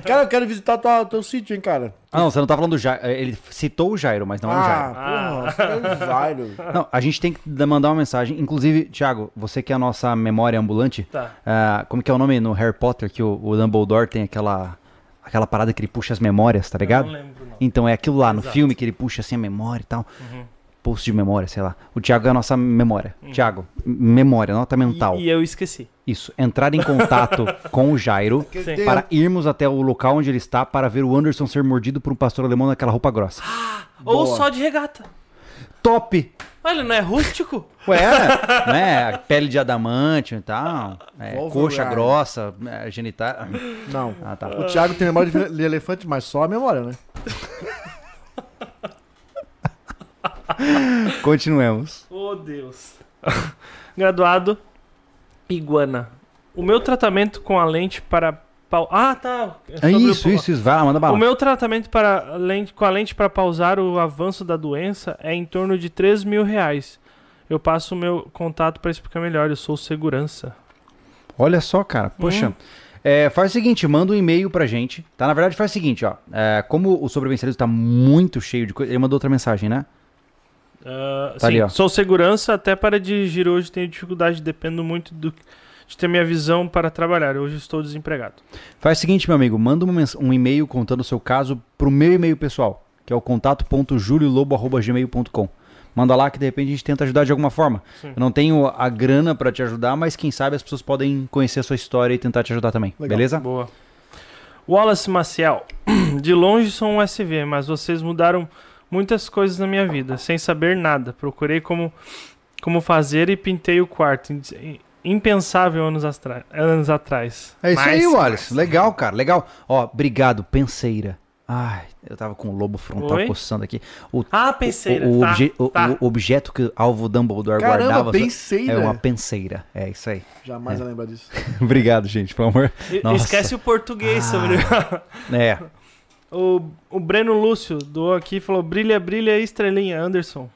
Cara, eu quero visitar tua, teu sítio, hein, cara?
Ah, não, você não tá falando do Jairo. Ele citou o Jairo, mas não é o Jairo.
ah, porra, você é um Jairo.
Não, a gente tem que da- mandar uma mensagem. Inclusive, Thiago, você que é a nossa memória ambulante,
Tá.
ah, como que é o nome no Harry Potter que o, o Dumbledore tem aquela aquela parada que ele puxa as memórias, tá ligado?
não lembro, não.
Então é aquilo lá no filme que ele puxa assim a memória e tal. Posto de memória, sei lá. O Thiago é a nossa memória. Thiago, m- memória, nota mental.
E, e eu esqueci.
Isso, entrar em contato com o Jairo
Sim.
para irmos até o local onde ele está para ver o Anderson ser mordido por um pastor alemão naquela roupa grossa.
Ou só de regata.
Top!
Olha, não é rústico?
Ué, né? Pele de adamante e tal. é,
Volvo
coxa
Jairo.
grossa, é, genital.
Não.
Ah, tá.
O Thiago tem memória de de elefante, mas só a memória, né?
Continuemos.
Oh, Deus. Graduado. Iguana. O meu tratamento com a lente para... pau- Ah, tá.
É
sobre o-
isso, isso, isso. Vai lá, manda
O
bala.
meu tratamento para a lente, com a lente para pausar o avanço da doença é em torno de 3 mil reais. Eu passo o meu contato para explicar melhor. Eu sou segurança.
Olha só, cara. Poxa. É, faz o seguinte, manda um e-mail pra gente. Tá? Na verdade, faz o seguinte, ó. É, como o sobrevencialismo tá muito cheio de coisa. Ele mandou outra mensagem, né?
Ah,
Tá
sim,
ali, ó.
sou segurança, até para dirigir hoje tenho dificuldade, dependo muito do, de ter minha visão para trabalhar. Hoje estou desempregado.
Faz o seguinte, meu amigo, manda uma mens- um e-mail contando o seu caso pro meu e-mail pessoal, que é o contato.juliolobo.gmail.com. Manda lá que de repente a gente tenta ajudar de alguma forma. Eu não tenho a grana pra te ajudar, mas quem sabe as pessoas podem conhecer a sua história e tentar te ajudar também.
Legal.
Beleza?
Boa. Wallace Maciel, de longe sou um SV, mas vocês mudaram muitas coisas na minha vida, sem saber nada. Procurei como, como fazer e pintei o quarto. In- Impensável anos, astra- anos atrás.
É isso
Mas-
aí, Wallace. Legal, cara, legal. Ó, obrigado, penseira. Ai, eu tava com o lobo frontal
Oi?
coçando aqui. O,
Ah, penseira.
o, o
tá,
obje- o-
tá.
o objeto que Alvo Dumbledore
Caramba,
guardava
penseira.
é uma penseira. É isso aí.
Jamais vai lembrar disso.
obrigado, gente, pelo amor.
E-
Nossa.
Esquece o português sobre.
É,
O, o Breno Lúcio doou aqui e falou: brilha, brilha, estrelinha, Anderson.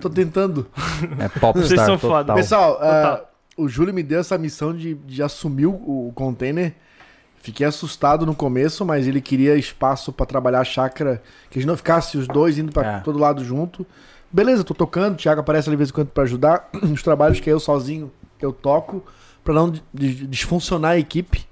Tô tentando.
É popstar
Vocês são
total.
foda.
Pessoal, ah,
Total.
o Júlio me deu essa missão de, de assumir o, o container. Fiquei assustado no começo, mas ele queria espaço pra trabalhar a chácara, que a gente não ficasse os dois indo pra
É.
todo lado junto. Beleza, tô tocando, o Thiago aparece ali de vez em quando pra ajudar. Os trabalhos que eu sozinho eu toco, pra não de- de- desfuncionar a equipe.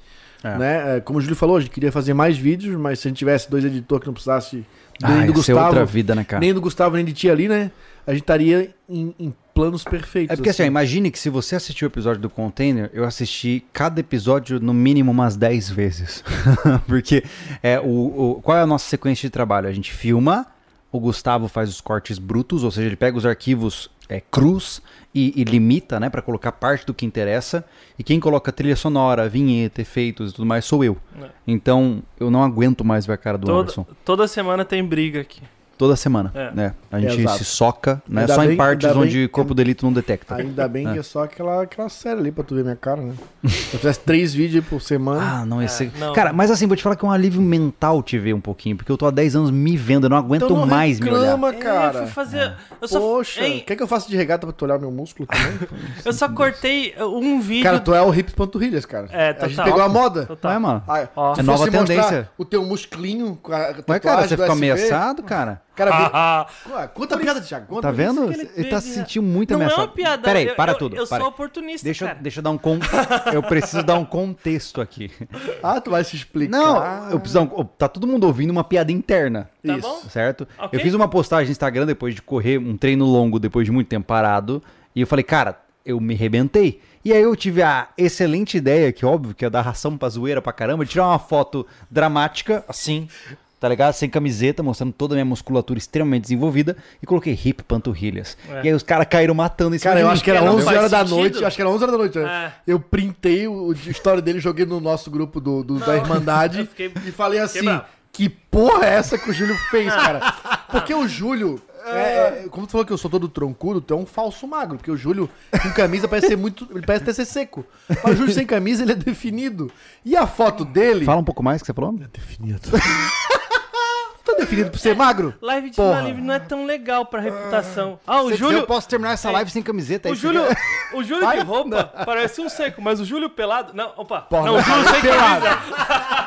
É.
Né? É, Como o Júlio falou, a gente queria fazer mais vídeos, mas se a gente tivesse dois editores que não precisasse
Ah,
nem do
isso é outra
Gustavo,
vida, né, cara?
nem do Gustavo, nem de ti ali, né? A gente estaria em, em planos perfeitos.
É porque assim, ó, imagine que se você assistiu o episódio do Container, eu assisti cada episódio no mínimo umas 10 vezes. porque é, o, o- qual é a nossa sequência de trabalho? A gente filma, o Gustavo faz os cortes brutos, ou seja, ele pega os arquivos é, crus e, e limita, né, Pra colocar parte do que interessa. E quem coloca trilha sonora, vinheta, efeitos e tudo mais sou eu.
É.
Então, eu não aguento mais ver a cara do Anderson.
Toda, toda semana tem briga aqui.
Toda semana,
É.
né? A gente
Exato.
se soca, né?
Ainda
Só em
bem-
partes
ainda bem-
onde o corpo do delito não detecta.
Ainda bem
Ah.
que é só aquela, aquela série ali pra tu ver minha cara, né? Se eu fizesse três vídeos por semana.
Ah, não, esse...
É, não.
Cara, mas assim, vou te falar que é um alívio mental te ver um pouquinho, porque eu tô há 10 anos me vendo, eu não aguento
Então
não
mais me olhar.
reclama,
É, eu
cara.
fui fazer. Eu só,
Poxa,
hein,
quer que eu faça de regata pra tu olhar meu músculo também?
eu só cortei um vídeo.
cara, tu é o hip panturrilhas, cara.
É,
A gente
total.
pegou a moda.
Tá.
Não é, mano?
Ah,
Ó.
se
É nova
fosse mostrar
tendência.
O teu musclinho com a
Não é,
tatuagem
cara, você
do
fica
SV.
ameaçado, cara?
Cara,
Ah, ah.
vê... Ué, conta a piada, Thiago. conta.
Tá vendo?
que ele
Ele tá se
fez,
sentindo muito
não é
ameaçado.
uma piada.
Peraí,
eu-
para
eu-
tudo.
Eu
para.
sou oportunista.
Deixa, eu-
cara.
deixa eu dar um... Con... eu preciso dar um contexto aqui.
Ah, tu vai se explicar.
Não, eu preciso... Tá todo mundo ouvindo uma piada interna.
Tá
Isso.
bom?
certo?
Ok.
Eu fiz uma postagem no Instagram depois de correr um treino longo, depois de muito tempo parado, e eu falei, cara, eu me rebentei. E aí eu tive a excelente ideia, que óbvio que é dar ração pra zoeira pra caramba, de tirar uma foto dramática, assim, tá ligado? Sem camiseta, mostrando toda a minha musculatura extremamente desenvolvida, e coloquei hip panturrilhas.
É.
E aí os caras caíram matando em cima
Cara,
de
eu
mim.
acho que era
Não
11
faz
horas da
sentido. É.
noite. Acho que era 11 horas da noite. né? Eu printei o, o de- história dele, joguei no nosso grupo do, do- da Irmandade
eu fiquei-
e falei assim:
bravo.
que porra é essa que o Júlio fez, cara? Porque o Júlio. é, é, como tu falou que eu sou todo troncudo, tu é um falso magro. Porque o Júlio com camisa parece ser muito. Ele parece até ser seco. Mas o Júlio sem camisa, ele é definido. E a foto dele.
Fala um pouco mais que você falou.
Definido. tá definido por ser magro?
Live de
Porra.
Jornal Livre não é tão legal pra reputação. Ah, o
Se quiser,
Júlio.
eu posso terminar essa live sem camiseta. é
O
aí você
Júlio,
quer-
o Júlio de roupa parece um seco, mas o Júlio pelado. Não, opa.
Porra,
não,
eu
o Júlio
falei
sem
pelado.
camisa.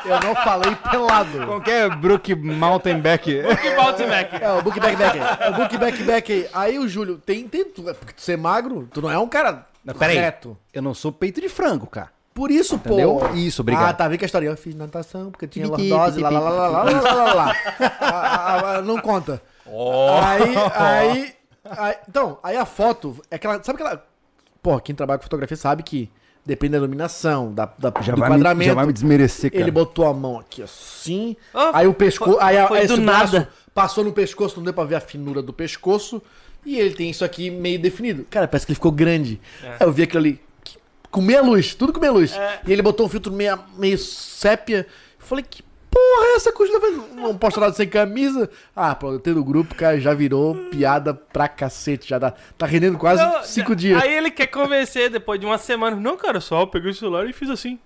Eu não falei pelado.
Qualquer é, Brook Mountainback.
Que balde, Mac.
É, o book back back aí. É o book back back aí. Aí o Júlio, tem, tem tu, é porque tu ser magro, tu não é um cara
Não, peraí.
reto.
Eu não sou peito de frango, cara.
Por isso, pô.
Entendeu? Isso, obrigado.
Ah, tá vendo que a história? Eu fiz natação porque eu tinha
Pipi,
lordose, lá,
pipi,
lá, lá, lá, lá, lá, lá, lá, lá. Ah, ah, ah, Não conta.
Oh.
Aí, aí, aí- Então, aí a foto, é aquela, sabe aquela... Pô, quem trabalha com fotografia sabe que depende da iluminação, da, da,
Já
do
vai, me,
enquadramento.
já vai me desmerecer, cara.
Ele botou a mão aqui assim,
Ah,
aí o pescoço,
foi-
aí a-
foi
esse
do
braço
nada.
passou no pescoço, não deu pra ver a finura do pescoço, e ele tem isso aqui meio definido. Cara, parece que ele ficou grande. Aí eu vi aquilo ali, que- com meia luz, tudo com meia luz. E ele botou um filtro meio, meio sépia, eu falei, que porra é essa coisa? Não posto nada sem camisa. Ah, pô, eu tenho no grupo, cara, já virou piada pra cacete, já dá, tá rendendo quase
Não,
cinco dias.
Tá.
Aí ele quer convencer depois de uma semana. Não, cara, só eu peguei o celular e fiz assim.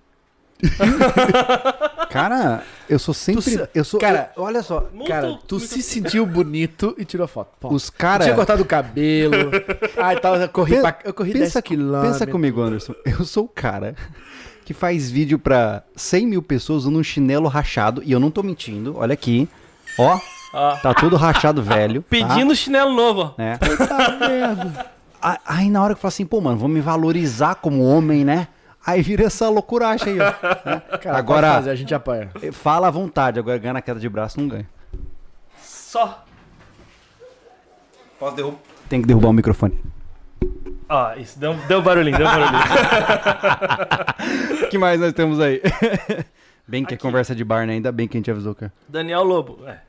Cara, eu sou sempre.
se-
Eu sou,
cara,
eu- olha só.
Muito-
Cara, tu
muito-
se sentiu bonito e tirou foto. Pô.
Os cara-
Eu Tinha cortado o cabelo. Ai, tal, eu corri,
Pe-
pra, eu corri 10
pensa,
quilômetros.
pensa comigo, Anderson. Eu sou o cara que faz vídeo pra 100 mil pessoas usando um chinelo rachado. E eu não tô mentindo. Olha aqui. Ó,
Ó,
tá tudo rachado velho. tá?
Ah. pedindo chinelo novo, ó.
né? A- Aí na hora que eu falo assim, pô, mano, vou me valorizar como homem, né? Aí vira essa loucuracha aí, ó. né?
Cara, Agora...
agora,
Fazer, a gente apanha.
fala à vontade, agora ganha na queda de braço, não ganha.
Só.
Posso derrubar? Tem que derrubar o microfone.
Ó, isso, deu, deu barulhinho, deu barulhinho.
O que mais nós temos aí? bem que é conversa de bar, né? Ainda bem que a gente avisou, cara.
Daniel Lobo, é,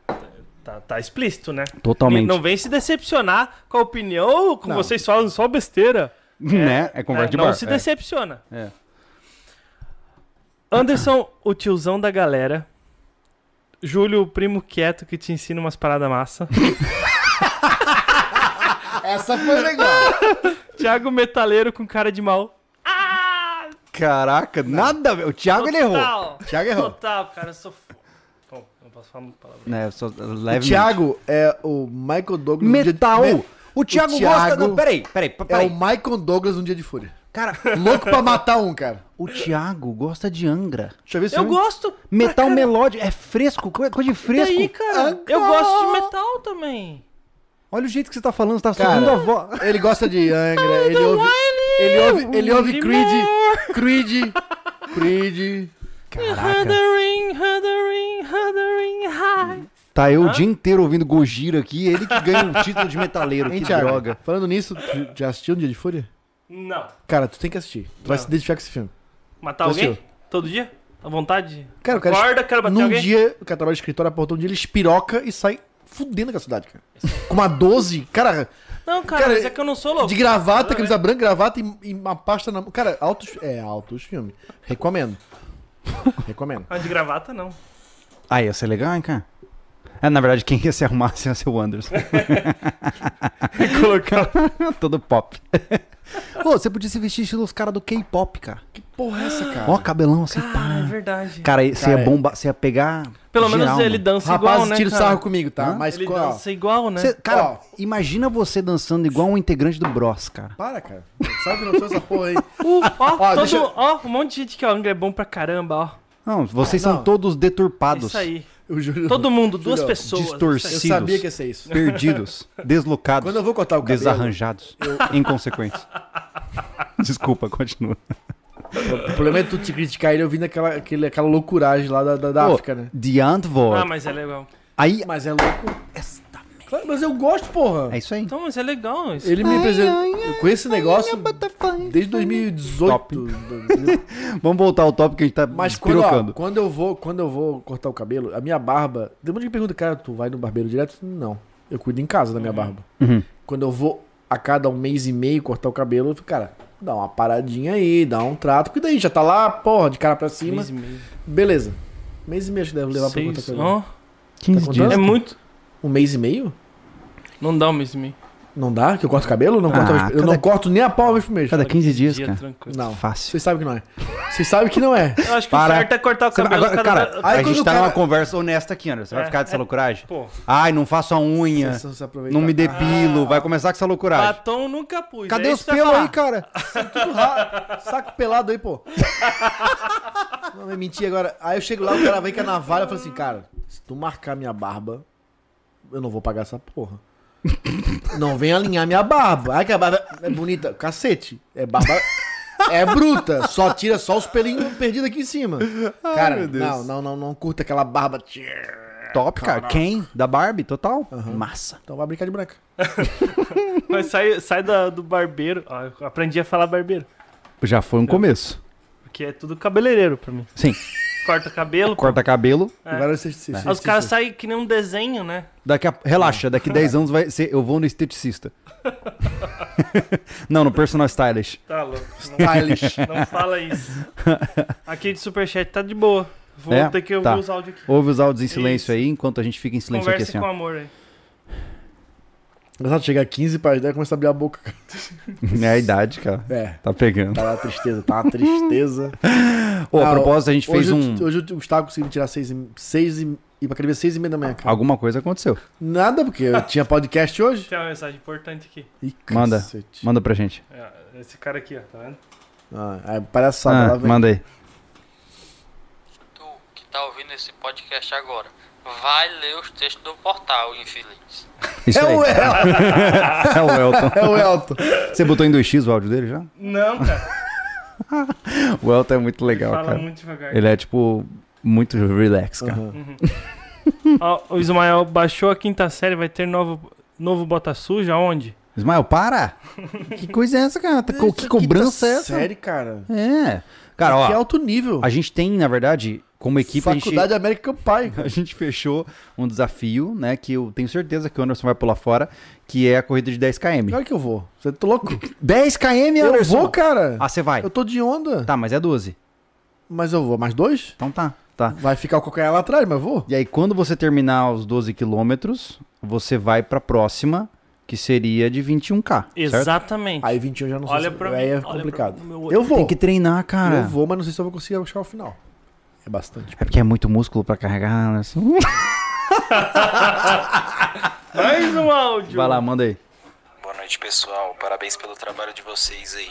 tá, tá explícito, né?
Totalmente.
E Não vem se decepcionar com a opinião ou com vocês falam só besteira.
né? É conversa
É,
de
não
bar.
se
é.
decepciona.
É.
Anderson, o tiozão da galera. Júlio, o primo quieto que te ensina umas paradas massa.
Essa foi legal.
Thiago Metaleiro com cara de mal. Ah!
Caraca, nada a ver. O Thiago ele errou.
Total.
Thiago errou.
Total, cara, eu sou... f- Bom, não posso falar muito palavra.
Né, só
O
levemente.
Thiago é o Michael Douglas. no dia de-
Metal!
Me-
O Thiago
O
gosta.
Thiago
Não, peraí, peraí,
É
peraí.
o Michael Douglas no dia de fúria.
Cara,
Louco pra matar um, cara.
o Thiago gosta de Angra.
Deixa eu ver se um
Eu gosto.
Metal melódico, é fresco, co- coisa de
Ah, E
fresco.
aí, cara? Eu gosto de metal também.
Olha o jeito que você tá falando, você tá
Cara.
subindo a voz.
Ele gosta de Angra, ele ouve, ele ouve, ele ouve Creed, Creed, Creed.
Caraca.
Huddering, huddering, huddering, high.
Tá eu o dia inteiro ouvindo Gojira aqui, ele que ganha o título de metaleiro, que
Hein, Thiago?
droga.
Falando nisso, tu já assistiu No Dia de Fúria?
Não.
Cara, tu tem que assistir. Tu vai se identificar com esse filme.
Matar
Você
alguém?
assistiu?
Todo dia? À vontade?
Cara, o cara
Acorda, quero bater
Num
alguém?
dia, o cara trabalha de escritório, aponta um dia, ele espiroca e sai fudendo com a cidade, cara. Com uma 12, cara,
Não, cara,
Cara,
mas é que eu não né? sou louco.
de gravata,
Tudo
camisa branca, gravata e, e uma pasta na mão. Cara, altos, é, altos filmes. Recomendo. Recomendo.
bem. Ah, de gravata, não.
Ah, ia ser legal, hein, cara? É, na verdade, quem ia se arrumar ia ser o Anderson. Colocar todo pop. Pô, você podia se vestir estilo os caras do K-pop, cara.
Porra,
é
essa, cara.
Ó, cabelão assim,
Ah, é
pá.
verdade.
Cara, aí você
Cara,
ia bomba, você ia pegar.
é. Pelo
geral,
menos
mano.
ele dança
Rapaz,
igual, né,
tira o
cara?
sarro comigo, tá?
Hã?
Mas,
Ele
qual-
dança igual, né?
Você- cara,
Ó.
imagina você dançando igual um integrante do Bros, cara.
Para, cara. Sabe que eu não sou essa porra aí.
Uh, ó,
Ó,
todo,
deixa eu-
ó, um monte de gente que o Angra é bom pra caramba, ó.
Não, vocês
Não.
são todos
É
deturpados.
Isso aí.
Eu juro.
Todo mundo, duas
Julião,
pessoas. é
Eu
distorcido.
sabia que ia ser isso.
Perdidos, deslocados,
Quando eu vou cortar o cabelo.
desarranjados, inconsequentes. Desculpa, continua.
O problema é tu te criticar ele ouvindo aquela, aquele, aquela loucuragem lá da, da, da
Pô,
África, né?
The Antwoord.
Ah, mas é legal.
Aí,
Mas é louco. Claro, mas eu gosto, porra.
é isso aí.
Então, mas é legal isso.
Ele me apresentou. Eu conheço esse negócio desde 2018.
Top. Vamos voltar ao tópico que a gente tá
Mas quando, ó,
despirocando.
quando eu vou, quando eu vou cortar o cabelo, a minha barba. Tem um monte de gente que pergunta, cara, tu vai no barbeiro direto? Não. Eu cuido em casa da minha barba.
Uhum.
Quando eu vou a cada um mês e meio cortar o cabelo, eu fico, cara, dá uma paradinha aí, dá um trato. Porque daí já tá lá, porra, de cara pra cima.
Mês e meio.
Beleza. Mês e meio acho que deve levar pra cortar o
Seis,
cabelo.
ó.
15
dias.
É muito.
Um mês e meio?
Não dá um mês e meio.
Não dá? Que eu corto o cabelo? Não corto
Ah,
a vez- Eu
cada-
não corto nem a pau uma vez por mês.
Cada 15 dias,
Dia é
cara.
tranquilo.
Não.
Fácil.
Vocês sabem que não é. Vocês sabem que não é.
Eu acho que
Para.
o certo é cortar o
Você-
cabelo
agora,
cada...
cara,
Aí
a
quando
gente
o
tá
cara-
numa conversa honesta aqui, Anderson. Você vai
É,
ficar dessa
é.
loucuragem?
Pô,
Ai, não faço a unha.
Vocês são se aproveitar.
É. Não me depilo.
Ah.
Vai começar com essa loucuragem.
batom nunca pus.
Cadê
é
os
isso que eu ia
pelos aí,
falar.
cara?
Tudo ra- Saco pelado aí, pô. Não, é mentir agora. Aí eu chego lá, o cara vem com a navalha e fala assim, cara, se tu marcar minha barba, eu não vou pagar essa porra. Não vem alinhar minha barba. Ai, que a barba é bonita. Cacete. É barba... É bruta. Só tira só os pelinhos perdidos aqui em cima. Cara,
meu Deus.
não, não, não, não curta aquela barba.
É,
Top, cara. Quem? Da Barbie? Total? Massa.
Então vai brincar de branca.
Mas sai, sai da- do barbeiro. Ó, eu aprendi a falar barbeiro.
Já foi um começo.
Porque é tudo cabeleireiro pra mim.
Sim.
Corta cabelo.
Corta cabelo.
E Vários se-
É.
se- se-
Aí os
se-
caras
se-
saem que nem um desenho, né?
Daqui a- Relaxa, daqui 10 anos vai ser... eu vou no esteticista. não, no personal stylist.
Tá louco.
Stylish.
Não, não fala isso. Aqui de superchat tá de boa. Vou
É?
ter que ouvir
Tá.
os áudios aqui.
Ouve os áudios em silêncio assim,
Isso.
aí, enquanto a gente fica em silêncio
Conversa
aqui assim,
com
ó.
amor aí.
Engraçado, chega 15 para as 10 e começa a abrir a boca, cara.
É a idade, cara.
É.
Tá pegando.
Tá uma tristeza, tá uma tristeza.
Ô, a
Ah,
propósito, a gente fez
hoje,
um.
eu- Hoje o Gustavo conseguiu tirar 6 e... 6 e... E pra academia 6 e meia da manhã, cara.
Alguma coisa aconteceu.
Nada, porque eu tinha podcast hoje.
Tem uma mensagem importante aqui.
Ih,
Manda.
cacete.
Manda pra gente.
É, Esse cara aqui, ó, tá vendo?
Ah, é palhaçada,
Ah,
lá vem.
manda aí.
Tu que tá ouvindo esse podcast agora, vai ler os textos do portal, infeliz.
Isso
É
aí.
o El,
É o Elton.
é o Elton.
Você botou em 2x o áudio dele já?
Não, cara.
O Elton é muito legal,
Fala
cara.
muito devagar.
Ele é, tipo, muito relax, cara.
Ó, o Ismael baixou a quinta série, vai ter novo, novo Bota Suja, onde?
Ismael, para! que coisa é essa, cara? Tá co- que cobrança é essa?
Sério, cara.
É. Cara,
que
ó,
alto nível.
a gente tem, na verdade, como equipe, a gente...
Faculdade American Pie.
A gente fechou um desafio, né? Que eu tenho certeza que o Anderson vai pular fora, que é a corrida de 10 km.
Claro que eu vou. Você tá louco?
10 km,
Eu
Anderson!
vou, cara.
Ah, você vai.
Eu tô de onda.
Tá, mas é 12.
Mas eu vou. Mais dois?
Então tá, tá.
Vai ficar o cocanhar lá atrás, mas eu vou.
E aí, quando você terminar os 12 quilômetros, você vai pra próxima, que seria de 21k. Certo?
Exatamente.
Aí 21 já não sei
Olha
se...
pra
Aí
mim,
é
olha pra-
complicado.
meu olho. tá.
Eu vou.
Tem que treinar, cara.
Eu vou, mas não sei se eu vou conseguir achar o final. É bastante.
É porque é muito músculo pra carregar, né? Anderson.
Mais um áudio.
Vai lá, manda aí.
Boa noite, pessoal. Parabéns pelo trabalho de vocês aí.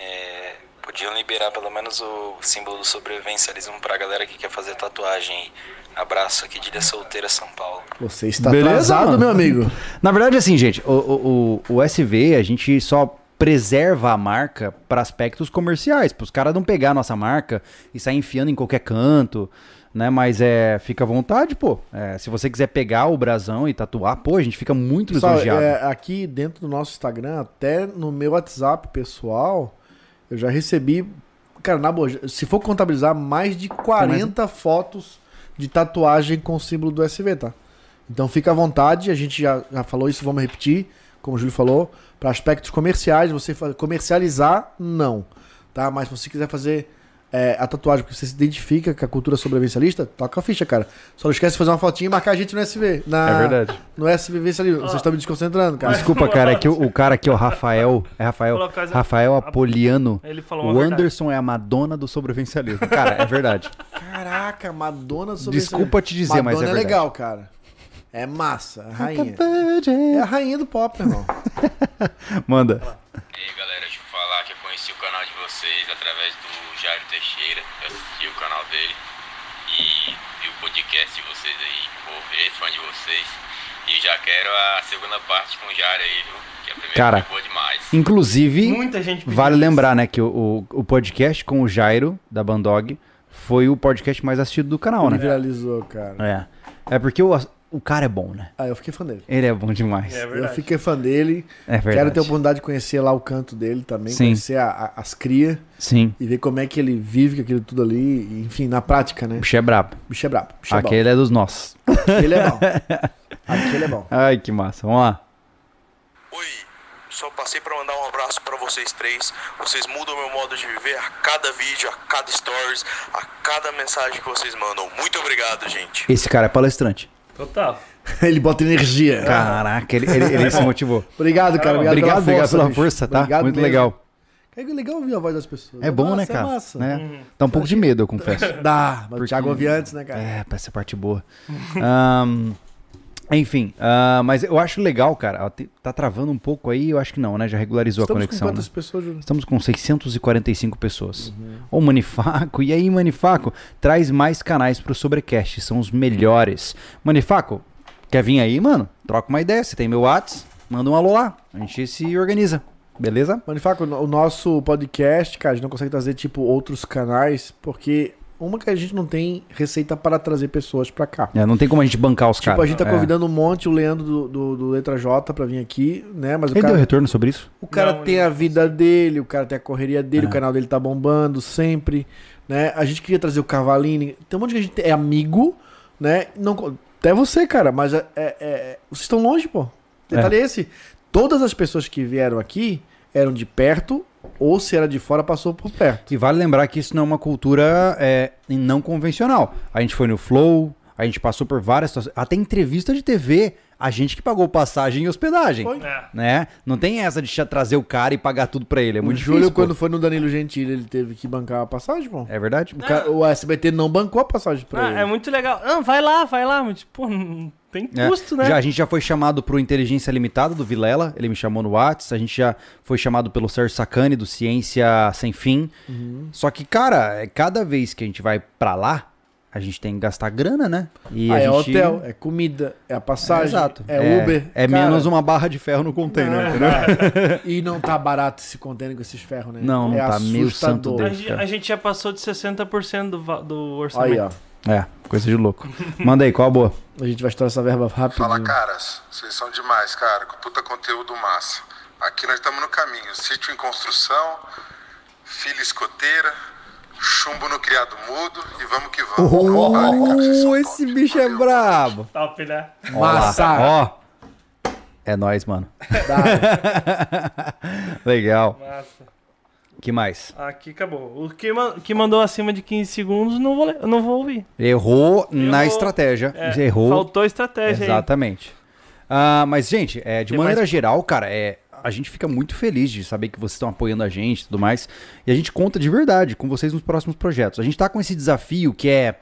É, podiam liberar pelo menos o símbolo do sobrevivencialismo pra galera que quer fazer tatuagem aí. Abraço aqui de Ilha Solteira, São Paulo.
Você está
Beleza,
atrasado,
mano?
meu amigo.
Na verdade, assim, gente, o, o, o, o SV a gente só preserva a marca para aspectos comerciais, para os caras não pegar a nossa marca e sair enfiando em qualquer canto, né? Mas é, fica à vontade, pô. É, se você quiser pegar o brasão e tatuar, pô, a gente fica muito
Pessoal,
lisonjeado.
é, aqui dentro do nosso Instagram, até no meu WhatsApp pessoal, eu já recebi, cara, na boa, se for contabilizar, mais de 40 fotos de tatuagem com o símbolo do SV, tá? Então fica à vontade, a gente já, já falou isso, vamos repetir, como o Júlio falou, para aspectos comerciais, você fa- comercializar, não, tá? Mas se você quiser fazer é, a tatuagem porque você se identifica com a cultura sobrevivencialista, toca a ficha, cara. Só não esquece de fazer uma fotinha e marcar a gente no SV. Na,
É verdade.
no SBV ali, vocês estão me desconcentrando, cara.
Desculpa, cara, é que o, o cara aqui, o Rafael, é Rafael,
Falou coisa-
Rafael Apoliano.
Ele falou uma
O
verdade.
Anderson é a Madonna do sobrevivencialismo. Cara, é verdade.
Caraca, Madonna sobre
Desculpa te dizer,
Madonna
mas é
é
verdade.
legal, cara. É massa, a rainha. É a rainha do pop, meu irmão.
Manda.
E aí, galera, deixa eu falar que eu conheci o canal de vocês através do Jairo Teixeira. Eu assisti o canal dele e vi o podcast de vocês aí. Vou ver, fã de vocês. E já quero a segunda parte com o Jairo aí, viu? Que a primeira
Cara,
foi boa demais.
Inclusive,
Muita gente pediu
vale
isso.
lembrar, né, que o, o, o podcast com o Jairo, da Bandog, foi o podcast mais assistido do canal,
Ele
né?
viralizou, cara.
É. É porque o, o cara é bom, né?
Ah, eu fiquei fã dele.
Ele é bom demais.
É
É,
Eu
verdade.
fiquei fã dele.
verdade.
Quero ter a oportunidade de conhecer lá o canto dele também,
Sim.
conhecer a- a- as crias
Sim.
e ver como é que ele vive com aquilo tudo ali. e, enfim, na prática, né?
O bicho é brabo.
Bicho é brabo. Bicho é bom.
Aquele é dos nossos.
Aquele é bom. Aquele é bom.
Ai, que massa. Vamos lá.
Oi, só passei pra mandar um abraço pra vocês três. Vocês mudam meu modo de viver a cada vídeo, a cada stories, a cada mensagem que vocês mandam. Muito obrigado, gente.
Esse cara é palestrante.
Total.
Ele bota energia.
Caraca, ele, ele- ele se motivou.
Obrigado, cara. Obrigado,
Obrigado,
pela força,
pela
bicho.
força, tá?
Obrigado
Muito
mesmo.
legal.
É legal ouvir a voz das pessoas.
É bom,
massa,
né, cara?
É massa.
Né? Dá um pouco de medo, eu confesso.
Dá, mas
Porque-
o Thiago ouvi antes, né, cara?
É, pra essa parte boa. Ahn, enfim, ah, mas eu acho legal, cara. Ó, te- Tá travando um pouco aí, eu acho que não, né? Já regularizou
Estamos
a conexão.
com quantas
né?
pessoas, Júlio?
Estamos com 645 pessoas.
Uhum.
Ô, Manifaco, e aí, Manifaco? Traz mais canais pro Sobrecast, são os melhores. Manifaco, quer vir aí, mano? Troca uma ideia, você tem meu Whats, manda um alô lá. A gente se organiza, beleza?
Manifaco, o nosso podcast, cara, a gente não consegue trazer, tipo, outros canais, porque uma que a gente não tem receita para trazer pessoas pra cá.
É, não tem como a gente bancar os
Tipo,
caras.
a gente tá
É.
convidando um monte, o Leandro do, do, do Letra J pra vir aqui, né? Mas o
Ele deu
cara,
retorno sobre isso?
o cara
Não, é
tem
ele-
a vida dele, o cara tem a correria
É.
dele, o canal dele tá bombando sempre, né? A gente queria trazer o Cavalini. Tem um monte que a gente é amigo, né? Não, co- até você, cara, mas é, é- é- vocês estão longe, pô. Detalhe é. esse. Todas as pessoas que vieram aqui eram de perto, ou se era de fora, passou por perto.
E vale lembrar que isso não é uma cultura é, não convencional. A gente foi no Flow, a gente passou por várias situações, até entrevista de TV. a gente que pagou passagem e hospedagem.
Foi.
É.
Né? Não tem essa de cha- trazer o cara e pagar tudo pra ele. É
O
muito
Júlio,
difícil. pô.
quando foi no Danilo Gentili, ele teve que bancar a passagem, pô.
É verdade?
O, ca- o SBT não bancou a passagem pra
Ah,
ele.
é muito legal. Não, vai lá, vai lá. Mas, tipo, não tem
É.
custo, né?
Já, a gente já foi chamado pro Inteligência Limitada do Vilela, ele me chamou no Whats, a gente já foi chamado pelo Sérgio Sacani do Ciência Sem Fim.
Uhum.
Só que, cara, é cada vez que a gente vai pra lá, a gente tem que gastar grana, né? E
Ah,
a
é
gente...
hotel, é comida, é a
É,
passagem,
exato.
é, Uber.
É
Cara,
menos uma barra de ferro no
É.
container, entendeu?
E não tá barato esse contêiner com esses ferros, né?
Não, não
é
tá, meu santo
A
Deus.
gente,
cara.
a gente já passou de 60% do, va- do
Aí,
orçamento.
ó.
É, coisa de louco. Manda aí, qual a boa?
A gente vai estourar essa verba rápido.
Fala, caras. Vocês são demais, cara. Com puta conteúdo massa. Aqui nós estamos no caminho. Sítio em construção, filha escoteira, chumbo no criado mudo e vamos que vamos. Vale, cara, vocês são
Oh,
top.
esse bicho é
Valeu.
brabo.
Top, né?
Ó lá,
Massa.
Ó. É nóis, mano. Legal.
Massa.
que mais?
Aqui acabou. O que, ma- que mandou acima de 15 segundos, não vou, le- não vou ouvir.
Errou, na
Errou.
estratégia.
É,
Errou.
Faltou estratégia
Exatamente. Ah, mas, gente, é, de
Tem
maneira
mais-
geral, cara, é, a gente fica muito feliz de saber que vocês estão apoiando a gente e tudo mais. E a gente conta de verdade com vocês nos próximos projetos. A gente tá com esse desafio que é.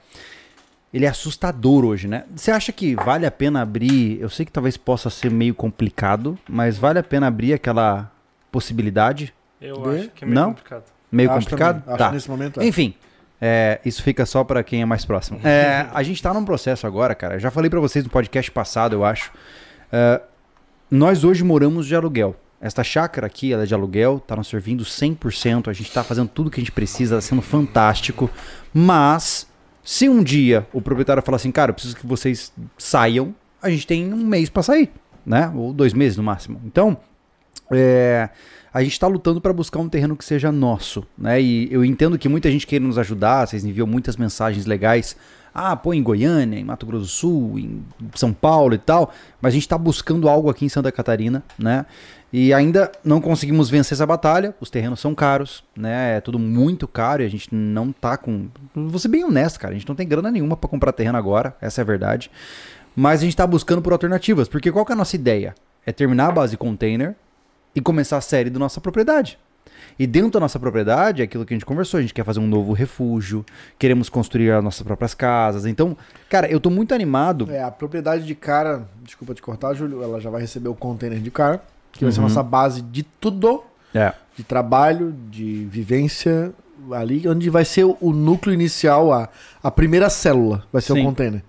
Ele é assustador hoje, né? Você acha que vale a pena abrir? Eu sei que talvez possa ser meio complicado, mas vale a pena abrir aquela possibilidade?
aí. Eu
De-
acho que é meio
Não?
complicado.
Meio
Acho
complicado? Tá.
também. Acho que nesse momento é.
Enfim, é, isso fica só pra quem é mais próximo. É, a gente tá num processo agora, cara. Já falei pra vocês no podcast passado, eu acho. É, nós hoje moramos de aluguel. Esta chácara aqui, ela é de aluguel, tá nos servindo 100%, a gente tá fazendo tudo que a gente precisa, tá sendo fantástico. Mas, se um dia o proprietário falar assim, cara, eu preciso que vocês saiam, a gente tem um mês pra sair, né? Ou dois meses no máximo. Então, é, a gente está lutando para buscar um terreno que seja nosso, né? E eu entendo que muita gente queira nos ajudar, vocês enviam muitas mensagens legais. Ah, pô, em Goiânia, em Mato Grosso do Sul, em São Paulo e tal, mas a gente está buscando algo aqui em Santa Catarina, né? E ainda não conseguimos vencer essa batalha, os terrenos são caros, né? É tudo muito caro e a gente não tá com. Vou ser bem honesto, cara, a gente não tem grana nenhuma para comprar terreno agora, essa é a verdade. Mas a gente está buscando por alternativas, porque qual que é a nossa ideia? É terminar a base container, e começar a série da nossa propriedade. E dentro da nossa propriedade, é aquilo que a gente conversou, a gente quer fazer um novo refúgio, queremos construir as nossas próprias casas. Então, cara, eu tô muito animado.
É, a propriedade de cara, desculpa te cortar, Júlio, ela já vai receber o container de cara, que
Uhum.
vai ser a nossa base de tudo,
É.
de trabalho, de vivência, ali onde vai ser o- o núcleo inicial, a, a primeira célula vai ser
Sim.
o container.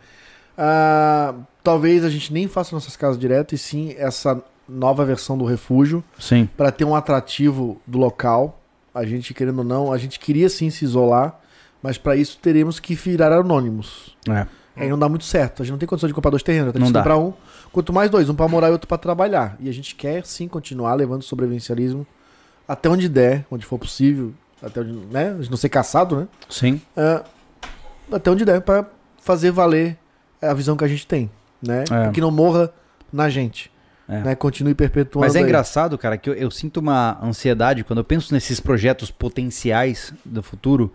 Ah, talvez a gente nem faça nossas casas direto, e sim essa nova versão do refúgio,
Sim.
para ter um atrativo do local. A gente, querendo ou não, a gente queria sim se isolar, mas para isso teremos que virar anônimos.
É.
Aí não dá muito certo. A gente não tem condição de comprar dois terrenos. Tá
Não
difícil
dá.
comprar um. Quanto mais dois, um pra morar e outro pra trabalhar. E a gente quer sim continuar levando o sobrevivencialismo até onde der, onde for possível, até onde, né? A gente não ser caçado, né?
Sim.
Ah, até onde der pra fazer valer a visão que a gente tem, né?
É.
Que não morra na gente.
É.
Né? Continue perpetuando.
Mas é
aí.
engraçado, cara, que eu, eu sinto uma ansiedade quando eu penso nesses projetos potenciais do futuro.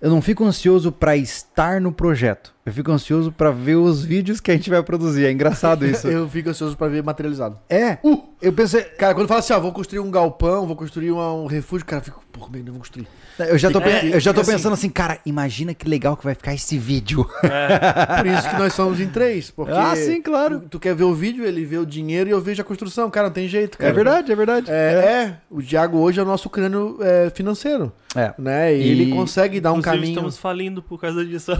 Eu não fico ansioso pra estar no projeto. Eu fico ansioso pra ver os vídeos que a gente vai produzir. É engraçado isso.
Eu fico ansioso pra ver materializado. Uh,
É. Eu pensei,
Cara, quando fala assim, ó, vou construir um galpão, vou construir uma- um refúgio, cara, eu fico, pô, como é que não vou construir?
Eu já tô,
Fica-
pe- eu já tô
fica assim.
pensando assim, cara, imagina que legal que vai ficar esse vídeo.
Por isso que nós somos em três, porque...
Ah, sim, claro.
Tu, tu quer ver o vídeo, ele vê o dinheiro e eu vejo a construção. Cara, não tem jeito, cara.
verdade, é verdade.
É, é, o Diago hoje é o nosso crânio é, financeiro,
É.
né? E,
E-
ele consegue dar um
Inclusive,
caminho...
estamos falindo por causa disso.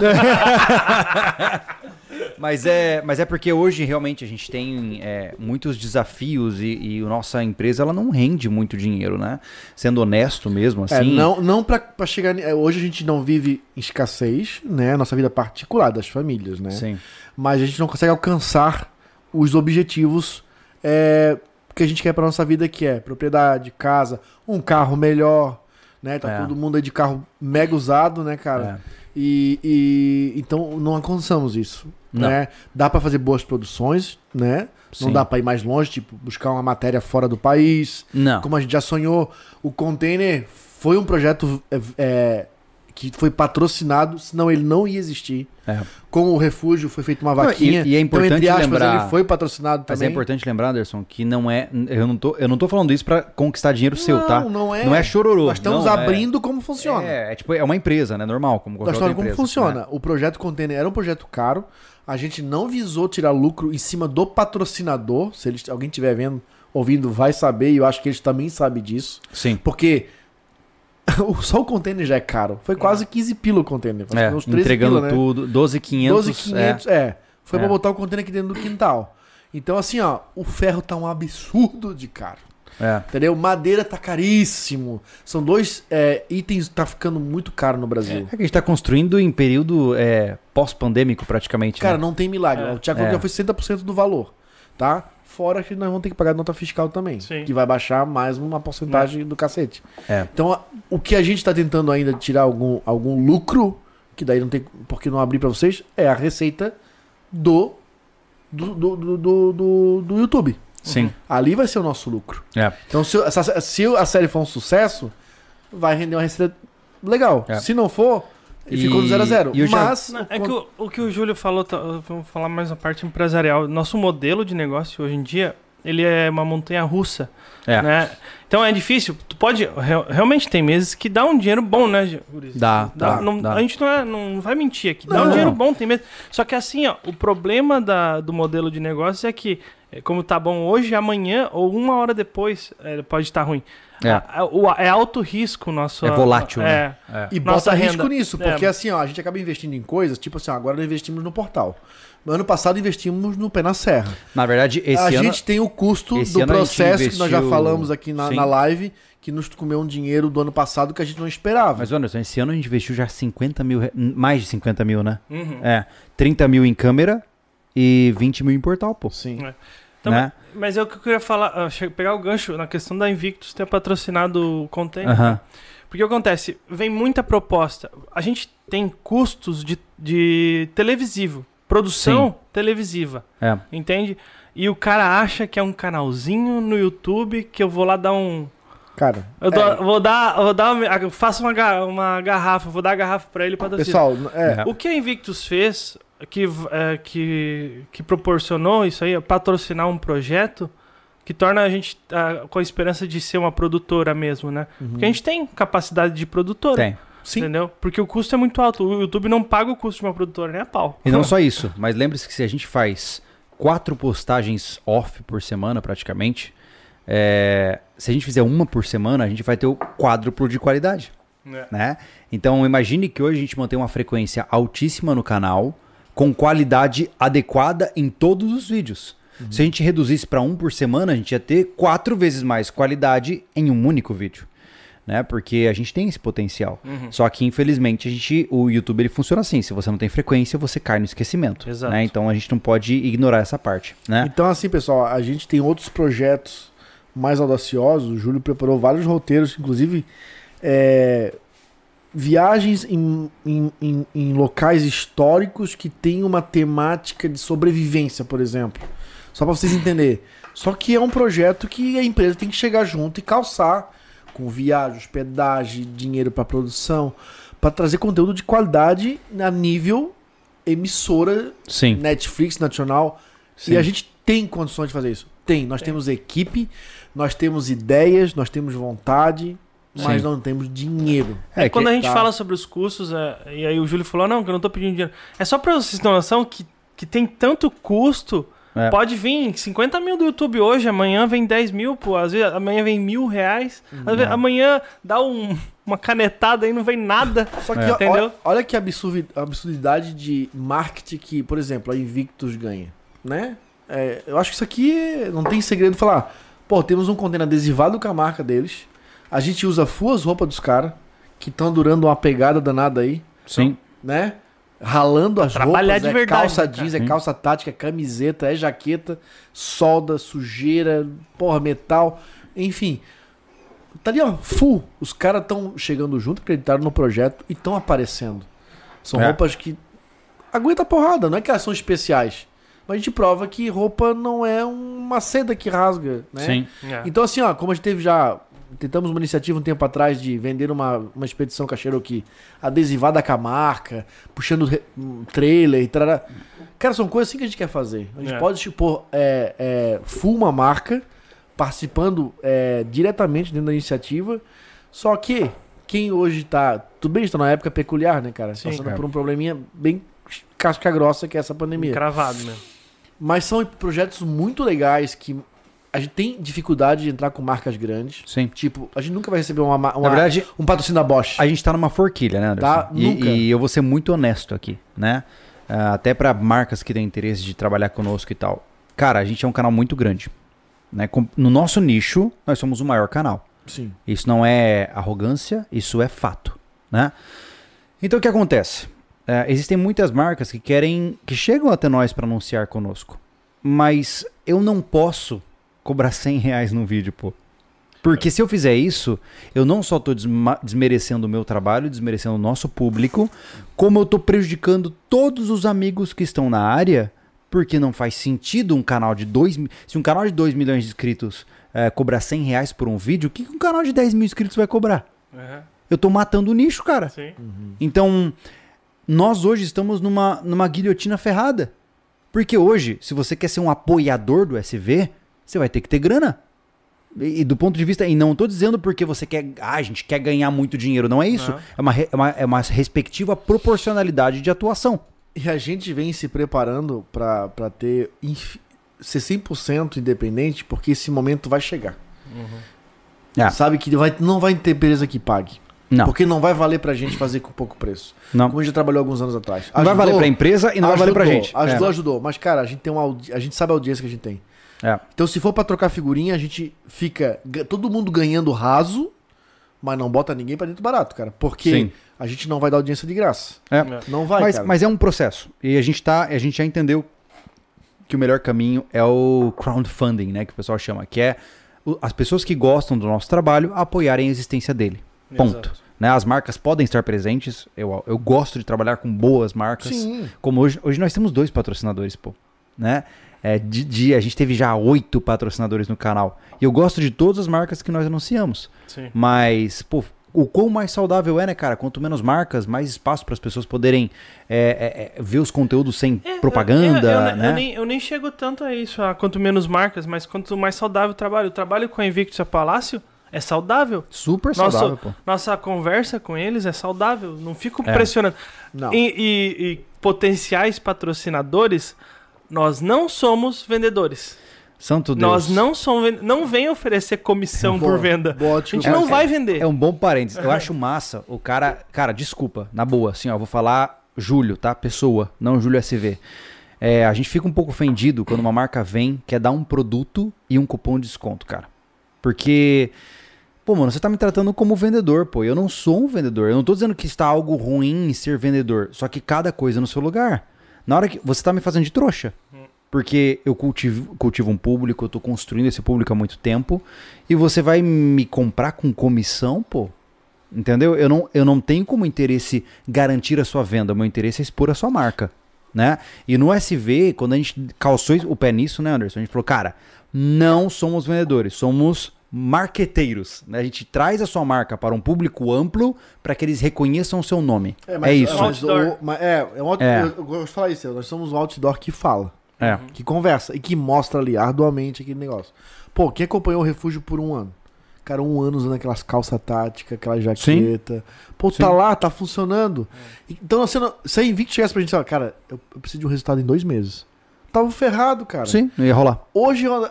Mas é, mas é porque hoje realmente a gente tem é, muitos desafios e, e a nossa empresa ela não rende muito dinheiro, né? Sendo honesto mesmo, assim.
É, não não pra, pra chegar... ni- é, Hoje a gente não vive em escassez, né? A Nossa vida particular das famílias, né?
Sim.
mas a gente não consegue alcançar os objetivos é, que a gente quer para nossa vida, que é propriedade, casa, um carro melhor, né? Tá
É.
todo mundo aí de carro mega usado, né, cara? E, e- então não alcançamos isso,
Não.
né? Dá para fazer boas produções, né?
Sim.
Não dá para ir mais longe, tipo buscar uma matéria fora do país,
Não.
como a gente já sonhou. O container foi um projeto é, é, eh, que foi patrocinado, senão ele não ia existir.
É.
Como o refúgio foi feito uma
Não, e-
vaquinha. Então,
e é importante lembrar-
ele foi patrocinado
Mas
também.
é importante lembrar, Anderson, que não é. Eu não tô, eu não tô falando isso pra conquistar dinheiro seu, tá?
Não, não é.
Não é chororô.
Nós estamos
não, é-
abrindo como funciona.
É, é tipo, é uma empresa, né? Normal, como
da
qualquer
história
outra
como
empresa,
funciona.
né?
O projeto Container era um projeto caro. A gente não visou tirar lucro em cima do patrocinador. Se eles, alguém estiver vendo, ouvindo, vai saber. E eu acho que eles também sabem disso.
Sim.
Porque o- só o container já é caro. Foi quase 15 pila o container. Foi
É,
uns 13
entregando
pila, né?
tudo, 12,500.
12,500, é. Foi
É.
pra botar o container aqui dentro do quintal. Então, assim, ó, o ferro tá um absurdo de caro.
É, é.
Entendeu? Madeira tá caríssimo. São dois é, itens que tá ficando muito caro no Brasil.
É que a gente tá construindo em período é, pós-pandêmico, praticamente.
Cara,
né?
não tem milagre. O Tiago falou
É.
que já foi 60% do valor, tá? Fora que nós vamos ter que pagar nota fiscal também,
Sim.
que vai baixar mais uma porcentagem do cacete.
É.
Então, a- o que a gente tá tentando ainda tirar algum, algum lucro, que daí não tem por que não abrir pra vocês, é a receita do do, do, do, do, do- do YouTube.
Sim.
Ali vai ser o nosso lucro.
É.
Então, se, eu- essa- se eu- a série for um sucesso, vai render uma receita legal.
É.
Se não for,
E-
ficou no 0 a 0
e eu já-
Mas,
Não, é que o, o que o Júlio falou, tá- vamos falar mais a parte empresarial. Nosso modelo de negócio hoje em dia, ele é uma montanha russa.
É.
né? Então é difícil. Tu pode. real- realmente tem meses que dá um dinheiro bom, né, Gil?
Dá, dá,
não-
dá.
A gente não, é- não vai mentir aqui. Dá
Não.
um dinheiro bom, tem meses. Só que assim, ó, o problema da- do modelo de negócio é que, é, como tá bom hoje, amanhã ou uma hora depois é, pode estar ruim.
É.
A- a- o- é alto risco o nosso.
É volátil,
é,
né?
E
Nossa
bota risco
renda.
nisso,
É.
porque assim, ó, a gente acaba investindo em coisas, tipo assim, ó, agora nós investimos no portal. No ano passado investimos no Pé na Serra.
Na verdade, esse
a
ano.
gente tem o custo
esse
do
ano a gente
processo que nós já
investiu-
falamos aqui na,
Sim.
na live, que nos comeu um dinheiro do ano passado que a gente não esperava.
Mas, Anderson, esse ano a gente investiu já 50 mil. re- Mais de 50 mil, né? É. 30 mil em câmera e 20 mil em portal, pô.
Sim.
Então,
né?
mas- Mas é o que eu queria falar, ah, che- pegar o gancho na questão da Invictus ter patrocinado o container.
Aham.
Porque o que acontece? Vem muita proposta. A gente tem custos de, de televisivo, produção televisiva,
É.
entende? E o cara acha que é um canalzinho no YouTube que eu vou lá dar um.
Cara, é.
Eu dou-
É.
vou dar. eu Vou dar uma, eu faço uma, ga- uma garrafa, eu vou dar a garrafa pra ele pra dar
pessoal,
É.
é,
o que a Invictus fez, que, é, que, que proporcionou isso aí, é patrocinar um projeto que torna a gente ah, com a esperança de ser uma produtora mesmo, né? Porque a gente tem capacidade de produtora,
Uhum. Tem.
entendeu? Porque o custo é muito alto. O YouTube não paga o custo de uma produtora, nem a pau.
E não só isso, mas lembre-se que se a gente faz quatro postagens off por semana, praticamente, é, se a gente fizer uma por semana, a gente vai ter o quádruplo de qualidade.
É.
Né? Então imagine que hoje a gente mantém uma frequência altíssima no canal, com qualidade adequada em todos os vídeos. Se a gente reduzisse para um por semana, a gente ia ter quatro vezes mais qualidade em um único vídeo. Né? Porque a gente tem esse potencial.
Uhum.
Só que, infelizmente, a gente, o YouTube ele funciona assim. Se você não tem frequência, você cai no esquecimento.
Exato.
né? Então a gente não pode ignorar essa parte. Né?
Então, assim, pessoal, a gente tem outros projetos mais audaciosos. O Júlio preparou vários roteiros, inclusive é, viagens em, em- em- em locais históricos que tem uma temática de sobrevivência, por exemplo. Só para vocês entenderem. Só que é um projeto que a empresa tem que chegar junto e calçar com viagem, hospedagem, dinheiro para produção, para trazer conteúdo de qualidade a nível emissora
Sim.
Netflix nacional. E a gente tem condições de fazer isso. Tem. Nós temos equipe, nós temos ideias, nós temos vontade, mas
Sim.
não temos dinheiro.
É, que-
Quando a gente
tá.
fala sobre os custos, é, e aí o Júlio falou, não, que eu não tô pedindo dinheiro. É só pra vocês terem noção que, que tem tanto custo...
É.
Pode vir 50 mil do YouTube hoje, amanhã vem 10 mil, pô. Às vezes amanhã vem mil reais.
Uhum.
às vezes amanhã dá um- uma canetada e não vem nada.
Só que
É.
ó-
Entendeu?
olha que absurdi- absurdidade de marketing que, por exemplo, a Invictus ganha, né? É, eu acho que isso aqui não tem segredo falar. Pô, temos um container adesivado com a marca deles. A gente usa full as roupas dos caras, que estão durando uma pegada danada aí.
Sim.
né? Ralando as
Trabalhar
roupas,
de
é
verdade,
calça
né, cara?
jeans,
Hum.
é calça tática, é camiseta, é jaqueta, solda, sujeira, porra, metal, enfim. Tá ali, ó, full. Os caras estão chegando junto, acreditaram no projeto e estão aparecendo. São
É.
roupas que aguenta a porrada, não é que elas são especiais. Mas a gente prova que roupa não é uma seda que rasga, né?
Sim.
É.
Então, assim, ó, Então, como a gente teve já tentamos uma iniciativa um tempo atrás de vender uma, uma expedição cacheiro aqui, adesivada com a marca, puxando re- um trailer e tarará. Cara, são coisas assim que a gente quer fazer. A gente
É.
pode expor é, é, full uma marca, participando é, diretamente dentro da iniciativa. Só que quem hoje tá. Tudo bem, está numa época peculiar, né, cara? Passando
cara.
por um probleminha bem casca grossa que é essa pandemia.
Cravado mesmo.
Mas são projetos muito legais que a gente tem dificuldade de entrar com marcas grandes.
Sim.
Tipo, a gente nunca vai receber uma, ma- uma-
Na verdade,
um patrocínio da Bosch.
A gente tá numa forquilha, né, Anderson?
Tá,
e,
nunca.
e eu vou ser muito honesto aqui, né? Ah, até pra marcas que têm interesse de trabalhar conosco e tal. Cara, a gente é um canal muito grande. Né? Com- No nosso nicho, nós somos o maior canal.
Sim.
Isso não é arrogância, isso é fato, né? Então o que acontece? É, existem muitas marcas que querem, que chegam até nós pra anunciar conosco, mas eu não posso cobrar 100 reais num vídeo, pô. Porque se eu fizer isso, eu não só tô desma- desmerecendo o meu trabalho, desmerecendo o nosso público, como eu tô prejudicando todos os amigos que estão na área, porque não faz sentido um canal de 2 Se um canal de 2 milhões de inscritos eh, cobrar 100 reais por um vídeo, o que que um canal de 10 mil inscritos vai cobrar?
Aham,
Eu tô matando o nicho, cara.
Sim.
Então, nós hoje estamos numa, numa guilhotina ferrada. Porque hoje, se você quer ser um apoiador do SV, você vai ter que ter grana. E, e do ponto de vista. E não tô dizendo porque você quer. Ah, a gente quer ganhar muito dinheiro. Não é isso.
Não.
É, uma, re- é, uma, é uma respectiva proporcionalidade de atuação.
E a gente vem se preparando pra pra ter inf- ser 100% independente, porque esse momento vai chegar.
É.
Sabe que vai, não vai ter empresa que pague.
Não.
Porque não vai valer pra gente fazer com pouco preço.
Não.
Como a gente já trabalhou alguns anos atrás.
Não vai
Ajudou?
valer pra empresa e não vai valer pra
Ajudou,
gente.
Ajudou, ajudou. Mas, cara, a gente, tem uma, audi- a gente sabe a audiência que a gente tem.
É. É.
Então, se for pra trocar figurinha, a gente fica ga- todo mundo ganhando raso, mas não bota ninguém pra dentro barato, cara. Porque
Sim.
a gente não vai dar audiência de graça.
É.
Não vai,
mas,
cara.
mas é um processo. E a gente tá, a gente já entendeu que o melhor caminho é o crowdfunding, né, que o pessoal chama, que é o- as pessoas que gostam do nosso trabalho apoiarem a existência dele. Ponto.
Exato.
Né, as marcas podem estar presentes. Eu, eu gosto de trabalhar com boas marcas. Como hoje, hoje nós temos dois patrocinadores, pô. Né? É, de, de- a gente teve já oito patrocinadores no canal. E eu gosto de todas as marcas que nós anunciamos.
Sim.
Mas, pô, o quão mais saudável é, né, cara? Quanto menos marcas, mais espaço para as pessoas poderem é, é, é, ver os conteúdos sem
É, eu-
propaganda,
eu- eu,
né?
Eu nem, eu nem chego tanto a isso, a quanto menos marcas, mas quanto mais saudável o trabalho. O trabalho com a Invictus e a Palácio é saudável.
Super
Nosso-
saudável, pô.
Nossa conversa com eles é saudável. Não fico
É.
pressionando.
Não.
E, e- e potenciais patrocinadores, nós não somos vendedores.
Santo Deus.
Nós não somos ven- Não vem oferecer comissão por venda.
Bote
a gente não
É-
vai
é-
vender.
É um bom parênteses. Eu acho massa o cara. Cara, desculpa, na boa, assim, ó, vou falar Júlio, tá? Pessoa, não Júlio SV. É, a gente fica um pouco ofendido quando uma marca vem, quer dar um produto e um cupom de desconto, cara. Porque. Pô, mano, você tá me tratando como vendedor, pô. Eu não sou um vendedor. Eu não tô dizendo que está algo ruim em ser vendedor. Só que cada coisa é no seu lugar. Na hora que. Você tá me fazendo de trouxa. Porque eu cultivo, cultivo um público, eu tô construindo esse público há muito tempo. E você vai me comprar com comissão, pô. Entendeu? Eu não, eu não tenho como interesse garantir a sua venda. Meu interesse é expor a sua marca. Né? E no SV, quando a gente calçou o pé nisso, né, Anderson? A gente falou, cara, não somos vendedores, somos marqueteiros. Né? A gente traz a sua marca para um público amplo para que eles reconheçam o seu nome. É,
mas-
isso.
mas o-
Outdoor.
mas é, é um outdoor.
É.
Eu, eu gosto de falar isso, nós somos um outdoor que fala, Uhum.
É.
que conversa e que mostra ali arduamente aquele negócio. Pô, quem acompanhou o refúgio por um ano? Cara, um ano usando aquelas calças táticas, aquela jaqueta. Pô, tá
Sim.
lá, tá funcionando. Então, assim, não- se a Invicto chegasse pra gente e falasse, cara, eu, eu preciso de um resultado em dois meses. Tava ferrado, cara.
Sim, não ia rolar.
Hoje ó,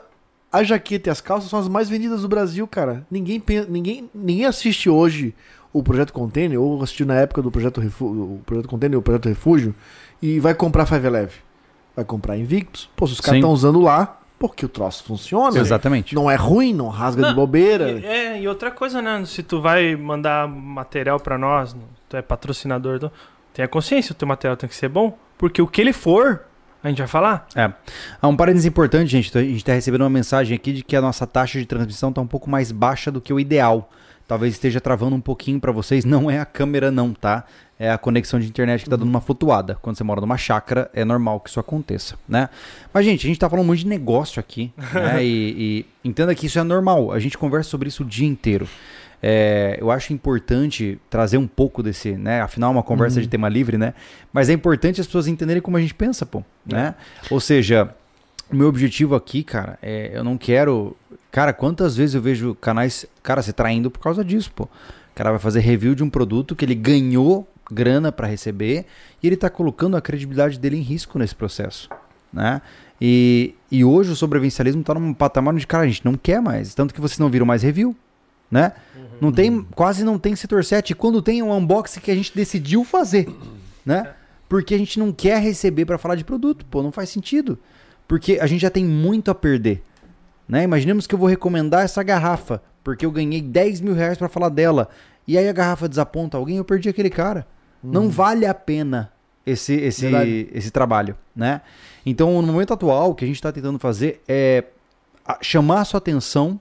a jaqueta e as calças são as mais vendidas do Brasil, cara. Ninguém pen- ninguém, ninguém assiste hoje o projeto Container ou assistiu na época do projeto Refúgio, o projeto Container, o projeto Refúgio e vai comprar Five Eleven. Vai comprar Invictus. Pô, se os caras
Sim.
estão usando lá, porque o troço
Ah,
funciona.
Exatamente.
Não é ruim, não rasga de
Não,
bobeira.
E- É, e outra coisa, né? Se tu vai mandar material pra nós, tu é patrocinador, tu- tenha consciência, o teu material tem que ser bom, porque o que ele for, a gente vai falar.
É. Há um parênteses importante, tá gente. A gente está recebendo uma mensagem aqui de que a nossa taxa de transmissão está um pouco mais baixa do que o ideal. talvez esteja travando um pouquinho pra vocês. Não é a câmera, não, tá? É a conexão de internet que tá dando uma flutuada. Quando você mora numa chácara, é normal que isso aconteça, né? Mas, gente, a gente tá falando muito de negócio aqui, né? e, e entenda que isso é normal. A gente conversa sobre isso o dia inteiro. É, eu acho importante trazer um pouco desse, né? Afinal, é uma conversa de tema livre, né? Mas é importante as pessoas entenderem como a gente pensa, pô, né? Ou seja, o meu objetivo aqui, cara, é eu não quero. Cara, quantas vezes eu vejo canais, cara, se traindo por causa disso, pô. O cara vai fazer review de um produto que ele ganhou grana pra receber e ele tá colocando a credibilidade dele em risco nesse processo, né? E, e hoje o sobrevivencialismo tá num patamar onde, cara, a gente não quer mais. Tanto que vocês não viram mais review, né? Não tem, quase não tem setor 7. E Quando tem um unboxing que a gente decidiu fazer, né? Porque a gente não quer receber pra falar de produto, pô, não faz sentido. Porque a gente já tem muito a perder, né? Imaginemos que eu vou recomendar essa garrafa, porque eu ganhei 10 mil reais pra falar dela. E aí a garrafa desaponta alguém, eu perdi aquele cara. Não vale a pena esse, esse,
Verdade.
esse trabalho, né? Então, no momento atual, o que a gente tá tentando fazer é a- chamar a sua atenção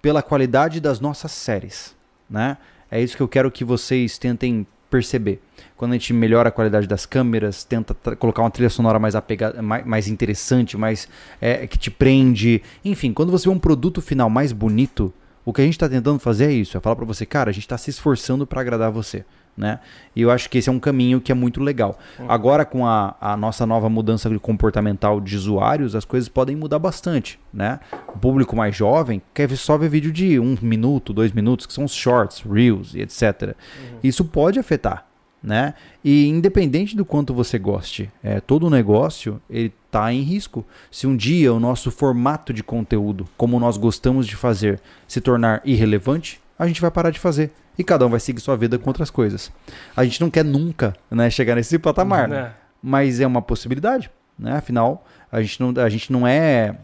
pela qualidade das nossas séries, né? É isso que eu quero que vocês tentem perceber. Quando a gente melhora a qualidade das câmeras, tenta tra- colocar uma trilha sonora mais apegada, mais, mais interessante, mais é, que te prende, enfim, quando você vê um produto final mais bonito, o que a gente está tentando fazer é isso, é falar para você, cara, a gente está se esforçando para agradar você, né? E eu acho que esse é um caminho que é muito legal. Agora com a, a nossa nova mudança comportamental de usuários, as coisas podem mudar bastante, né? O público mais jovem quer ver- só ver vídeo de um minuto, dois minutos, que são os shorts, reels e etc. Isso pode afetar, né? E independente do quanto você goste, é, todo negócio ele tá em risco. Se um dia o nosso formato de conteúdo, como nós gostamos de fazer, se tornar irrelevante, a gente vai parar de fazer. E cada um vai seguir sua vida com outras coisas. A gente não quer nunca né, chegar nesse patamar,
É.
mas é uma possibilidade. Né? Afinal, a gente não, a gente não é.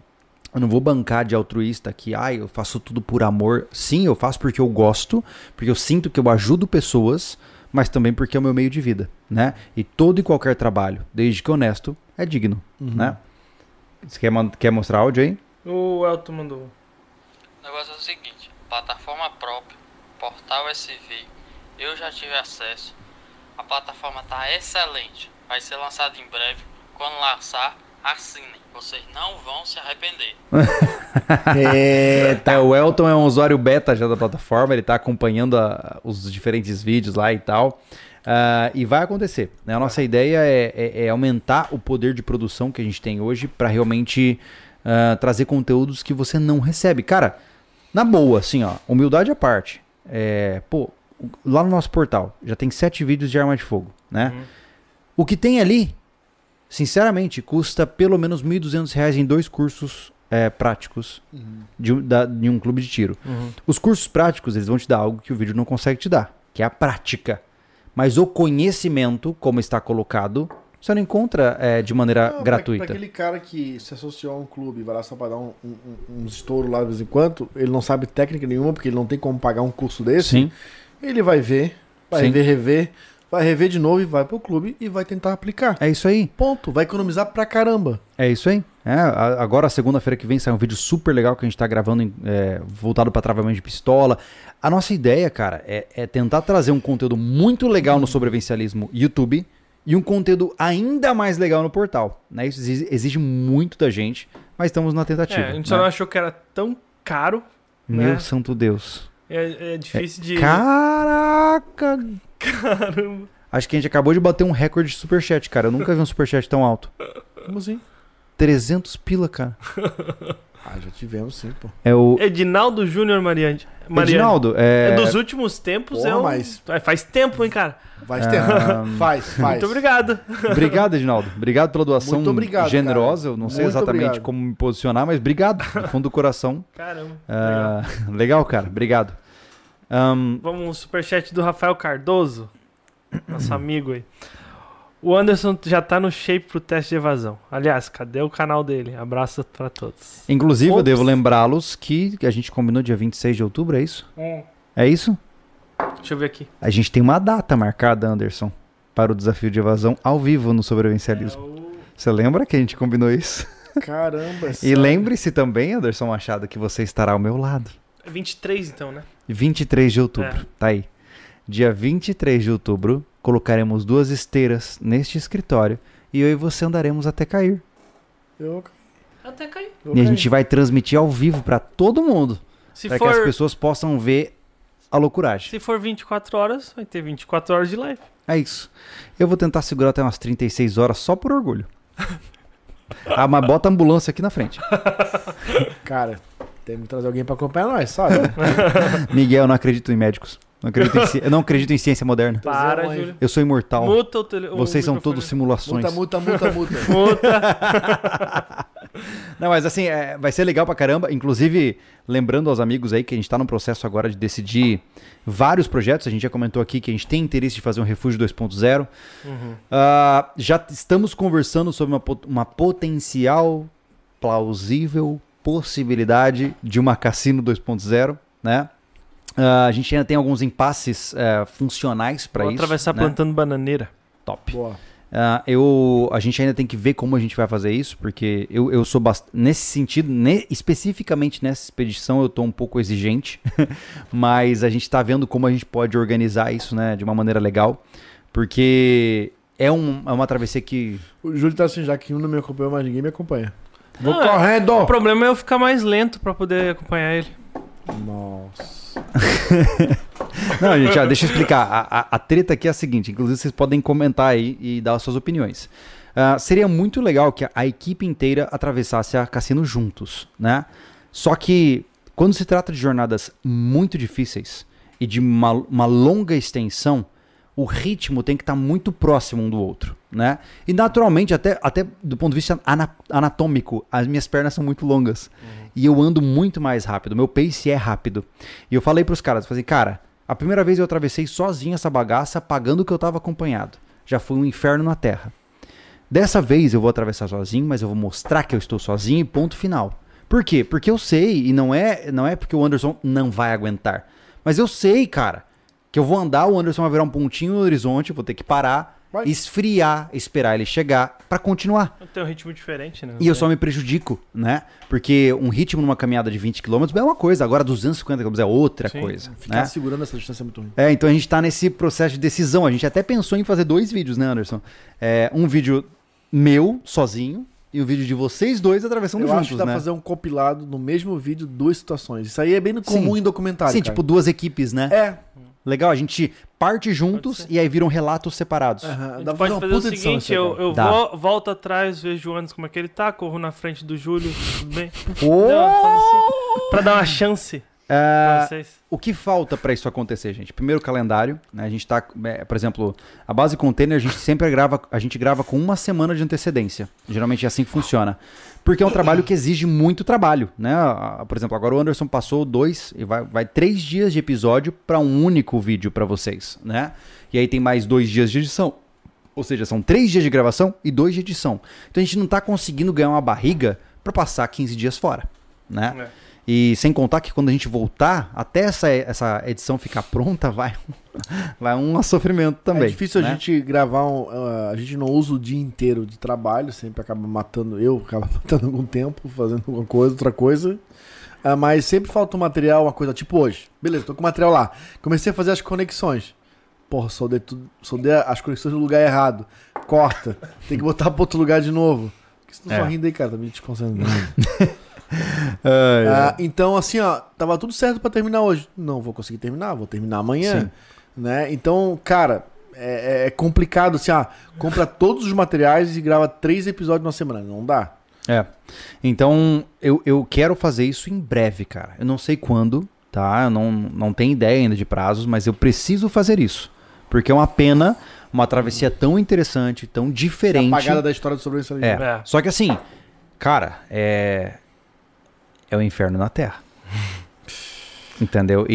Eu não vou bancar de altruísta que, ai, eu faço tudo por amor. Sim, eu faço porque eu gosto, porque eu sinto que eu ajudo pessoas, mas também porque é o meu meio de vida, né? E todo e qualquer trabalho, desde que honesto, é digno, né? Você quer, man- quer mostrar áudio aí?
O Elton mandou.
O negócio é o seguinte, plataforma própria, portal SV, eu já tive acesso. A plataforma tá excelente, vai ser lançada em breve. Quando lançar, assinem. Vocês não vão se arrepender.
É, o Elton é um usuário beta já da plataforma, ele tá acompanhando a- os diferentes vídeos lá e tal. Ah, e vai acontecer. né? A nossa ideia é, é- é aumentar o poder de produção que a gente tem hoje pra realmente ah, trazer conteúdos que você não recebe. Cara, na boa, assim, ó, humildade à parte. É, pô, lá no nosso portal já tem sete vídeos de arma de fogo, né? O que tem ali, sinceramente, custa pelo menos R$ 1.200 reais em dois cursos é, práticos
Uhum.
de, um- da- de um clube de tiro. Os cursos práticos, eles vão te dar algo que o vídeo não consegue te dar, que é a prática. Mas o conhecimento, como está colocado, você não encontra é, de maneira
Não, Ah, pra-
gratuita.
Pra, aquele cara que se associou a um clube e vai lá só pra dar um, um, um- uns estouro lá de vez em quando, ele não sabe técnica nenhuma, porque ele não tem como pagar um curso desse.
Sim.
Ele vai ver, vai
Sim.
rever, rever, vai rever de novo e vai pro clube e vai tentar aplicar.
É isso aí.
Ponto. Vai economizar pra caramba.
É isso aí. É, a- agora, segunda-feira que vem, sai um vídeo super legal que a gente tá gravando em- é, voltado pra travamento de pistola. A nossa ideia, cara, é, é tentar trazer um conteúdo muito legal no sobrevivencialismo YouTube e um conteúdo ainda mais legal no portal. né? Isso exi- exige muito da gente, mas estamos na tentativa.
É, a gente só
né?
não achou que era tão caro.
Meu
né?
santo Deus.
É, é difícil de.
Caraca!
Caramba.
Acho que a gente acabou de bater um recorde de superchat, cara. Eu nunca vi um superchat tão alto.
Como assim?
300 pila, cara.
Ah, já tivemos sim, pô.
É o.
Edinaldo Júnior Mariante. Mariano.
Edinaldo, é...
É dos últimos tempos
Porra,
é um...
mas-
É, Faz tempo, hein, cara?
Vai
Ah,
ter. faz, faz.
Muito obrigado.
Obrigado, Edinaldo. Obrigado pela doação
Muito obrigado,
generosa. Eu não sei
Muito
exatamente
obrigado.
como me posicionar, mas obrigado, do fundo do coração.
Caramba.
Ah, legal, cara. Obrigado. Ahn,
Vamos um superchat do Rafael Cardoso, nosso amigo aí. O Anderson já tá no shape pro teste de evasão. Aliás, cadê o canal dele? Abraço pra todos.
inclusive, eu
Ops.
devo lembrá-los que a gente combinou dia 26 de outubro, é isso? É isso?
Deixa eu ver aqui.
A gente tem uma data marcada, Anderson, para o desafio de evasão ao vivo no sobrevivencialismo.
É
Você lembra que a gente combinou isso?
Caramba.
E lembre-se também, Anderson Machado, que você estará ao meu lado.
É 23 então, né?
23 de outubro.
É.
Tá aí. Dia 23 de outubro, colocaremos duas esteiras neste escritório e eu e você andaremos até cair.
Eu...
Até caiu.
E a gente vai transmitir ao vivo pra todo mundo,
Se
Pra É que as
for,
pessoas possam ver a loucuragem.
se for 24 horas, vai ter 24 horas de live.
É isso. Eu vou tentar segurar até umas 36 horas só por orgulho. ah, mas bota a ambulância aqui na frente.
Cara, temos que trazer alguém pra acompanhar nós, sabe?
Miguel, eu não acredito em médicos. Não acredito em ci- eu não acredito em ciência moderna.
Para,
mãe.
Júlio.
Eu sou imortal.
Muta o tele... o
Então, Vocês são
microfone.
todos simulações.
Multa, multa, multa, multa.
Muta.
Não, mas assim, é, vai ser legal pra caramba. Inclusive, lembrando aos amigos aí que a gente tá num processo agora de decidir vários projetos. A gente já comentou aqui que a gente tem interesse de fazer um Refúgio 2.0.
Uhum.
Ah, já t- estamos conversando sobre uma, pot- uma potencial, plausível possibilidade de uma Cassino 2.0, né? Ah, a gente ainda tem alguns impasses eh, funcionais pra
Vou
isso.
atravessar
né?
plantando bananeira.
Top.
Boa.
Ah, eu, a gente ainda tem que ver como a gente vai fazer isso, porque eu, eu sou bastante. Nesse sentido, ne- especificamente nessa expedição, eu tô um pouco exigente, mas a gente tá vendo como a gente pode organizar isso né, de uma maneira legal, porque é, um, é uma travessia que.
O Júlio tá assim, já que um não me acompanhou, mas ninguém me acompanha. Vou
Ah,
correndo!
O problema é eu ficar mais lento pra poder acompanhar ele.
Nossa.
Não, gente, ó, deixa eu explicar. A, a- a treta aqui é a seguinte: inclusive vocês podem comentar aí e dar as suas opiniões. Ah, seria muito legal que a, a equipe inteira atravessasse a cassino juntos, né? Só que quando se trata de jornadas muito difíceis e de uma, uma longa extensão, o ritmo tem que estar muito próximo um do outro, né? E naturalmente, até, até do ponto de vista ana- anatômico, as minhas pernas são muito longas. E eu ando muito mais rápido, meu pace é rápido. E eu falei pros caras, eu falei, assim, cara, a primeira vez eu atravessei sozinho essa bagaça, pagando o que eu tava acompanhado. Já foi um inferno na terra. Dessa vez eu vou atravessar sozinho, mas eu vou mostrar que eu estou sozinho e ponto final. Por quê? Porque eu sei, e não é, não é porque o Anderson não vai aguentar. Mas eu sei, cara, que eu vou andar, o Anderson vai virar um pontinho no horizonte, eu vou ter que parar,
Vai.
esfriar, esperar ele chegar pra continuar.
Eu tenho um ritmo diferente, né?
E eu só me prejudico, né? Porque um ritmo numa caminhada de 20 km é uma coisa, agora 250 km é outra
Sim,
coisa.
Ficar
Né?
segurando essa distância é muito ruim.
É, então a gente tá nesse processo de decisão. A gente até pensou em fazer dois vídeos, né, Anderson? É, um vídeo meu, sozinho, e um vídeo de vocês dois atravessando
Eu
juntos,
acho que dá
né?
pra fazer um compilado no mesmo vídeo, duas situações. Isso aí é bem comum
Sim.
em documentário.
Sim,
cara.
tipo duas equipes, né?
É,
Legal, a gente parte juntos e aí viram relatos separados.
aham,
A
dá
gente
pra
pode
fazer uma
fazer o
puta edição.
seguinte,
isso aí,
eu,
cara.
eu
Dá.
vo- volto atrás, vejo o Anderson como é que ele tá, corro na frente do Júlio, tudo bem?
Ô!
Não, eu falo assim, pra dar uma chance
Ah,
pra vocês.
O que falta pra isso acontecer, gente? Primeiro o calendário, né? A gente tá, é, por exemplo, a base container a gente sempre grava, a gente grava com uma semana de antecedência. Geralmente é assim que funciona. Porque é um trabalho que exige muito trabalho, né? A- a- Por exemplo, agora o Anderson passou dois e vai, vai três dias de episódio pra um único vídeo pra vocês, né? E aí tem mais dois dias de edição. Ou seja, são três dias de gravação e dois de edição. Então a gente não tá conseguindo ganhar uma barriga pra passar 15 dias fora, né?
É.
E sem contar que quando a gente voltar, até essa, essa edição ficar pronta, vai, um- vai um sofrimento também.
é difícil
né?
a gente gravar um. ah, a gente não usa o dia inteiro de trabalho, sempre acaba matando. Eu acaba matando algum tempo, fazendo alguma coisa, outra coisa. Ah, mas sempre falta um material, uma coisa, tipo hoje. Beleza, tô com o material lá. Comecei a fazer as conexões. Porra, soldei, tudo, soldei as conexões no lugar errado. Corta. Tem que botar pra outro lugar de novo. Por que você não
É.
tá rindo aí, cara? Tá me desconcentrando.
Ai, ai.
Ah, então, assim, ó, tava tudo certo pra terminar hoje. Não vou conseguir terminar, vou terminar amanhã.
Sim.
Né? Então, cara, é, é complicado, assim, ah, compra todos os materiais e grava três episódios na semana. Não dá.
É. Então, eu, eu quero fazer isso em breve, cara. Eu não sei quando, tá? Eu não, não tenho ideia ainda de prazos, mas eu preciso fazer isso. Porque é uma pena uma travessia tão interessante, tão diferente.
Apagada da história do sobrevivência
É.
É.
Só que assim, cara, é. É o inferno na Terra. Entendeu? E,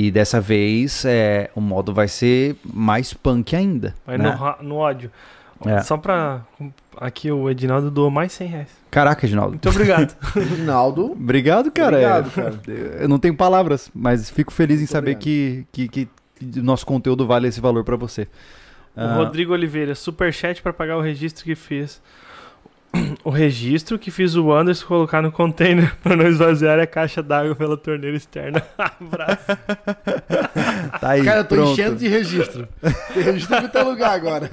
e- e dessa vez é, o modo vai ser mais punk ainda.
Vai
né?
no, ra- no ódio.
É.
Só pra... Aqui o Edinaldo doou mais 100 reais.
Caraca, Edinaldo.
Então,
Muito obrigado.
Rinaldo.
Obrigado, cara. É,
Obrigado, cara.
Eu não tenho palavras, mas fico feliz em
Muito
saber que, que, que que nosso conteúdo vale esse valor pra você.
O
Ah,
Rodrigo Oliveira, superchat pra pagar o registro que fez. o registro que fiz o Anderson colocar no container pra não esvaziar a caixa d'água pela torneira externa. Abraço.
Tá aí,
Cara, eu tô
pronto.
enchendo de registro. Tem registro em qualquer lugar agora.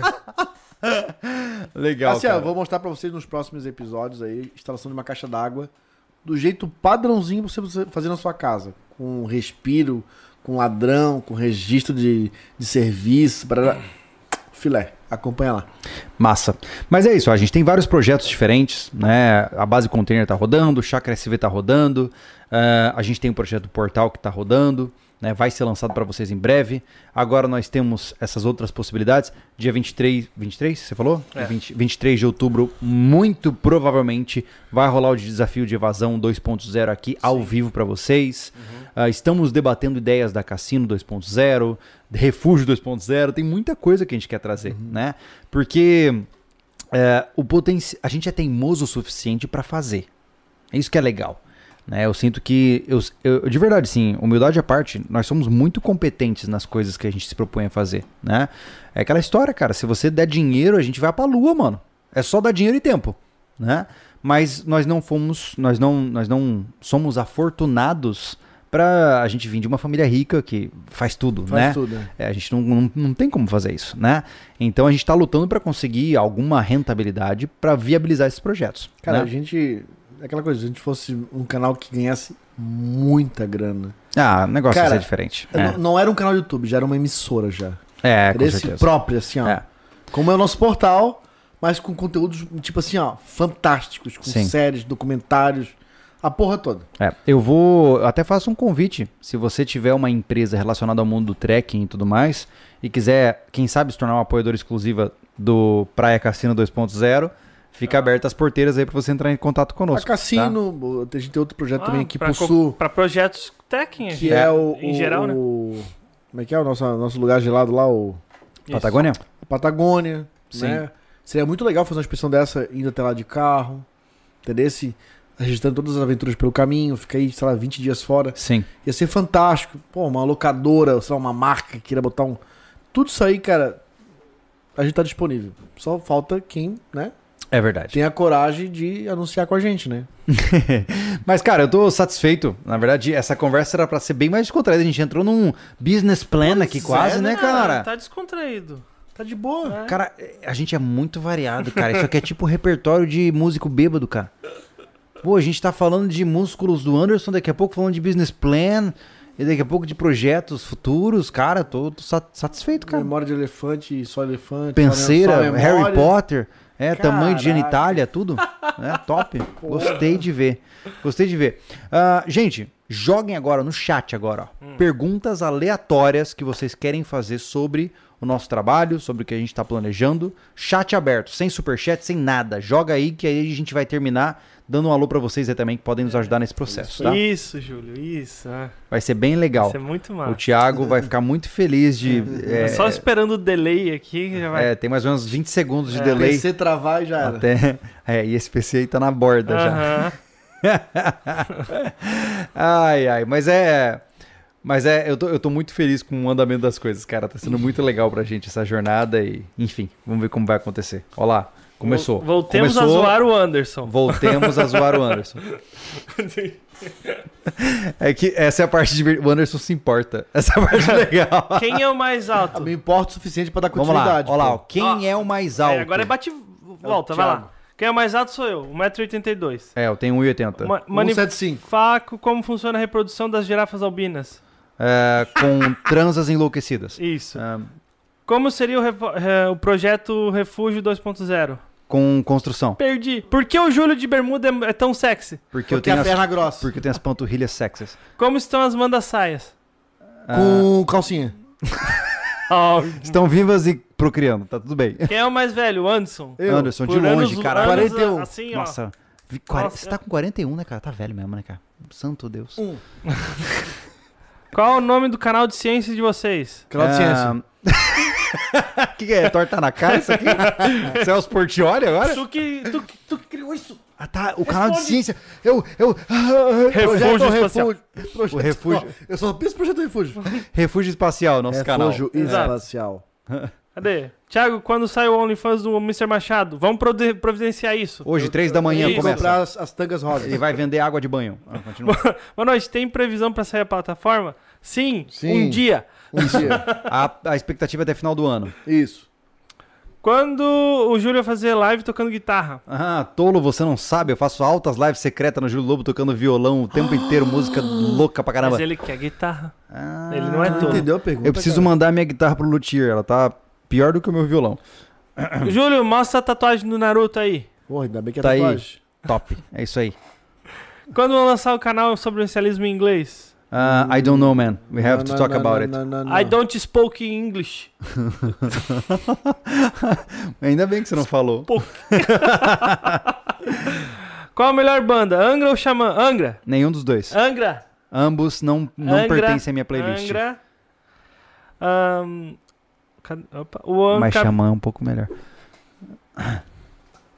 Legal,
assim, ó,
cara.
eu vou mostrar pra vocês nos próximos episódios aí, instalação de uma caixa d'água do jeito padrãozinho pra você fazer na sua casa. Com respiro, com ladrão, com registro de, de serviço, barará. filé. Acompanha lá.
Massa. Mas é isso, ó, a gente tem vários projetos diferentes, né? A base container tá rodando, o Chakra SV tá rodando, ah, a gente tem o projeto do Portal que tá rodando, né? Vai ser lançado para vocês em breve. Agora nós temos essas outras possibilidades. Dia 23, 23, você falou? 20 23 de outubro, muito provavelmente vai rolar o desafio de evasão 2.0 aqui ao vivo para vocês. Ah, estamos debatendo ideias da Cassino 2.0, Refúgio 2.0, tem muita coisa que a gente quer trazer, né? Porque é, o potenci... a gente é teimoso o suficiente pra fazer. É isso que é legal. Né? Eu sinto que, eu, eu- de verdade, sim, humildade à parte, nós somos muito competentes nas coisas que a gente se propõe a fazer. Né? É aquela história, cara. Se você der dinheiro, a gente vai pra lua, mano. É só dar dinheiro e tempo. Né? Mas nós não fomos, nós não, nós não somos afortunados pra a gente vir de uma família rica que faz tudo,
Faz
né?
tudo. né?
É, a gente não, não, não tem como fazer isso, né? Então a gente está lutando para conseguir alguma rentabilidade para viabilizar esses projetos.
Cara,
né?
a gente. é Aquela coisa, se a gente fosse um canal que ganhasse muita grana.
Ah, o negócio
Cara,
vai ser diferente.
Eu
É,
Não, não era um canal do YouTube, já era uma emissora já.
é
era
com
esse
certeza.
próprio, assim, ó.
É.
Como é o nosso portal, mas com conteúdos, tipo assim, ó, fantásticos, com
Sim.
séries, documentários, a porra toda.
É, eu vou. eu até faço um convite. Se você tiver uma empresa relacionada ao mundo do trekking e tudo mais, e quiser, quem sabe, se tornar uma apoiadora exclusiva do Praia Cassino 2.0, fica aberta as porteiras aí para você entrar em contato
A
conosco. tá?
Cassino, a gente tem outro projeto também
Ah,
aqui
pra
pro
co-
sul,
Pra projetos técnicos.
que é, o.
Em
o-
geral, né?
o- Como é que é o nosso, nosso lugar gelado lá? O
Isso.
tá? Patagônia?
a Patagônia.
Sim.
Né? Seria muito legal fazer uma expedição dessa indo até lá de carro, entendeu? Se- Registrando todas as aventuras pelo caminho, fiquei, sei lá, 20 dias fora.
Sim.
Ia ser fantástico. Pô, uma locadora, sei lá, uma marca que queira botar um. Tudo isso aí, cara, a gente tá disponível. Só falta quem, né?
É verdade.
Tem a coragem de anunciar com a gente, né?
Mas, cara, eu tô satisfeito. Na verdade, essa conversa era pra ser bem mais descontraída. A gente entrou num business plan aqui quase, né, cara?
Tá descontraído.
Tá de boa.
Cara, a gente é muito variado, cara. Isso aqui é tipo repertório de músico bêbado, cara. Pô, a gente tá falando de músculos do Anderson, daqui a pouco falando de business plan, e daqui a pouco de projetos futuros, cara. Tô, tô sa- satisfeito, cara.
Memória de elefante, só elefante. só
Penseira,
memória.
Harry Potter, é,
Caraca.
tamanho de genitália, tudo. Né? Top. Gostei de ver. Gostei de ver. Ah, gente, joguem agora no chat agora,
Hum.
ó. Perguntas aleatórias que vocês querem fazer sobre o nosso trabalho, sobre o que a gente tá planejando. Chat aberto, sem superchat, sem nada. Joga aí que aí a gente vai terminar dando um alô pra vocês aí também que podem nos ajudar nesse processo, tá?
Isso, Júlio, isso. ah,
Vai ser bem legal.
Isso é muito
O
massa.
Thiago vai ficar muito feliz de.
É,
é,
Só esperando o delay aqui que já vai.
é, tem mais ou menos 20 segundos de
É.
delay.
PC travar e já era.
Até. É, e esse PC aí tá na borda já.
Aham.
Ai, ai, mas é. Mas é, eu tô, eu tô muito feliz com o andamento das coisas, cara. Tá sendo muito legal pra gente essa jornada e, enfim, vamos ver como vai acontecer. Ó lá, começou.
Vol- Voltemos
Começou,
a zoar o Anderson.
Voltemos a zoar o Anderson. É que essa é a parte de. O Anderson se importa. Essa é a parte legal.
Quem é o mais alto?
Me importa o suficiente pra dar
Vamos lá,
continuidade.
ó lá, ó,
pô.
quem
Ó,
é o mais alto?
É, agora é bate. Volta, vai lá. Quem é o mais alto sou eu, 1,82m.
É, eu tenho 1,80.
Ma
175.
Manifaco, como funciona a reprodução das girafas albinas?
É, com transas enlouquecidas.
Isso.
Ah,
Como seria o, repo- eh, o projeto Refúgio 2.0?
com construção.
Perdi. Por que o Júlio de Bermuda é é tão sexy?
Porque, eu
Porque
tenho
é a
as,
perna grossa.
porque eu tenho as panturrilhas sexys. Ah,
Como estão as mandas saias?
Com calcinha.
Ó,
Estão vivas e procriando, tá tudo bem.
quem é o mais velho? O Anderson.
Anderson, de
Por
longe,
anos-
caralho.
anos,
41.
Assim, ó.
um. Nossa, vi- quare-
Nossa,
você tá com 41, né, cara? Tá velho mesmo, né, cara? Santo Deus.
Um.
Qual é o nome do canal de ciência de
ah,
vocês?
Canal de ciência.
O que, que é? Torta na cara isso aqui? Celso Portioli agora?
Tu que, tu, que- tu que criou isso?
Ah, tá. O canal de ciência. Eu. eu ah,
Refúgio espacial.
Projeto-
O refúgio.
Ó, Eu só penso no projeto refúgio.
Refúgio espacial, nosso canal.
Refúgio
Exato.
espacial.
Cadê? Thiago, quando sai o OnlyFans do Mr. Machado? Vamos prode- providenciar isso.
Hoje, três da manhã,
Isso.
começa.
Comprar as, as tangas rosas.
Ele vai vender água de banho. Ah, continua.
Boa noite, tem previsão pra sair a plataforma? Sim,
Sim.
um dia.
Um dia.
A, a expectativa é até final do ano.
Isso.
Quando o Júlio fazer live tocando guitarra?
Ah, tolo, você não sabe. Eu faço altas lives secretas no Júlio Lobo tocando violão o tempo inteiro, música louca pra caramba.
Ah,
Ah,
Mas ele quer guitarra. ele não é todo.
Entendeu a pergunta?
Eu preciso mandar minha guitarra pro Luthier, ela tá pior do que o meu violão.
Júlio, mostra a tatuagem do Naruto aí.
cara? Porra, ainda bem que é
Tá aí.
tatuagem.
Top, é isso aí.
Quando vão lançar o canal sobre o socialismo em inglês?
Ah, I don't know, man. We have to
Não,
talk
não,
about
não,
it.
não, não,
I
não.
don't spoke in English.
Ainda bem que você não falou.
Qual a melhor banda? Angra ou Xamã? Angra.
Nenhum dos dois.
Angra.
Ambos não, não
Angra,
pertencem à minha playlist.
Angra. Ahn, cadê- opa, o Angra.
Mas Xamã é um pouco melhor.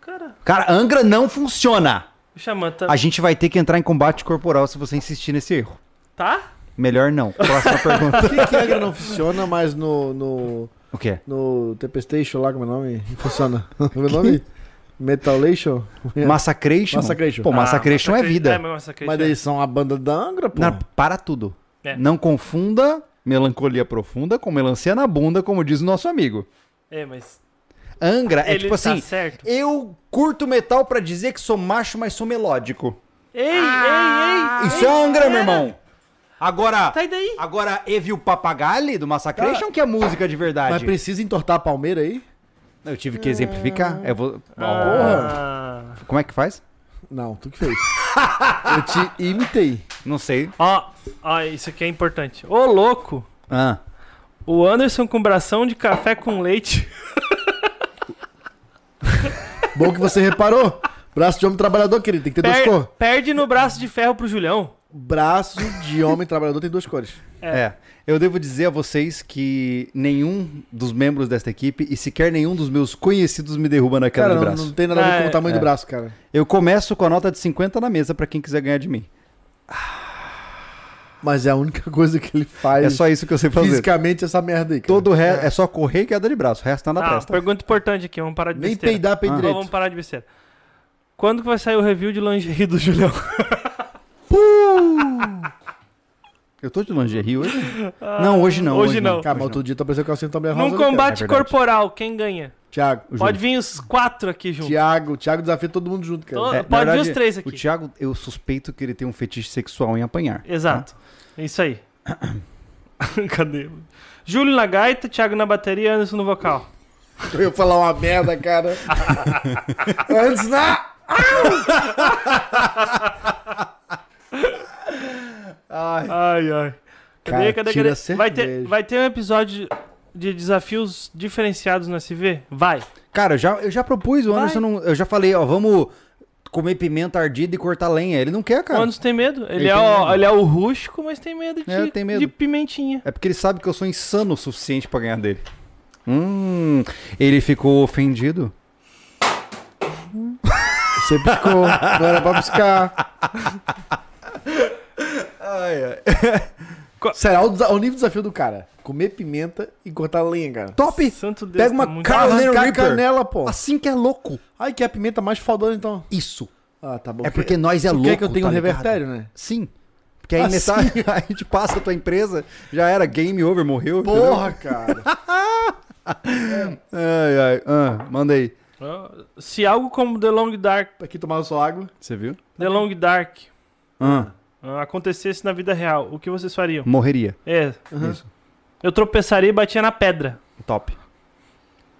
Cara,
Cara, Angra não funciona.
o Xamã tá.
A gente vai ter que entrar em combate corporal se você insistir nesse erro.
tá?
Melhor não. Próxima pergunta.
Por que que a Angra não funciona, mas no, no,
O quê?
no Tempestation lá, como é o nome? Funciona. Como é o nome? Metalation?
Massacration?
Massacration.
Pô, Massacration
É. Ah,
é
Massacre-
vida.
É, mas Massacration
Mas
é.
eles são a banda da Angra, pô.
Na- para tudo.
É.
Não confunda melancolia profunda com melancia na bunda, como diz o nosso amigo.
É, mas.
Angra é
ele
tipo
tá
assim,
certo.
eu curto metal pra dizer que sou macho, mas sou melódico.
Ei, ei, ei.
Isso é Angra, meu irmão. Agora,
Sai Tá, daí. Tá.
agora Evil Papagali do Massacration que é música de
Mas
verdade.
precisa entortar a palmeira aí?
Eu tive que exemplificar. Eu vou-
Ah.
Como é que faz?
Não, tu que fez. Eu te imitei.
Não sei.
Ó, ó, isso aqui é importante. Ô, louco.
Ah.
O Anderson com bração de café com leite.
Bom que você reparou. Braço de homem trabalhador, querido. Tem que ter duas
Per-
cores.
perde no braço de ferro pro Julião.
Braço de homem trabalhador tem duas cores.
É. Eu devo dizer a vocês que nenhum dos membros desta equipe e sequer nenhum dos meus conhecidos me derruba na cara
Cara,
do
não,
braço.
não tem nada a ver com
É,
o tamanho
é.
do braço, cara.
Eu começo com a nota de 50 na mesa pra quem quiser ganhar de mim.
Mas é a única coisa que ele faz.
É só isso que eu sei fazer.
fisicamente essa merda aí, cara.
Todo o re... é só correr e queda de braço. O resto tá na
Tá,
testa.
pergunta importante aqui, vamos parar de
Nem
besteira.
peidar,
Ó,
peidar direito.
vamos parar de besteira. Quando que vai sair o review de lingerie do Julião?
Eu tô de lingerie hoje? Ah, não, hoje não.
hoje não.
Cara, mas outro dia tá tu apareceu com a calcinha também
Num
um rosa.
combate
é verdade.
corporal, quem ganha?
Tiago.
Pode vir os quatro aqui junto.
Tiago. Tiago desafia todo mundo junto, cara.
Tô-
É, na
Pode vir os
verdade,
três
O
aqui.
Thiago, eu suspeito que ele tem um fetiche sexual em apanhar.
Exato. É isso aí. Cadê? Júlio na gaita, Thiago na bateria, Anderson no vocal.
Eu ia falar uma merda, cara. Antes na.
Ai, ai. Cadê,
Cara,
cadê,
tira
cadê?
cerveja.
Vai ter, vai ter um episódio de desafios diferenciados no SV? Vai.
Cara, eu já, eu já propus, o Anderson não. Eu já falei, ó, vamos comer pimenta ardida e cortar lenha. Ele não quer,
O
cara.
Anderson tem medo. Ele,
Ele
é,
tem
o,
medo.
ele é o rústico, mas tem medo de,
É, tem medo.
de pimentinha.
É porque ele sabe que eu sou insano o suficiente pra ganhar dele. Hum, ele ficou ofendido?
Você piscou. Não era pra piscar. Será o, desa- o nível de desafio do cara? Comer pimenta e cortar lenha, cara.
Top!
Santo Deus,
Pega
tá
uma
muito-
Carolina
Arrancar a
Ah, Reaper.
canela, pô.
Assim que é louco.
Ai, que é a pimenta mais fodona, então.
Isso.
Ah, tá bom.
É porque nós é
tu
louco.
quer que eu tenha um
tá ligado?
revertério, né?
Sim. Porque aí
Ah,
metade a gente passa a tua empresa, já era, game over, morreu. entendeu?
Porra, cara.
Ai, ai. Ah, manda aí.
Se algo como The Long Dark,
Aqui tomaram só água.
Você viu?
The Long Dark
Ah,
ah, acontecesse na vida real, o que vocês fariam?
morreria.
É.
Uhum.
Eu tropeçaria e batia na pedra.
Top.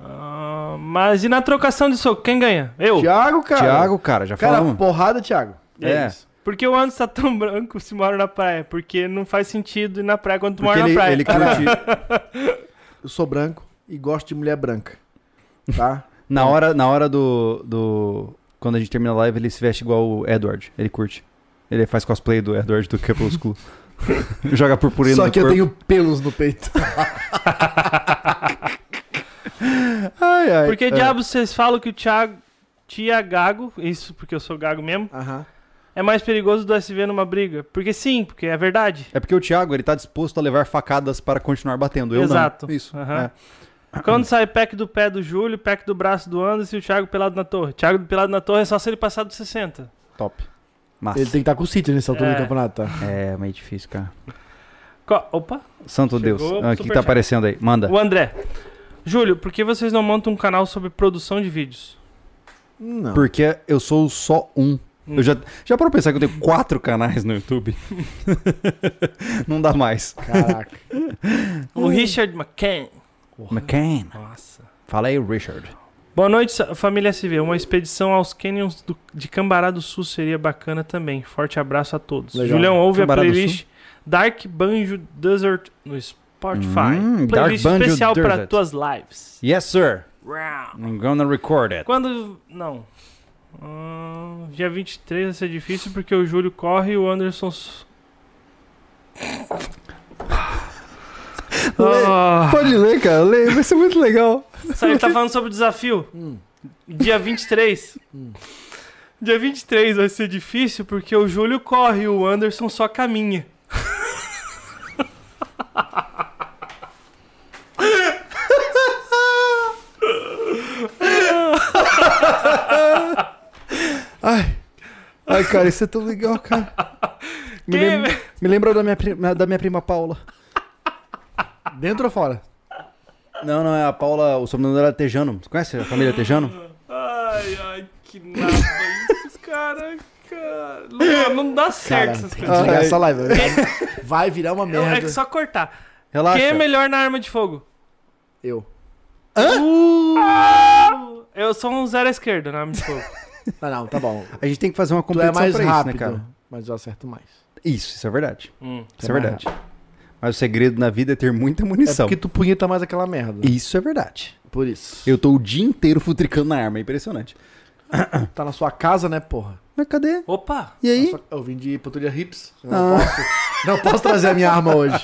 Ah, mas e na trocação de soco, quem ganha? Eu.
Tiago, cara.
Tiago, cara, um. já
Cara,
falamos.
porrada, Tiago.
é.
isso. Porque o Anderson tá tão branco se mora na praia? Porque não faz sentido ir na praia quando tu
Porque
mora
ele,
na praia.
ele curte.
Eu sou branco e gosto de mulher branca. Tá?
na hora, na hora do, do. Quando a gente termina a live, ele se veste igual o Edward. Ele curte. Ele faz cosplay do Edward do Crepúsculo. Joga purpurina
Só
no
que eu
corpo.
tenho pelos no peito.
Ai, ai.
Porque
É.
diabos vocês falam que o Thiago. Tia Gago, isso porque eu sou gago mesmo,
Aham.
é mais perigoso do SV numa briga. Porque sim, porque é verdade.
É porque o Thiago, ele tá disposto a levar facadas para continuar batendo. Eu
Exato.
não. Isso.
Aham.
é.
Quando sai pack do pé do Júlio, pack do braço do Anderson e o Thiago pelado na torre. Thiago pelado na torre é só se ele passar dos 60.
Top. Massa.
Ele tem que estar com o City nessa altura
É.
do campeonato, tá?
É meio difícil, cara.
Co- Opa,
Santo
Chegou
Deus.
o
Ah, O que que
superchat.
tá aparecendo aí? Manda.
o André. Júlio, por que vocês não montam um canal sobre produção de vídeos?
Não.
Porque eu sou só um.
Hum.
Eu já, já parou pra pensar que eu tenho quatro canais no YouTube? Não dá mais.
Caraca.
O Richard McCann.
McCain.
Nossa.
Fala aí, Richard.
Boa noite, sa- família SV. Uma expedição aos canyons do- de Cambará do Sul seria bacana também. Forte abraço a todos.
Legal.
Julião, ouve
Cambará
a
do
playlist Dark Banjo Desert no Spotify.
Hum,
playlist
Dark Banjo
especial para
Desert.
tuas lives.
Yes, sir.
Rau.
I'm gonna record it.
Quando. Não. Ahn, dia 23 vai ser difícil porque o Júlio corre e o Anderson. s- Ah,
Pode ler, cara. Lê. Vai ser muito legal.
sabe, ele tá falando sobre o desafio. Dia 23. Dia 23 vai ser difícil porque o Júlio corre e o Anderson só caminha.
Ai, cara, isso é tão legal, cara. Me,
Quem- é
lembra, me lembra da minha, prima, da minha prima Paula.
Dentro ou fora?
Não, não, é a Paula, o sobrenome dela é Tejano. Você conhece a família Tejano?
Ai, ai, que nada isso, cara. cara. Não, não dá certo essas
Tem que
coisas.
desligar
Ai.
essa live. né? Vai virar uma
É
tá merda.
que só cortar.
Relaxa.
Quem é melhor na arma de fogo?
Eu.
Eu sou um zero à esquerda na arma de fogo.
Não, não, tá bom.
A gente tem que fazer uma
Tu é
competição
mais
pra
rápido,
isso, né, cara?
mas eu acerto mais.
Isso, isso é verdade.
Hum.
Isso
Você
é
vai
verdade. Mas o segredo na vida é ter muita munição.
É porque tu punheta mais aquela merda.
Isso é verdade.
Por isso.
Eu tô o dia inteiro futricando na arma, é impressionante.
Tá na sua casa, né, porra?
Mas cadê?
Opa!
E aí?
Só- Eu vim de Patrulha Rips. Eu
Ah.
Não, posso, não posso trazer a minha arma hoje.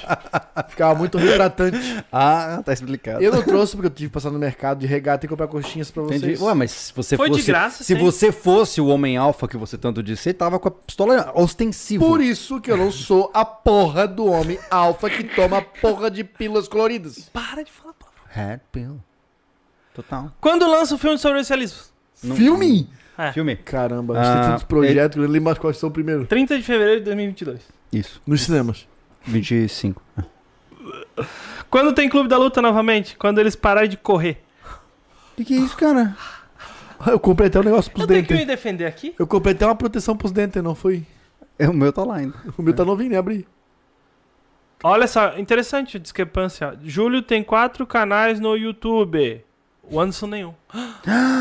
Ficava muito retratante.
Ah, tá explicado.
Eu não trouxe porque eu tive que passar no mercado de regata e comprar coxinhas pra vocês.
Entendi. Ué, mas se você
Foi de
fosse.
graça,
se
sim.
você fosse o homem alfa que você tanto disse, você tava com a pistola ostensiva.
Por isso que eu não sou a porra do homem alfa que toma porra de pílulas coloridas.
Para de falar palavrão.
Red pill. Total.
Quando lança o filme sobre socialismo?
Filme!
É.
Filme.
Caramba, a gente
Ah,
tem tantos projetos que eu nem lembro mais quais são o primeiro.
30 de fevereiro de 2022.
Isso.
Nos cinemas.
25.
Quando tem Clube da Luta novamente? Quando eles pararem de correr.
Que que é isso, cara?
Eu comprei até um negócio pros
Eu tenho que
dentes.
me defender aqui?
Eu comprei até uma proteção pros dentes, não foi?
É, o meu tá lá ainda.
O meu tá novinho, né? Abri.
Olha só, interessante a discrepância. Júlio tem quatro canais no YouTube. O Anderson nenhum.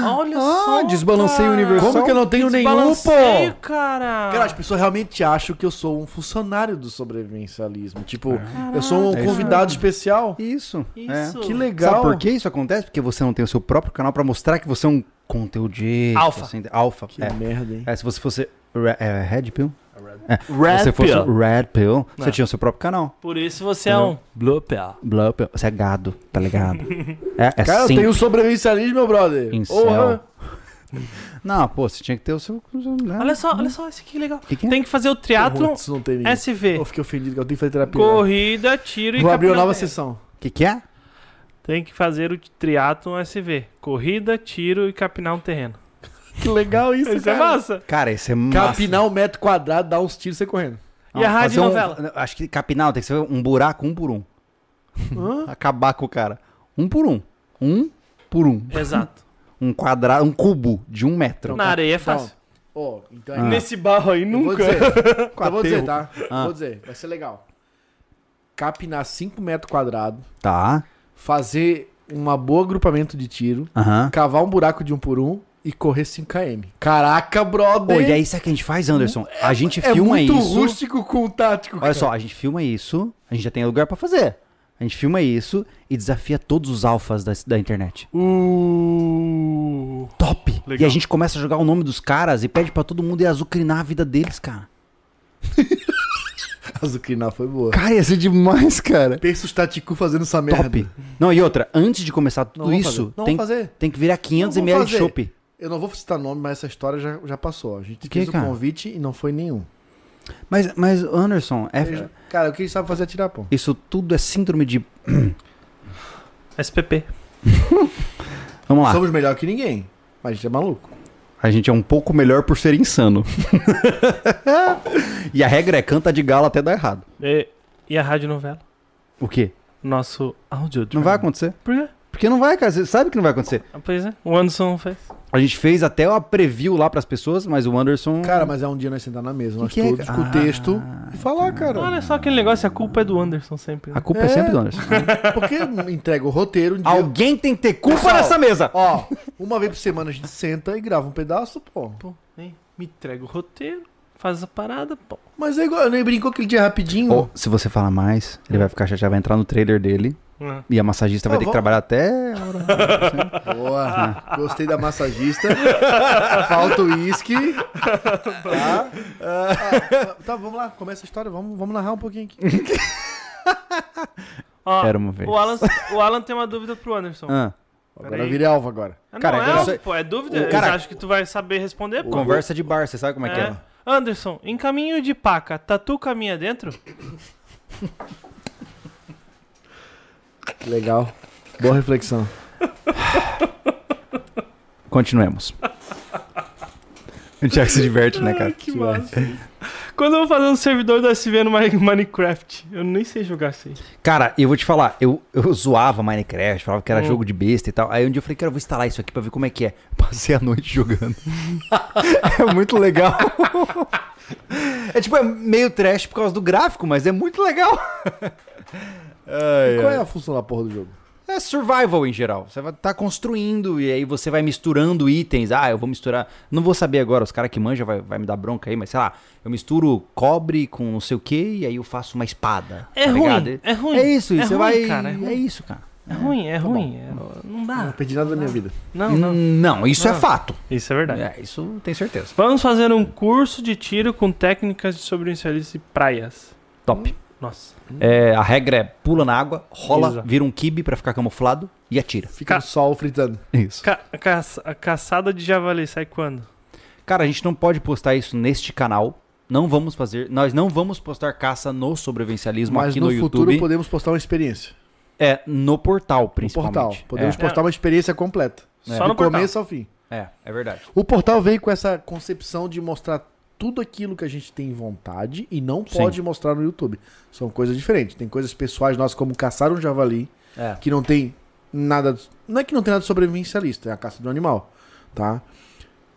Olha só.
Ah, desbalancei o universo.
Como que eu não tenho nenhum,
Desbalanceio,
pô?
cara.
Cara, as pessoas realmente acham que eu sou um funcionário do sobrevivencialismo. Tipo, eu sou um
Caraca.
convidado especial.
Isso. é.
Isso.
Que
Sabe
legal.
por que isso acontece? Porque você não tem o seu próprio canal pra mostrar que você é um conteudista.
Alfa.
Assim, alfa.
Que
é.
merda, hein?
É, se você fosse re- é, Red Pill, É, se você fosse Red Pill, você tinha o seu próprio canal.
Por isso você é um Blue Pill.
Blue Pill, você é gado, tá ligado? É, é
Cara, eu
sim.
tenho sobrevivencialismo, meu brother.
Incel.
Porra.
Não, pô, você tinha que ter o seu... né?
Olha só, olha só, esse aqui que legal.
Que que é?
Tem que fazer o triatlon
Putz, não tem ninguém.
SV.
Eu fiquei ofendido que eu tenho que fazer terapia.
Corrida, tiro e
Vou abrir uma nova
capoeira.
sessão.
Que que é?
Tem que fazer o triatlon SV. Corrida, tiro e capinar um terreno.
Que legal isso,
Isso é massa.
Cara, isso é massa.
Capinar um metro quadrado, dar uns tiros e sair correndo.
E a
fazer
rádio
um-
novela?
acho que capinal tem que ser um buraco um por um. Acabar com o cara. Um por um. Um por um.
né?
Exato.
Um quadrado, um cubo de um metro.
Na areia é
Então,
fácil.
ó, então é
Ah.
Nesse barro aí
Eu Vou
nunca.
dizer, eu vou dizer, tá?
Ah.
Vou dizer, vai ser legal. Capinar 5 metros quadrados,
Tá.
fazer um bom agrupamento de tiro,
Aham.
cavar um buraco de um por um e correr 5km. Caraca, brother!
Pô, e aí, sabe o que a gente faz, Anderson? A gente
é
filma
muito
isso.
rústico com tático,
Olha só, a gente filma isso, a gente já tem lugar pra fazer. A gente filma isso e desafia todos os alfas da, da internet.
Uh.
Top!
Legal.
E a gente começa a jogar o nome dos caras e pede pra todo mundo ir azucrinar a vida deles, cara.
cara. Azucrinar foi boa.
Cara, ia ser demais, cara.
Pensa os Taticu fazendo essa merda.
Top. Não, e outra, antes de começar tudo
Não vou
isso,
fazer. Não
tem,
vou fazer.
tem que virar
Não vou
500ml de
fazer.
chopp.
Eu não vou citar nome, mas essa história já, já passou. A gente
Que,
fez
cara?
o convite e não foi nenhum.
Mas, mas, Anderson, é-
Cara, o que ele sabe fazer é tirar pão.
isso tudo é síndrome de.
SPP.
Vamos lá.
Somos melhor que ninguém. Mas a gente é maluco.
A gente é um pouco melhor por ser insano. e a regra é canta de galo até dar errado.
E, e a rádio novela?
O quê?
Nosso áudio.
Não vai acontecer.
Por quê?
Porque não vai, cara. Você sabe que não vai acontecer.
Ah, Pois é, o Anderson fez.
A gente fez até uma preview lá pras pessoas, mas o Anderson.
Cara, mas é um dia nós sentar na mesa, nós
que é,
todos
cara?
com o texto e falar, cara.
Olha só aquele negócio, a culpa é do Anderson sempre.
a culpa é, sempre do Anderson.
Porque entrega o roteiro um dia.
Alguém tem que ter culpa
Pessoal,
nessa mesa.
Ó, uma vez por semana a gente senta e grava um pedaço, pô.
Pô, hein? Me entrega o roteiro, faz a parada, pô.
Mas é igual, eu nem brincou aquele dia rapidinho.
Ou, se você falar mais, ele vai ficar chateado, vai entrar no trailer dele.
Ah.
E a massagista vai ter que
vamos-
trabalhar até. a hora.
Boa. Gostei da massagista. Falta o uísque. Tá? Ah, tá, vamos lá. Começa a história. Vamos, vamos narrar um pouquinho aqui.
Ó,
Era uma vez.
O Alan, o Alan tem uma dúvida pro Anderson.
Ah,
Agora
Peraí.
virei alvo agora.
Ah, Não,
cara,
é
eu
algo,
sei-
pô, é dúvida.
o cara-
Eu acho que tu vai saber responder, pô.
conversa de bar, você sabe como é, que
É.
é?
Anderson, em caminho de paca, tá tatu caminha dentro?
Legal. Boa reflexão.
Continuemos. O Thiago se diverte, né, cara?
Que massa. Quando eu vou fazer um servidor do SV no Mi- Minecraft, eu nem sei jogar assim.
Cara, eu vou te falar, eu, eu zoava Minecraft, falava que era jogo de besta e tal. Aí um dia eu falei, cara, eu vou instalar isso aqui pra ver como é que é. Passei a noite jogando. é muito legal. é tipo, é meio trash por causa do gráfico, mas é muito legal.
E qual é a função da porra do jogo?
É survival em geral. Você vai estar construindo e aí você vai misturando itens. Ah, eu vou misturar. Não vou saber agora, os caras que manjam vai, vai me dar bronca aí, mas sei lá, eu misturo cobre com não sei o que e aí eu faço uma espada.
É
tá
ruim,
ligado?
é ruim,
É isso,
é
você
ruim,
vai.
cara, é ruim.
é isso, cara.
É ruim, é ruim. é- não
Não
dá.
perdi nada da minha vida.
Não,
Não,
não.
isso é
Não.
fato.
Isso é verdade.
É, isso tem certeza.
Vamos fazer um curso de tiro com técnicas de sobrevivencialista e praias.
Top.
Nossa.
É, a regra é pula na água, rola,
Hum, Exato.
vira um kibe pra ficar camuflado e atira.
Fica no sol fritando.
Isso.
Ca- caça- a caçada de javali sai quando?
Cara, a gente não pode postar isso neste canal. Não vamos fazer. Nós não vamos postar caça no sobrevivencialismo
Mas
aqui
no,
no,
futuro
YouTube.
podemos postar uma experiência.
É, no portal,
No portal.
principalmente.
Podemos postar uma experiência completa.
Só
Do
no portal.
começo ao fim.
É, é, é verdade.
O portal veio com essa concepção de mostrar tudo aquilo que a gente tem vontade e não
Sim.
pode mostrar no YouTube. São coisas diferentes. Tem coisas pessoais nossas, como caçar um javali,
É.
que não tem nada. Não é que não tem nada de sobrevivencialista, é a caça de um animal. Tá?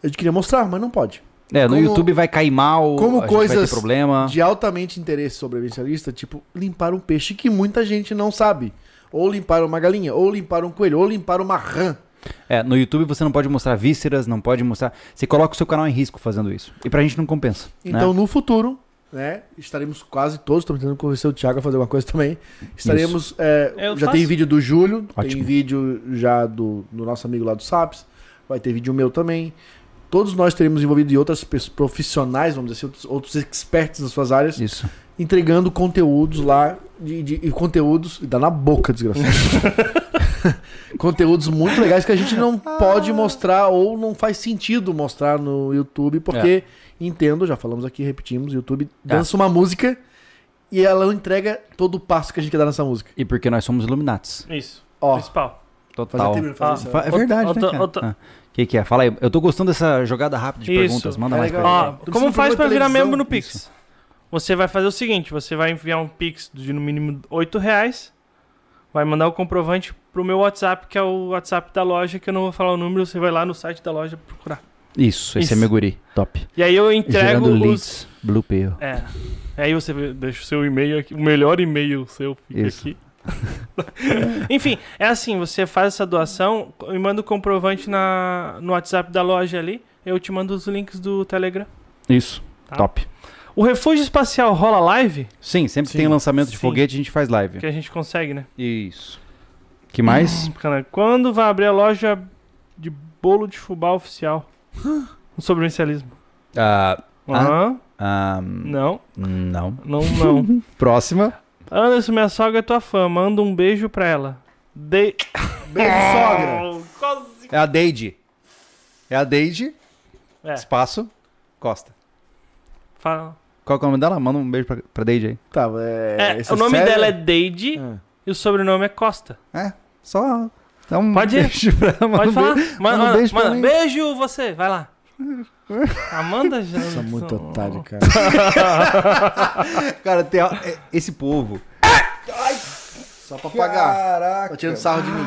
Eu queria mostrar, mas não pode.
É, no
Como-
YouTube vai cair mal, Tipo, a gente
como
vai
coisas
ter problema.
De altamente interesse sobrevivencialista, tipo limpar um peixe que muita gente não sabe. Ou limpar uma galinha, ou limpar um coelho, ou limpar uma rã.
É, no YouTube você não pode mostrar vísceras, não pode mostrar. Você coloca o seu canal em risco fazendo isso. E pra gente não compensa.
Então,
né?
no futuro, né? Estaremos quase todos. Estamos tentando convencer o Thiago a fazer alguma coisa também. Estaremos. é,
Eu
já
faço.
tem vídeo do Júlio, tem
Ótimo.
vídeo já do, do nosso amigo lá do SAPS. Vai ter vídeo meu também. Todos nós teremos envolvido e outras pes- profissionais, vamos dizer assim, outros, outros experts nas suas áreas,
Isso.
entregando conteúdos lá. De, de- e conteúdos. Dá na boca, desgraçado. conteúdos muito legais que a gente não pode mostrar ou não faz sentido mostrar no YouTube, porque entendo, já falamos aqui, repetimos, o YouTube dança uma música e ela não entrega todo o passo que a gente quer dar nessa música.
E porque nós somos Illuminatis.
Isso.
Ó,
Principal.
Total.
tempo de fazer
Fa- É
Outra-
verdade, né,
outra-
cara?
outra-
Ah, que que é? Fala aí. Eu tô gostando dessa jogada rápida de
Isso. é
perguntas. Manda mais pra
Ó,
Tu
como
precisa
faz
de
pra
uma
virar
televisão,
membro no Pix? Você vai fazer o seguinte, você vai enviar um Pix de no mínimo 8 reais, vai mandar o comprovante pro meu WhatsApp, que é o WhatsApp da loja, que eu não vou falar o número, você vai lá no site da loja procurar.
Isso, esse é
Isso.
meu guri. Top.
E aí eu entrego
Gerando
os...
leads. Blue Pill.
É. Aí você deixa o seu e-mail aqui, o melhor e-mail seu fica
Isso.
aqui. Enfim, é assim, você faz essa doação e manda o comprovante na, no WhatsApp da loja ali, eu te mando os links do Telegram.
Isso.
Tá.
Top.
O Refúgio Espacial rola live,
Sim, sempre tem lançamento de
Sim.
foguete, a gente faz live.
que a gente consegue, né?
Isso. Que mais?
Bacana. Quando vai abrir a loja de bolo de fubá oficial? Um No sobrevivencialismo.
Ah,
Aham.
ah,
Não,
não.
não, não.
Próxima.
Anderson, minha sogra é tua fã. Manda um beijo pra ela. De...
Beijo, sogra!
Quase.
É a Deide. É a Deide.
É.
Espaço. Costa.
Fala.
Qual que é o nome dela? Manda um beijo pra, pra Deide aí.
Tá, é,
É, o nome dela é Deide
Ah.
É.
e o sobrenome é Costa.
É, só Dá um
Pode ir.
beijo pra Amanda.
Pode falar.
Manda,
Manda,
um
manda,
beijo pra
manda.
mim.
Beijo você. Vai lá. Amanda Jansen.
Tá muito otário, cara.
Cara, tem a- é- esse povo.
Só pra pagar.
Caraca.
Tá tirando sarro de mim.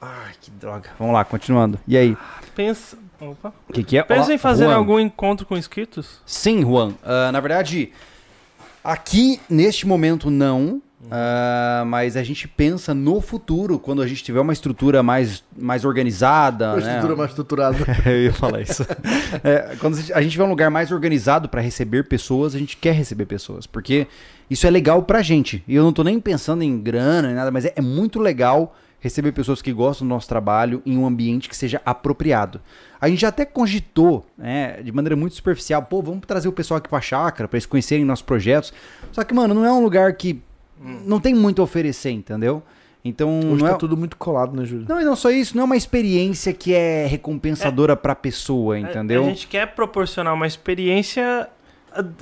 Ai, que droga. Vamos lá, continuando. E aí?
Pensa... Opa.
O que, que é?
Pensa
Olá,
em fazer
Juan.
algum encontro com inscritos?
Sim, Juan. Ah, na verdade, aqui neste momento não.
Uhum.
Ah, mas a gente pensa no futuro, quando a gente tiver uma estrutura mais, mais organizada.
Uma
né?
estrutura mais estruturada.
Eu ia falar isso. É, quando a gente- a gente vai um lugar mais organizado pra receber pessoas, a gente quer receber pessoas, porque isso é legal pra gente. E eu não tô nem pensando em grana, nem nada, mas é, é muito legal receber pessoas que gostam do nosso trabalho em um ambiente que seja apropriado. A gente já até cogitou, né, de maneira muito superficial, pô, vamos trazer o pessoal aqui pra chácara pra eles conhecerem nossos projetos. Só que, mano, não é um lugar que não tem muito a oferecer, entendeu? Então,
Hum. Hoje
não é...
tá tudo muito colado, né, Júlio?
Não, e não só isso, não é uma experiência que é recompensadora pra pessoa, entendeu?
É, A gente quer proporcionar uma experiência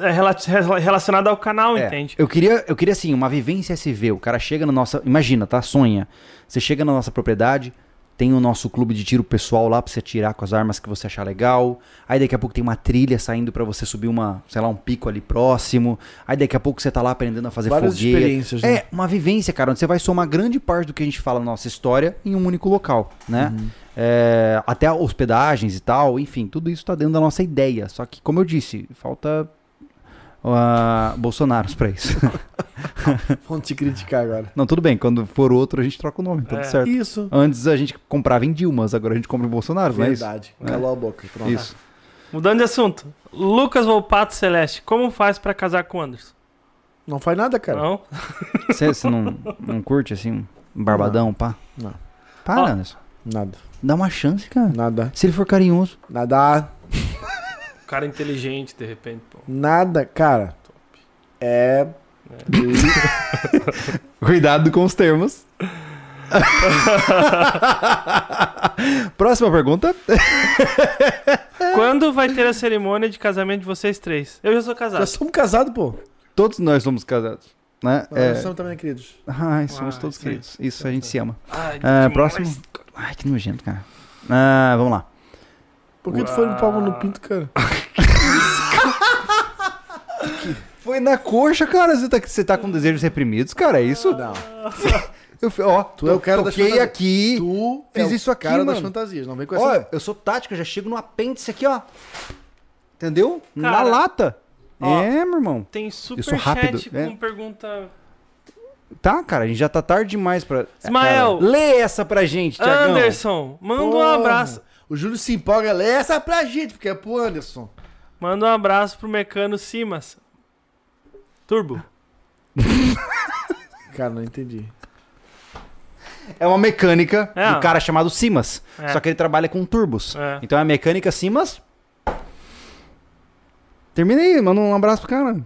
eh, rela- rela- relacionada ao canal,
É,
entende?
Eu queria, eu queria assim, uma vivência SV. O cara chega na nossa, imagina, tá? Sonha. Você chega na nossa propriedade, tem o nosso clube de tiro pessoal lá pra você tirar com as armas que você achar legal. Aí daqui a pouco tem uma trilha saindo pra você subir uma, sei lá, um pico ali próximo. Aí daqui a pouco você tá lá aprendendo a fazer
Várias
fogueira.
experiências, né?
É, uma vivência, cara, onde você vai somar grande parte do que a gente fala na nossa história em um único local, né?
Uhum.
É, até hospedagens e tal, enfim, tudo isso tá dentro da nossa ideia. Só que, como eu disse, falta ah, Bolsonaros pra isso.
Vão te criticar agora.
Não, tudo bem, quando for outro a gente troca o nome, tudo
É.
certo.
Isso.
Antes a gente comprava em Dilmas, agora a gente compra em
é
Bolsonaro,
Verdade. Calou a boca.
não
Pronto.
é isso? Isso.
Mudando de assunto. Lucas Volpato Celeste, como faz pra casar com o Anderson?
Não faz nada, cara.
Não?
Você você não, não curte assim, um barbadão, pá?
Não.
Para,
Ó.
Anderson.
Nada.
Dá uma chance, cara.
Nada.
Se ele for carinhoso.
Nada.
O cara é inteligente, de repente, pô.
Nada, cara. É.
Cuidado com os termos. Próxima pergunta. É.
Quando vai ter a cerimônia de casamento de vocês três? Eu já sou casado.
Já somos casados, pô.
Todos nós somos casados, né?
Nós
É.
somos também, né, queridos.
Ai, somos
Ah,
todos
isso aí.
queridos. Isso, a gente se ama.
Ai,
Ah,
demais.
próximo. Ai, que nojento, cara. Ah, vamos lá.
Por que tu foi no palmo no pinto, cara?
Foi na coxa, cara. Você tá, você tá com desejos reprimidos, cara? É isso?
Não.
Eu, fi- ó,
Tu é o cara das
toquei
fantasias.
aqui.
Tu
Fiz
é
isso
o
aqui,
cara das
mano.
fantasias. Não vem com essa.
Ó, eu sou tático, eu já chego no apêndice aqui, ó. Entendeu? Na
Cara,
lata.
ó.
É, meu irmão.
Tem
sou rápido,
superchat
é.
com pergunta.
Tá, cara, a gente já tá tarde demais pra...
Ismael.
Cara, Lê essa pra gente, Tiagão.
Anderson, manda um
Porra.
abraço.
O Júlio se empolga, lê essa pra gente, porque é pro Anderson.
Manda um abraço pro Mecano Simas. Turbo.
Cara, não entendi.
É uma mecânica
É.
do cara chamado Simas.
É.
Só que ele trabalha com turbos.
É.
Então é a mecânica Simas... Termina aí, manda um abraço pro cara.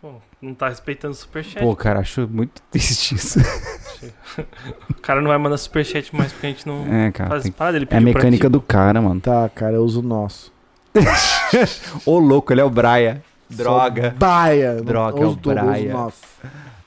Pô, não tá respeitando o superchat.
Pô, cara, acho muito triste isso.
O cara não vai mandar superchat mais porque a gente não
É, cara,
faz
tem...
parada. Ele
É a
pediu
mecânica
pra ti.
do cara, mano.
Tá, cara, eu uso o nosso.
Ô, louco, ele é o Braia. Droga.
Só Baia. não-
Droga,
eu
é o
uso todo, eu uso
Braia.
o nosso.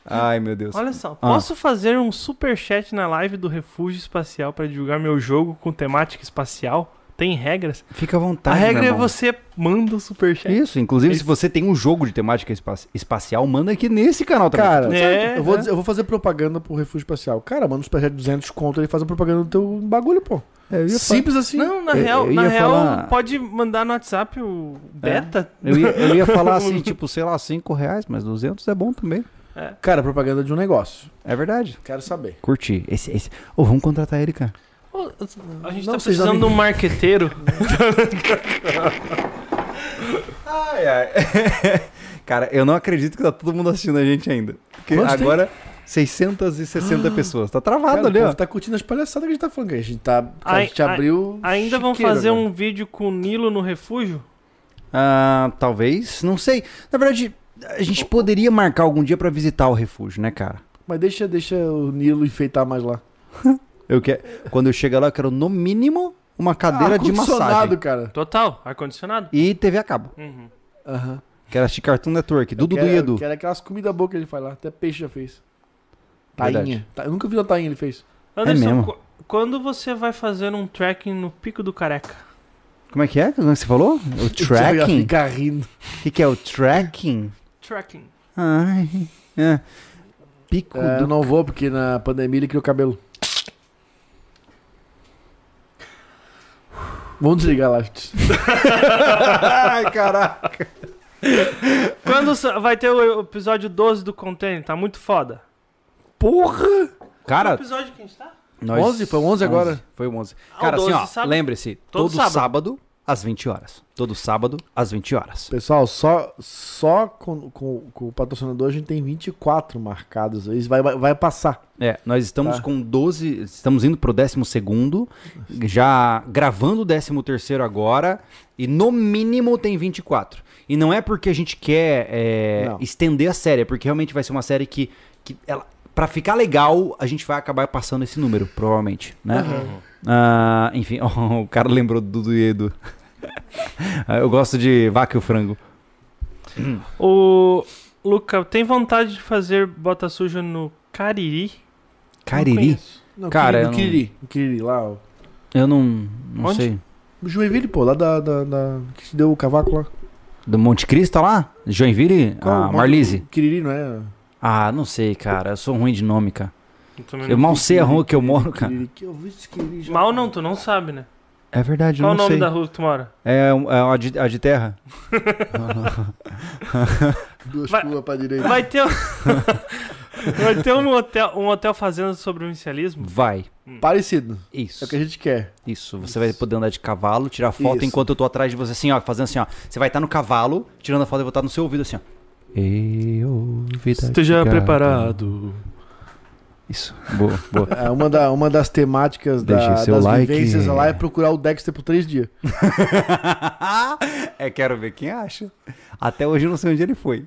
Ai, meu Deus.
Olha só, posso fazer um superchat na live do Refúgio Espacial pra divulgar meu jogo com temática espacial? Tem regras?
Fica à vontade,
a regra
Tá meu
é
irmão.
você manda o superchat.
Isso, inclusive, se
Isso.
você tem um jogo de temática espa- espacial, manda aqui nesse canal também.
Cara,
É,
sabe, eu, vou
né?
dizer- eu vou fazer propaganda pro Refúgio Espacial. Cara, manda um superchat de 200 conto, ele faz a propaganda do teu bagulho, pô.
eu ia, fa-
Simples assim.
Não, na
Eu-
real,
eu
na
ia
real
falar- É.
pode mandar no WhatsApp o beta.
eu ia- eu ia falar assim, tipo, sei lá, 5 reais, mas 200 é bom também.
Cara, propaganda de um negócio.
É verdade.
Quero saber.
Curti. Esse, esse... Ô, vamos contratar ele, cara.
Ô, A gente
Não,
tá
vocês
precisando
não-
de um marqueteiro.
Ai, ai. cara, eu não acredito que tá todo mundo assistindo a gente ainda. Porque
Quantos tem?
agora, 660 pessoas. Tá travado
Cara,
ali,
o povo
ó.
tá curtindo as palhaçadas que a gente tá falando. que A gente tá. cara,
Ai,
a gente
ai,
abriu.
Ainda vão
chiqueiro
fazer
agora.
um vídeo com o Nilo no refúgio?
Ah, talvez, não sei. Na verdade, a gente poderia marcar algum dia pra visitar o refúgio, né, cara?
Mas deixa, deixa o Nilo enfeitar mais lá.
Eu que... Quando eu chegar lá, eu quero no mínimo uma cadeira de massagem
Ar-condicionado, cara.
Total, ar-condicionado.
e TV a cabo.
Uhum.
Aham.
Quero assistir Cartoon Network, Dudu
Quero-
do Edu.
Quero aquelas comidas boas que ele faz lá. Até peixe já fez.
Verdade.
Tainha. Ta- Eu nunca vi uma tainha ele fez.
Anderson,
É mesmo.
qu- Quando você vai fazer um trekking no Pico do Careca?
Como é que é que você falou? O tracking?
Ficar rindo.
O que, que é o tracking?
Trekking.
Ai, é. Pico
É, eu
do...
não vou, porque na pandemia ele criou cabelo. Vamos desligar a live.
Ai, caraca.
Quando sa- vai ter o episódio 12 do Container? Tá muito foda.
Porra!
Qual
Cara,
episódio que a gente tá?
nós...
11? Foi 11 agora?
Foi o 11.
Ah, o
Cara,
12
assim, ó,
sábado.
lembre-se, todo,
Todo
sábado.
sábado.
às 20 horas. Todo sábado às 20 horas.
Pessoal, só, só com, com- com o patrocinador a gente tem 24 marcados. Isso vai, vai, vai passar.
É, nós estamos
Tá.
com 12, estamos indo pro 12º, já gravando o 13º agora, e no mínimo tem 24. E não é porque a gente quer é,
Não.
estender a série, é porque realmente vai ser uma série que, que ela, pra ficar legal, a gente vai acabar passando esse número, provavelmente, né?
Uhum.
Uhum.
Ah, enfim, o cara lembrou do Dudu e Edu. Ah, Eu gosto de vaca e o frango.
O Luca, tem vontade de fazer bota suja no Cariri? Não
Cariri?
conheço.
Não,
Cara, eu
no
não-
Quiriri. No Quiriri, lá. ó.
Eu não, não
Onde?
sei.
No Joinville, pô, lá da, da, da- Que se deu o cavaco lá.
Do Monte Cristo tá lá? Joinville?
Qual o
Ah,
nome?
Marlise?
Quiriri, não é?
Ah, não sei, cara. Eu sou ruim de nome, cara.
Eu também
Eu
não-
mal sei a rua que eu moro, cara.
Quiriri, que eu vi esse Quiriri já.
Mal não, tu não sabe, né?
É verdade, eu
Qual o
não
nome
sei.
da rua que tu mora?
É, um- é a, de, a de terra?
Duas
Vai-
curvas pra direita.
Vai ter, um- vai ter um, hotel, um hotel fazenda sobre o inicialismo?
Vai.
Parecido.
Isso.
É o que a gente quer.
Isso. Você vai poder andar de cavalo, tirar foto
Isso.
enquanto eu tô atrás de você, assim, ó, fazendo assim, ó. Você vai estar no cavalo, tirando a foto e eu vou estar no seu ouvido, assim, ó. Eu, vida de gata. Isso. Boa, boa.
É, uma, da- uma das temáticas da-
Deixe seu
das
like.
vivências lá é procurar o Dexter por três dias.
é, quero ver quem acha. Até hoje eu não sei onde ele foi.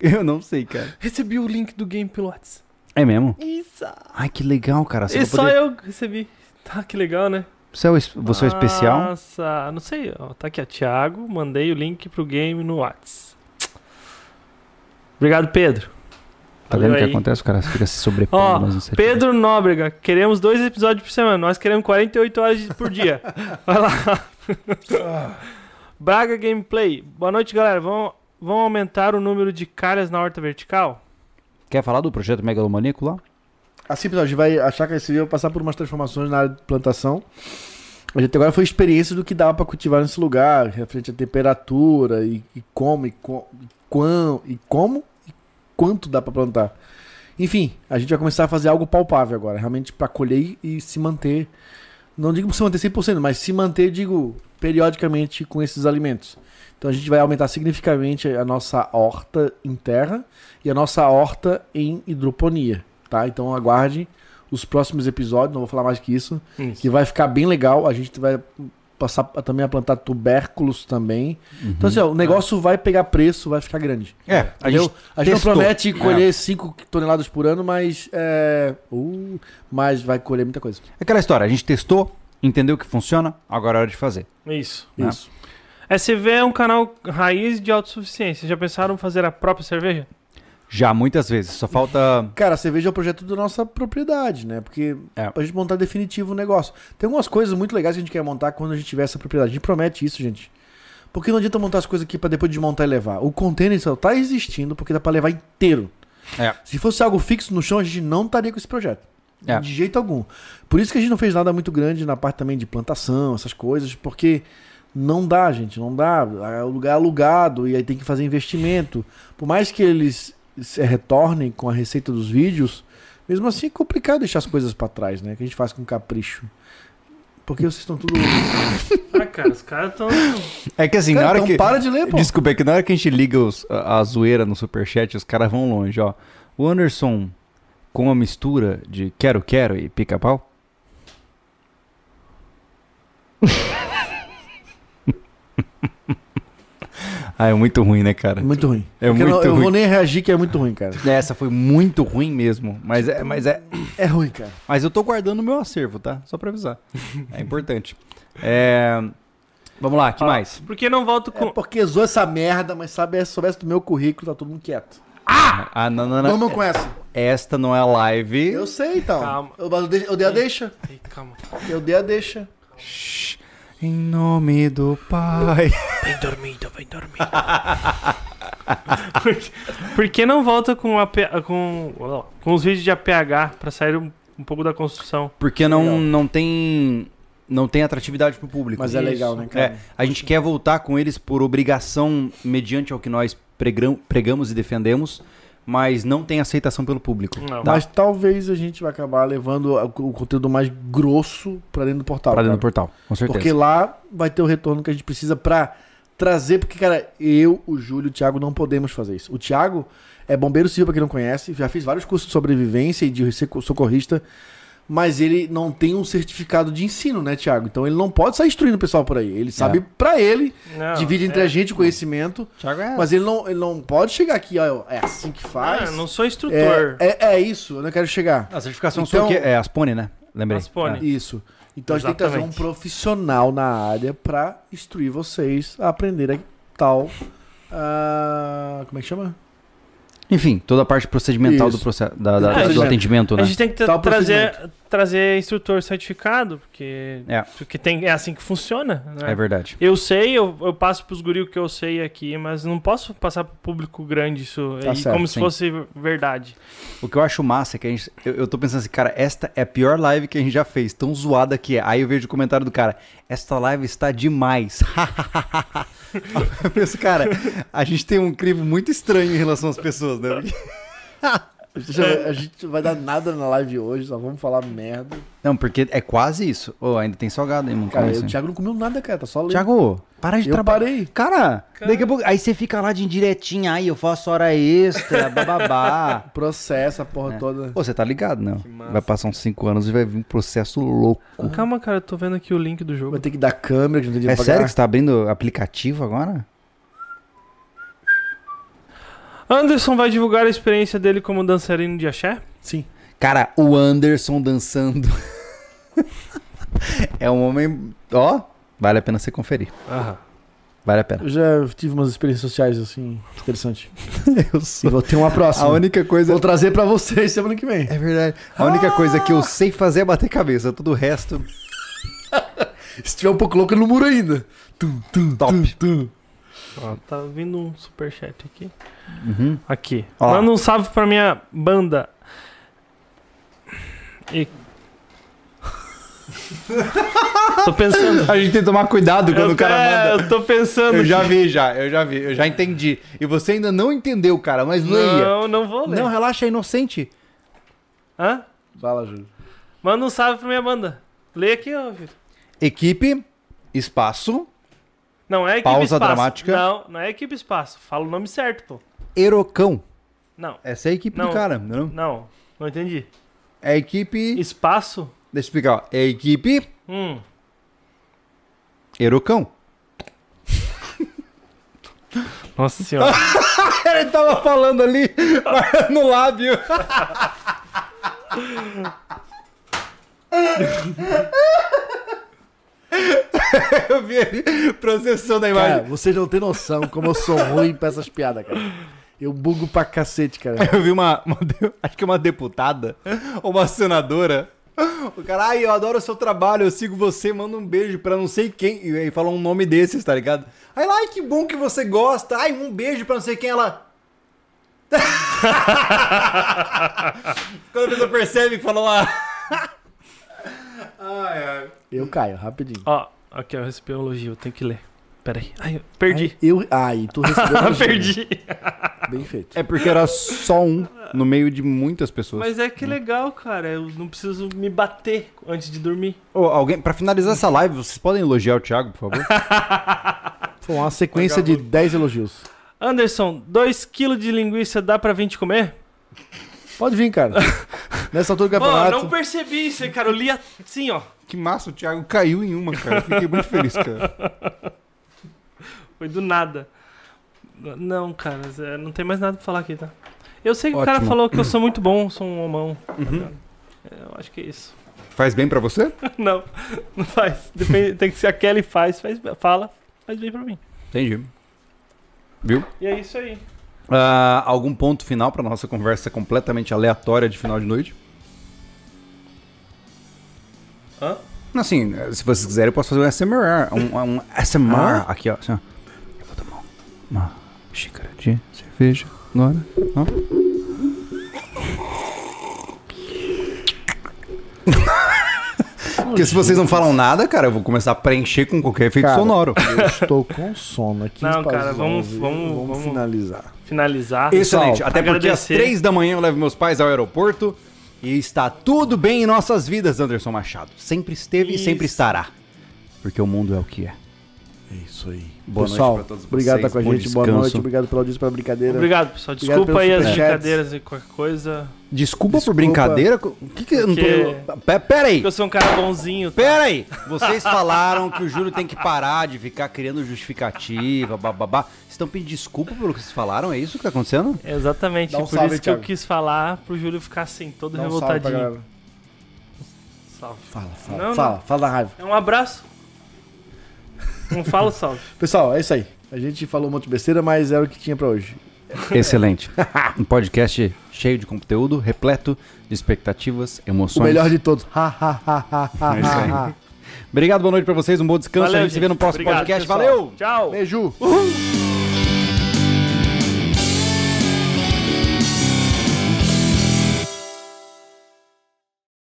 Eu não sei, cara.
Recebi o link do Game Pilots.
É mesmo?
Isso.
Ai, que legal, cara. Você
E
vai
só
poder-
eu recebi. Tá, que legal, né?
Você é, o es- você é o especial?
Nossa, não sei. Ó, tá aqui, ó. Thiago, mandei o link pro game no Whats. Obrigado, Pedro.
Tá
Valeu
vendo o que
aí.
acontece? O cara fica se sobrepondo.
Ó,
um
mas não sei.
Pedro Nóbrega, queremos dois episódios por semana. Nós queremos 48 horas de- por dia. Vai lá. Braga Gameplay. Boa noite, galera. Vão, vão aumentar o número de calhas na horta vertical?
Quer falar do projeto megalomaníaco lá?
Assim, pessoal, a gente vai achar que esse vídeo vai passar por umas transformações na área de plantação. A gente até agora foi experiência do que dava pra cultivar nesse lugar, referente à temperatura e, e como, e, co, e quão, e como, e quanto dá pra plantar. Enfim, a gente vai começar a fazer algo palpável agora, realmente pra colher e se manter. Não digo se manter 100%, mas se manter, digo, periodicamente com esses alimentos. Então a gente vai aumentar significativamente a nossa horta em terra e a nossa horta em hidroponia, tá? Então aguarde os próximos episódios, não vou falar mais que isso, que vai ficar bem legal. A gente vai passar a- também a plantar tubérculos também. Então assim, ó, o negócio vai pegar preço, vai ficar grande.
É, a
entendeu?
gente
A gente não
testou. É.
promete colher 5 toneladas por ano, mas é, uh, mas vai colher muita coisa.
É, Aquela história, a gente testou, entendeu que funciona, agora é hora de fazer.
Isso.
Né?
Isso.
SV é um canal raiz de autossuficiência. Já pensaram em fazer a própria cerveja?
Já muitas vezes, só falta.
Cara, a cerveja é o projeto da nossa propriedade, né? Porque
É.
pra gente montar definitivo o negócio. Tem algumas coisas muito legais que a gente quer montar quando a gente tiver essa propriedade. A gente promete isso, gente. Porque não adianta montar as coisas aqui pra depois desmontar e levar. O container só tá existindo porque dá pra levar inteiro.
É.
Se fosse algo fixo no chão, a gente não estaria com esse projeto.
É.
De jeito algum. Por isso que a gente não fez nada muito grande na parte também de plantação, essas coisas, porque não dá, gente, não dá. É o lugar é alugado e aí tem que fazer investimento. Por mais que eles se retornem com a receita dos vídeos, mesmo assim é complicado deixar as coisas pra trás, né? Que a gente faz com capricho. Porque vocês estão tudo.
Ah, cara, os caras estão.
É que assim, na
Cara,
hora
então
que.
para de ler, pô.
Desculpa, é que na hora que a gente liga os- a, a zoeira no superchat, os caras vão longe, ó. O Anderson com a mistura de quero, quero e pica-pau. ah, é muito ruim, né, cara?
Muito ruim.
É
Porque eu não-
muito
eu
ruim.
vou nem reagir, que é muito ruim, cara.
Essa foi muito ruim mesmo. Mas é, mas é,
É ruim, cara.
mas eu tô guardando o meu acervo, tá? Só pra avisar. É importante. É, Vamos lá, que mais?
Por que não volto com.
É porque zoou essa merda, mas sabe, se soubesse do meu currículo, tá todo mundo quieto.
Ah, não, não, não.
Vamos com essa.
Esta não é a live.
Eu sei, então.
Calma.
Eu, mas eu dei- eu dei a deixa.
Ei, calma.
Eu dei a deixa.
Em nome do Pai.
Bem dormido, bem dormido. por, que- por que não volta com, a, P- com, com os vídeos de APH pra sair um, um pouco da construção?
Porque não, não tem. Não tem atratividade pro público.
Mas é legal, né, cara?
É, a gente quer voltar com eles por obrigação, mediante ao que nós pregram- pregamos e defendemos, mas não tem aceitação pelo público.
Não.
Tá?
Mas talvez a gente vai acabar levando a- o conteúdo mais grosso pra dentro do portal.
Pra dentro do
cara.
portal, com certeza.
Porque lá vai ter o retorno que a gente precisa pra trazer. Porque, cara, eu, o Júlio e o Thiago não podemos fazer isso. O Thiago é bombeiro civil, pra quem não conhece. Já fiz vários cursos de sobrevivência e de seco- socorrista. Mas ele não tem um certificado de ensino, né, Thiago? Então ele não pode sair instruindo o pessoal por aí. Ele sabe pra ele,
Não, é.
divide entre a gente o conhecimento.
Thiago é-
Mas ele não, ele não pode chegar aqui, ó, é assim que
Ah,
faz.
não sou instrutor.
É, é, é isso, eu não quero chegar.
A certificação
Então-
sua que é Aspone, né? Lembrei.
Aspone.
Isso. Então a gente tem que trazer um
Exatamente.
profissional na área pra instruir vocês a aprender a tal. ah, como é que chama?
É. Enfim, toda a parte procedimental do,
Isso.
proce- da- da-
É,
do
isso.
atendimento, né?
A gente tem que tra-
Tal
trazer, trazer instrutor certificado, porque,
É.
porque tem, é assim que funciona. né?
É verdade.
Eu sei, eu, eu passo pros guri o que eu sei aqui, mas não posso passar pro público grande isso
Tá
aí,
certo,
como se
sim.
fosse verdade.
O que eu acho massa é que a gente. Eu, eu tô pensando assim, cara, esta é a pior live que a gente já fez, tão zoada que é. Aí eu vejo o comentário do cara, esta live está demais. eu penso, cara, a gente tem um crivo muito estranho em relação às pessoas, né? Porque-
A gente, a gente não vai dar nada na live hoje, só vamos falar merda.
Não, porque é quase isso. Ô, ainda tem salgado, hein, mano?
Cara,
Como
o
assim?
Thiago não comeu nada, cara, tá só lendo.
Thiago, para de
eu
trabalhar.
parei.
Cara, daqui a pouco. Aí você fica lá de indiretinha, aí eu faço hora extra, bababá.
Processa a porra toda.
Pô, você tá ligado, né? Vai passar uns 5 anos e vai vir um processo louco.
Calma, cara, eu tô vendo aqui o link do jogo.
Vai ter que dar câmera, que não tem
É
dinheiro pra
sério que
pagar.
você tá abrindo aplicativo agora?
Anderson vai divulgar a experiência dele como dançarino de axé?
Sim.
Cara, o Anderson dançando. é um homem. Ó, vale a pena você conferir. Vale a pena.
Eu já tive umas experiências sociais, assim, interessante.
Eu
E
sou.
vou ter uma próxima.
A única coisa.
Vou trazer pra vocês semana que vem.
É verdade. A única coisa que eu sei fazer é bater cabeça. Tudo o resto.
Se tiver um pouco louco, eu não muro ainda. Tum, tum,
Top.
tum, tum.
Ó, tá vindo um superchat aqui.
Uhum.
Aqui.
Ó.
Manda um salve pra minha banda. E... tô pensando.
A gente tem que tomar cuidado quando o cara
é,
manda.
eu tô pensando.
Eu já vi, já, eu já vi, eu já entendi. E você ainda não entendeu, cara, mas leia.
Não, não vou ler.
Não, relaxa, é inocente.
Hã?
Fala, Júlio.
Manda um salve pra minha banda. Lê aqui, ó, Vitor.
Equipe, espaço,
Não é equipe
Pausa
espaço.
dramática.
Não, não é equipe espaço. Fala o nome certo, pô.
Erocão.
Não,
Essa é a equipe
Não.
do cara, não?
não, não entendi.
É a equipe.
Espaço?
Deixa eu explicar, ó. É a equipe
Hum.
Erocão.
Nossa senhora.
Ele tava falando ali mas no lábio. eu vi ele processando a
Cara,
imagem.
vocês não têm noção como eu sou ruim pra essas piadas, cara. Eu bugo pra cacete, cara.
Eu vi uma, uma de- Acho que é uma deputada ou uma senadora. O cara, ai, eu adoro o seu trabalho, eu sigo você, manda um beijo pra não sei quem. E aí fala um nome desses, tá ligado? Aí lá, ai, que bom que você gosta. Ai, um beijo pra não sei quem. Ela. Quando a pessoa percebe que falou lá. ai, ai.
Eu caio, rapidinho.
Ó, aqui eu recebi um elogio, eu tenho que ler. Peraí. Ai, eu perdi.
Eu. Ai, tu recebeu.
Ah,
elogio.
perdi.
Bem feito.
É porque era só um no meio de muitas pessoas.
Mas é que legal, cara. Eu não preciso me bater antes de dormir.
Ô, alguém, pra finalizar essa live, vocês podem elogiar o Thiago, por favor?
Foi uma sequência de 10 elogios.
Anderson, 2kg de linguiça dá pra 20 comer?
Pode vir, cara. Nessa altura do
Pô, não
campeonato.
percebi isso, cara. Eu li assim, ó.
que massa, o Thiago caiu em uma, cara. Fiquei muito feliz, cara.
Foi do nada. Não, cara, é, não tem mais nada pra falar aqui, tá? Eu sei que o cara
Ótimo.
falou que eu sou muito bom, sou um homão. tá ligado? É, Eu acho que é isso.
Faz bem pra você?
Não, não faz. Depende, tem que ser a Kelly faz, faz, fala, faz bem pra mim.
Entendi. Viu?
E é isso aí.
Ah, algum ponto final para nossa conversa completamente aleatória de final de noite?
Hã?
Assim, se vocês quiserem, eu posso fazer um SMR. Um, um SMR aqui, ó. assim, ó. Eu vou tomar uma xícara de cerveja agora. ó. Porque se vocês não falam nada, cara, eu vou começar a preencher com qualquer efeito
Cara,
sonoro.
Eu estou com sono aqui.
Não, cara, vamos- vamos- vamos-
finalizar.
Finalizar.
Excelente. Até porque às
agradecer.
três da manhã eu levo meus pais ao aeroporto e está tudo bem em nossas vidas, Anderson Machado. Sempre esteve e
Isso.
sempre estará. Porque o mundo é o que é.
É isso aí.
Boa noite
Pessoal,
pra todos
obrigado por
vocês,
estar com
bom
a gente. Boa
descanso.
noite. Obrigado pela audiência, pela brincadeira.
Obrigado, pessoal.
Obrigado
Desculpa aí
pelos
as
superchats.
brincadeiras e qualquer coisa.
Desculpa, por
Desculpa.
brincadeira. co- O que que eu não tô...
Porque-
Pe- Pera aí.
Eu sou um cara bonzinho. tá?
Pera aí. Vocês falaram que o Júlio tem que parar de ficar criando justificativa, bababá. Vocês estão pedindo desculpa pelo que vocês falaram? É isso que tá acontecendo?
Exatamente.
Dá um
Por
salve,
isso que
Thiago.
eu quis falar pro Júlio ficar assim, todo
Dá um salve pra
revoltadinho.
galera.
Salve.
Fala, fala,
Não,
fala, fala da raiva.
É um abraço. Não fala o salve.
Pessoal, é isso aí. A gente falou um monte de besteira, mas era o que tinha pra hoje.
Excelente. Um podcast cheio de conteúdo, repleto de expectativas,
O
emoções.
melhor de todos. Ha, ha, ha, ha, ha,
É isso aí.
ha, ha.
Obrigado, boa noite pra vocês, um bom descanso. a gente, se vê no próximo
Obrigado,
podcast.
pessoal.
Valeu!
Tchau.
Beijo.